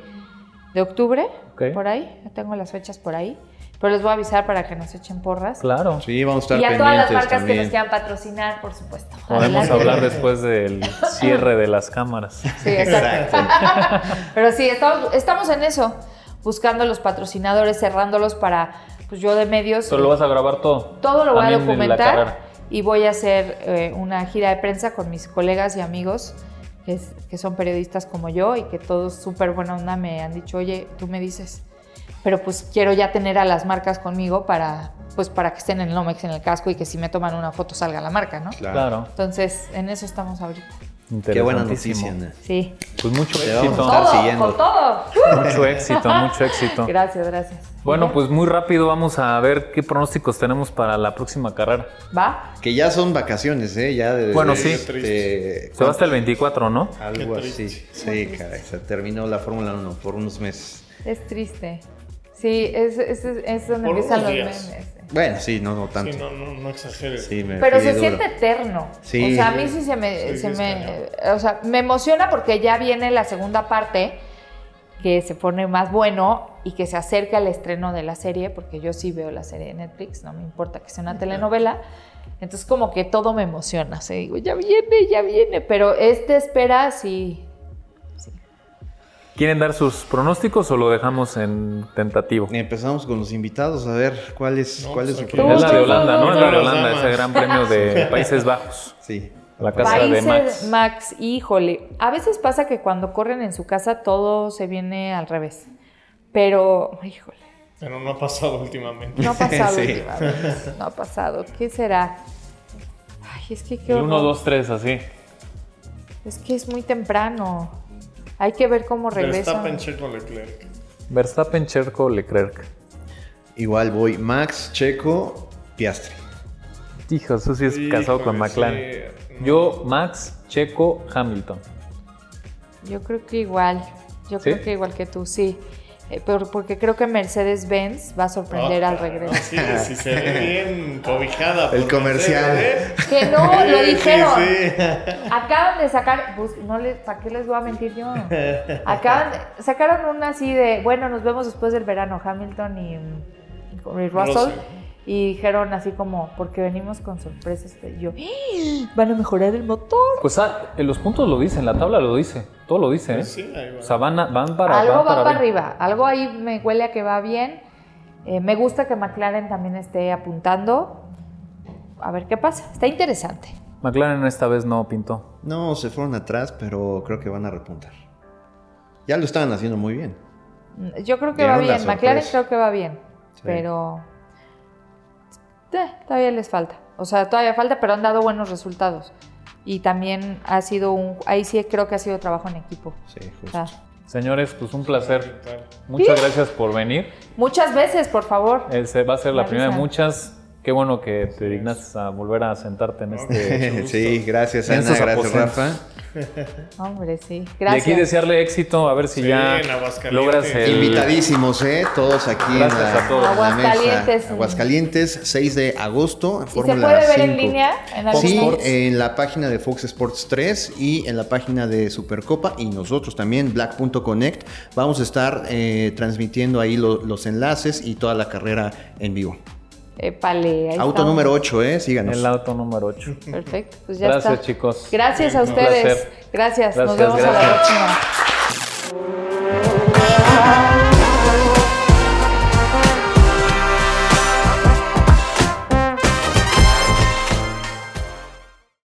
Speaker 2: de octubre,
Speaker 7: Ok.
Speaker 2: por ahí, ya tengo las fechas por ahí, pero les voy a avisar para que nos echen porras.
Speaker 7: Claro.
Speaker 3: Sí, vamos a estar
Speaker 2: Y a todas
Speaker 3: pendientes
Speaker 2: las marcas que
Speaker 3: también.
Speaker 2: nos quieran patrocinar, por supuesto.
Speaker 7: Podemos
Speaker 2: Adelante.
Speaker 7: hablar después del cierre de las cámaras.
Speaker 2: <laughs> Sí, exacto. Pero sí, estamos, estamos en eso, buscando los patrocinadores, cerrándolos para, pues yo de medios.
Speaker 7: Solo vas a grabar todo.
Speaker 2: Todo lo voy
Speaker 7: También
Speaker 2: a
Speaker 7: de la
Speaker 2: documentar
Speaker 7: carrera.
Speaker 2: y voy a hacer eh, una gira de prensa con mis colegas y amigos que, es- que son periodistas como yo y que todos súper buena onda me han dicho, oye, tú me dices, pero pues quiero ya tener a las marcas conmigo para, pues para que estén en Lomex en el casco y que si me toman una foto salga la marca, ¿no?
Speaker 7: Claro.
Speaker 2: Entonces, en eso estamos ahorita.
Speaker 3: Qué buena
Speaker 7: Interesantísimo.
Speaker 3: noticia, Nat.
Speaker 2: Sí.
Speaker 7: Pues mucho
Speaker 3: Te vamos a
Speaker 7: éxito.
Speaker 3: estar
Speaker 2: Todo,
Speaker 3: siguiendo.
Speaker 2: con todo.
Speaker 7: Mucho éxito, mucho éxito.
Speaker 2: Gracias, gracias.
Speaker 7: Bueno, pues muy rápido vamos a ver qué pronósticos tenemos para la próxima carrera.
Speaker 2: ¿Va?
Speaker 3: Que ya son vacaciones, ¿eh? Ya de,
Speaker 7: Bueno,
Speaker 3: de-
Speaker 7: sí.
Speaker 3: este,
Speaker 7: Se va hasta el 24, ¿no?
Speaker 3: Algo
Speaker 4: Qué
Speaker 3: así.
Speaker 4: triste.
Speaker 3: Sí, caray. Se terminó la Fórmula 1 por unos meses.
Speaker 2: Es triste. Sí, es, es, es- es donde
Speaker 4: Por
Speaker 2: empiezan los
Speaker 4: unos días.
Speaker 2: memes. eh.
Speaker 3: Bueno, sí, no, no tanto.
Speaker 4: Sí, no, no, no exageres.
Speaker 3: Sí, me
Speaker 2: Pero
Speaker 3: fui
Speaker 2: se
Speaker 3: duro.
Speaker 2: siente eterno.
Speaker 3: Sí.
Speaker 2: O sea, a mí sí se me,
Speaker 4: Sí,
Speaker 2: se
Speaker 4: es
Speaker 2: me o sea, me emociona porque ya viene la segunda parte que se pone más bueno y que se acerca al estreno de la serie, porque yo sí veo la serie de Netflix, no me importa que sea una telenovela. Entonces como que todo me emociona, o sea, digo, ya viene, ya viene, pero este espera sí, sí.
Speaker 1: ¿Quieren dar sus pronósticos o lo dejamos en tentativo?
Speaker 3: Empezamos con los invitados, a ver cuál es,
Speaker 4: No,
Speaker 3: cuál es
Speaker 4: pues
Speaker 3: su
Speaker 4: aquí-
Speaker 1: Es la de
Speaker 3: pronóstico?
Speaker 1: Holanda, ¿no? Es la de
Speaker 4: Las
Speaker 1: Holanda,
Speaker 4: damas.
Speaker 1: ese gran premio de Países <laughs> Bajos.
Speaker 3: Sí.
Speaker 1: La casa de
Speaker 2: Países,
Speaker 1: Max.
Speaker 2: Max. híjole. A veces pasa que cuando corren en su casa todo se viene al revés. Pero, híjole,
Speaker 4: Pero no ha pasado
Speaker 1: <laughs>
Speaker 4: últimamente. <laughs>
Speaker 2: no ha pasado
Speaker 3: Sí.
Speaker 2: últimamente, No ha pasado. ¿Qué será? Ay, es que qué
Speaker 1: El 1,
Speaker 2: horror.
Speaker 1: 2, 3, así.
Speaker 2: Es que es muy temprano. Hay que ver cómo pues, regresa.
Speaker 4: Verstappen, Checo, Leclerc.
Speaker 1: Verstappen, Cherco, Leclerc.
Speaker 3: Igual voy Max, Checo, Piastri.
Speaker 1: Hijo, eso sí es casado con
Speaker 4: Híjole,
Speaker 1: McLaren.
Speaker 4: sí, no.
Speaker 1: Yo, Max, Checo, Hamilton.
Speaker 2: Yo creo que igual. Yo
Speaker 1: ¿Sí?
Speaker 2: creo que igual que tú, sí. Eh, pero porque creo que Mercedes-Benz va a sorprender al
Speaker 4: Ah,
Speaker 2: regreso.
Speaker 4: Sí, sí, se ve bien cobijada.
Speaker 3: El
Speaker 4: por
Speaker 3: comercial.
Speaker 4: Mercedes, ¿eh?
Speaker 2: Que no, lo
Speaker 4: Sí, sí,
Speaker 2: dijeron.
Speaker 4: sí.
Speaker 2: Acaban de sacar, pues, no les, ¿para qué les voy a mentir yo? Acaban, de- sacaron una así de, bueno, nos vemos después del verano, Hamilton y, mm, y Russell.
Speaker 4: Russell.
Speaker 2: Y dijeron así como, porque venimos con sorpresas. Y yo, "¡Ah! van a mejorar el motor.
Speaker 1: Pues ah, en los puntos lo dicen, la tabla lo dice. Todo lo dice, ¿eh?
Speaker 4: Sí, ahí va.
Speaker 1: O sea, van, a- van para,
Speaker 2: algo
Speaker 1: van
Speaker 2: va para arriba, algo ahí me huele a que va bien. Eh, me gusta que McLaren también esté apuntando. A ver qué pasa. Está interesante.
Speaker 1: McLaren esta vez no pintó.
Speaker 3: No, se fueron atrás, pero creo que van a repuntar. Ya lo estaban haciendo muy bien.
Speaker 2: Mm, Yo creo que
Speaker 3: Dieron
Speaker 2: va
Speaker 3: la
Speaker 2: bien. McLaren
Speaker 3: sorpresa.
Speaker 2: creo que va bien.
Speaker 3: Sí.
Speaker 2: Pero eh, todavía les falta. O sea, todavía falta, pero han dado buenos resultados. Y también ha sido un... Ahí sí creo que ha sido trabajo en equipo.
Speaker 3: Sí,
Speaker 2: O
Speaker 3: justo.
Speaker 2: sea,
Speaker 1: Señores, pues un placer. Muchas gracias por venir.
Speaker 2: muchas veces, por favor.
Speaker 3: Eh.
Speaker 1: Ese va a ser la
Speaker 2: Me
Speaker 1: primera de
Speaker 2: avisan.
Speaker 1: muchas. Qué bueno que te dignas a volver a sentarte en este.
Speaker 2: <laughs>
Speaker 3: <laughs> sí, gracias Ana,
Speaker 1: Esos
Speaker 3: gracias
Speaker 1: aposentos.
Speaker 3: Rafa.
Speaker 2: Hombre, sí.
Speaker 1: Y aquí
Speaker 2: Gracias.
Speaker 1: desearle éxito, a ver si
Speaker 4: Sí,
Speaker 1: ya
Speaker 4: en Aguascalientes.
Speaker 1: logras el.
Speaker 3: Invitadísimos, ¿eh? Todos aquí
Speaker 1: Gracias
Speaker 3: en la,
Speaker 1: a todos.
Speaker 3: en la mesa.
Speaker 2: Aguascalientes.
Speaker 3: Aguascalientes, 6 de agosto,
Speaker 2: ¿Y
Speaker 3: en
Speaker 2: se
Speaker 3: Fórmula
Speaker 2: puede ver en
Speaker 3: 5.
Speaker 2: línea? En algún
Speaker 3: Sí,
Speaker 2: momento?
Speaker 3: en la página de Fox Sports 3 y en la página de Supercopa y nosotros también, Black.connect, vamos a estar eh, transmitiendo ahí lo- los enlaces y toda la carrera en vivo.
Speaker 2: Épale, ahí
Speaker 3: Auto
Speaker 2: estamos.
Speaker 3: número 8, ¿eh? Síganos.
Speaker 1: El auto número 8.
Speaker 2: Perfecto, pues ya
Speaker 1: Gracias,
Speaker 2: está.
Speaker 1: chicos.
Speaker 2: Gracias a
Speaker 1: Un placer.
Speaker 2: ustedes. Gracias. Nos
Speaker 1: Gracias,
Speaker 2: vemos a la
Speaker 1: gracias.
Speaker 2: próxima.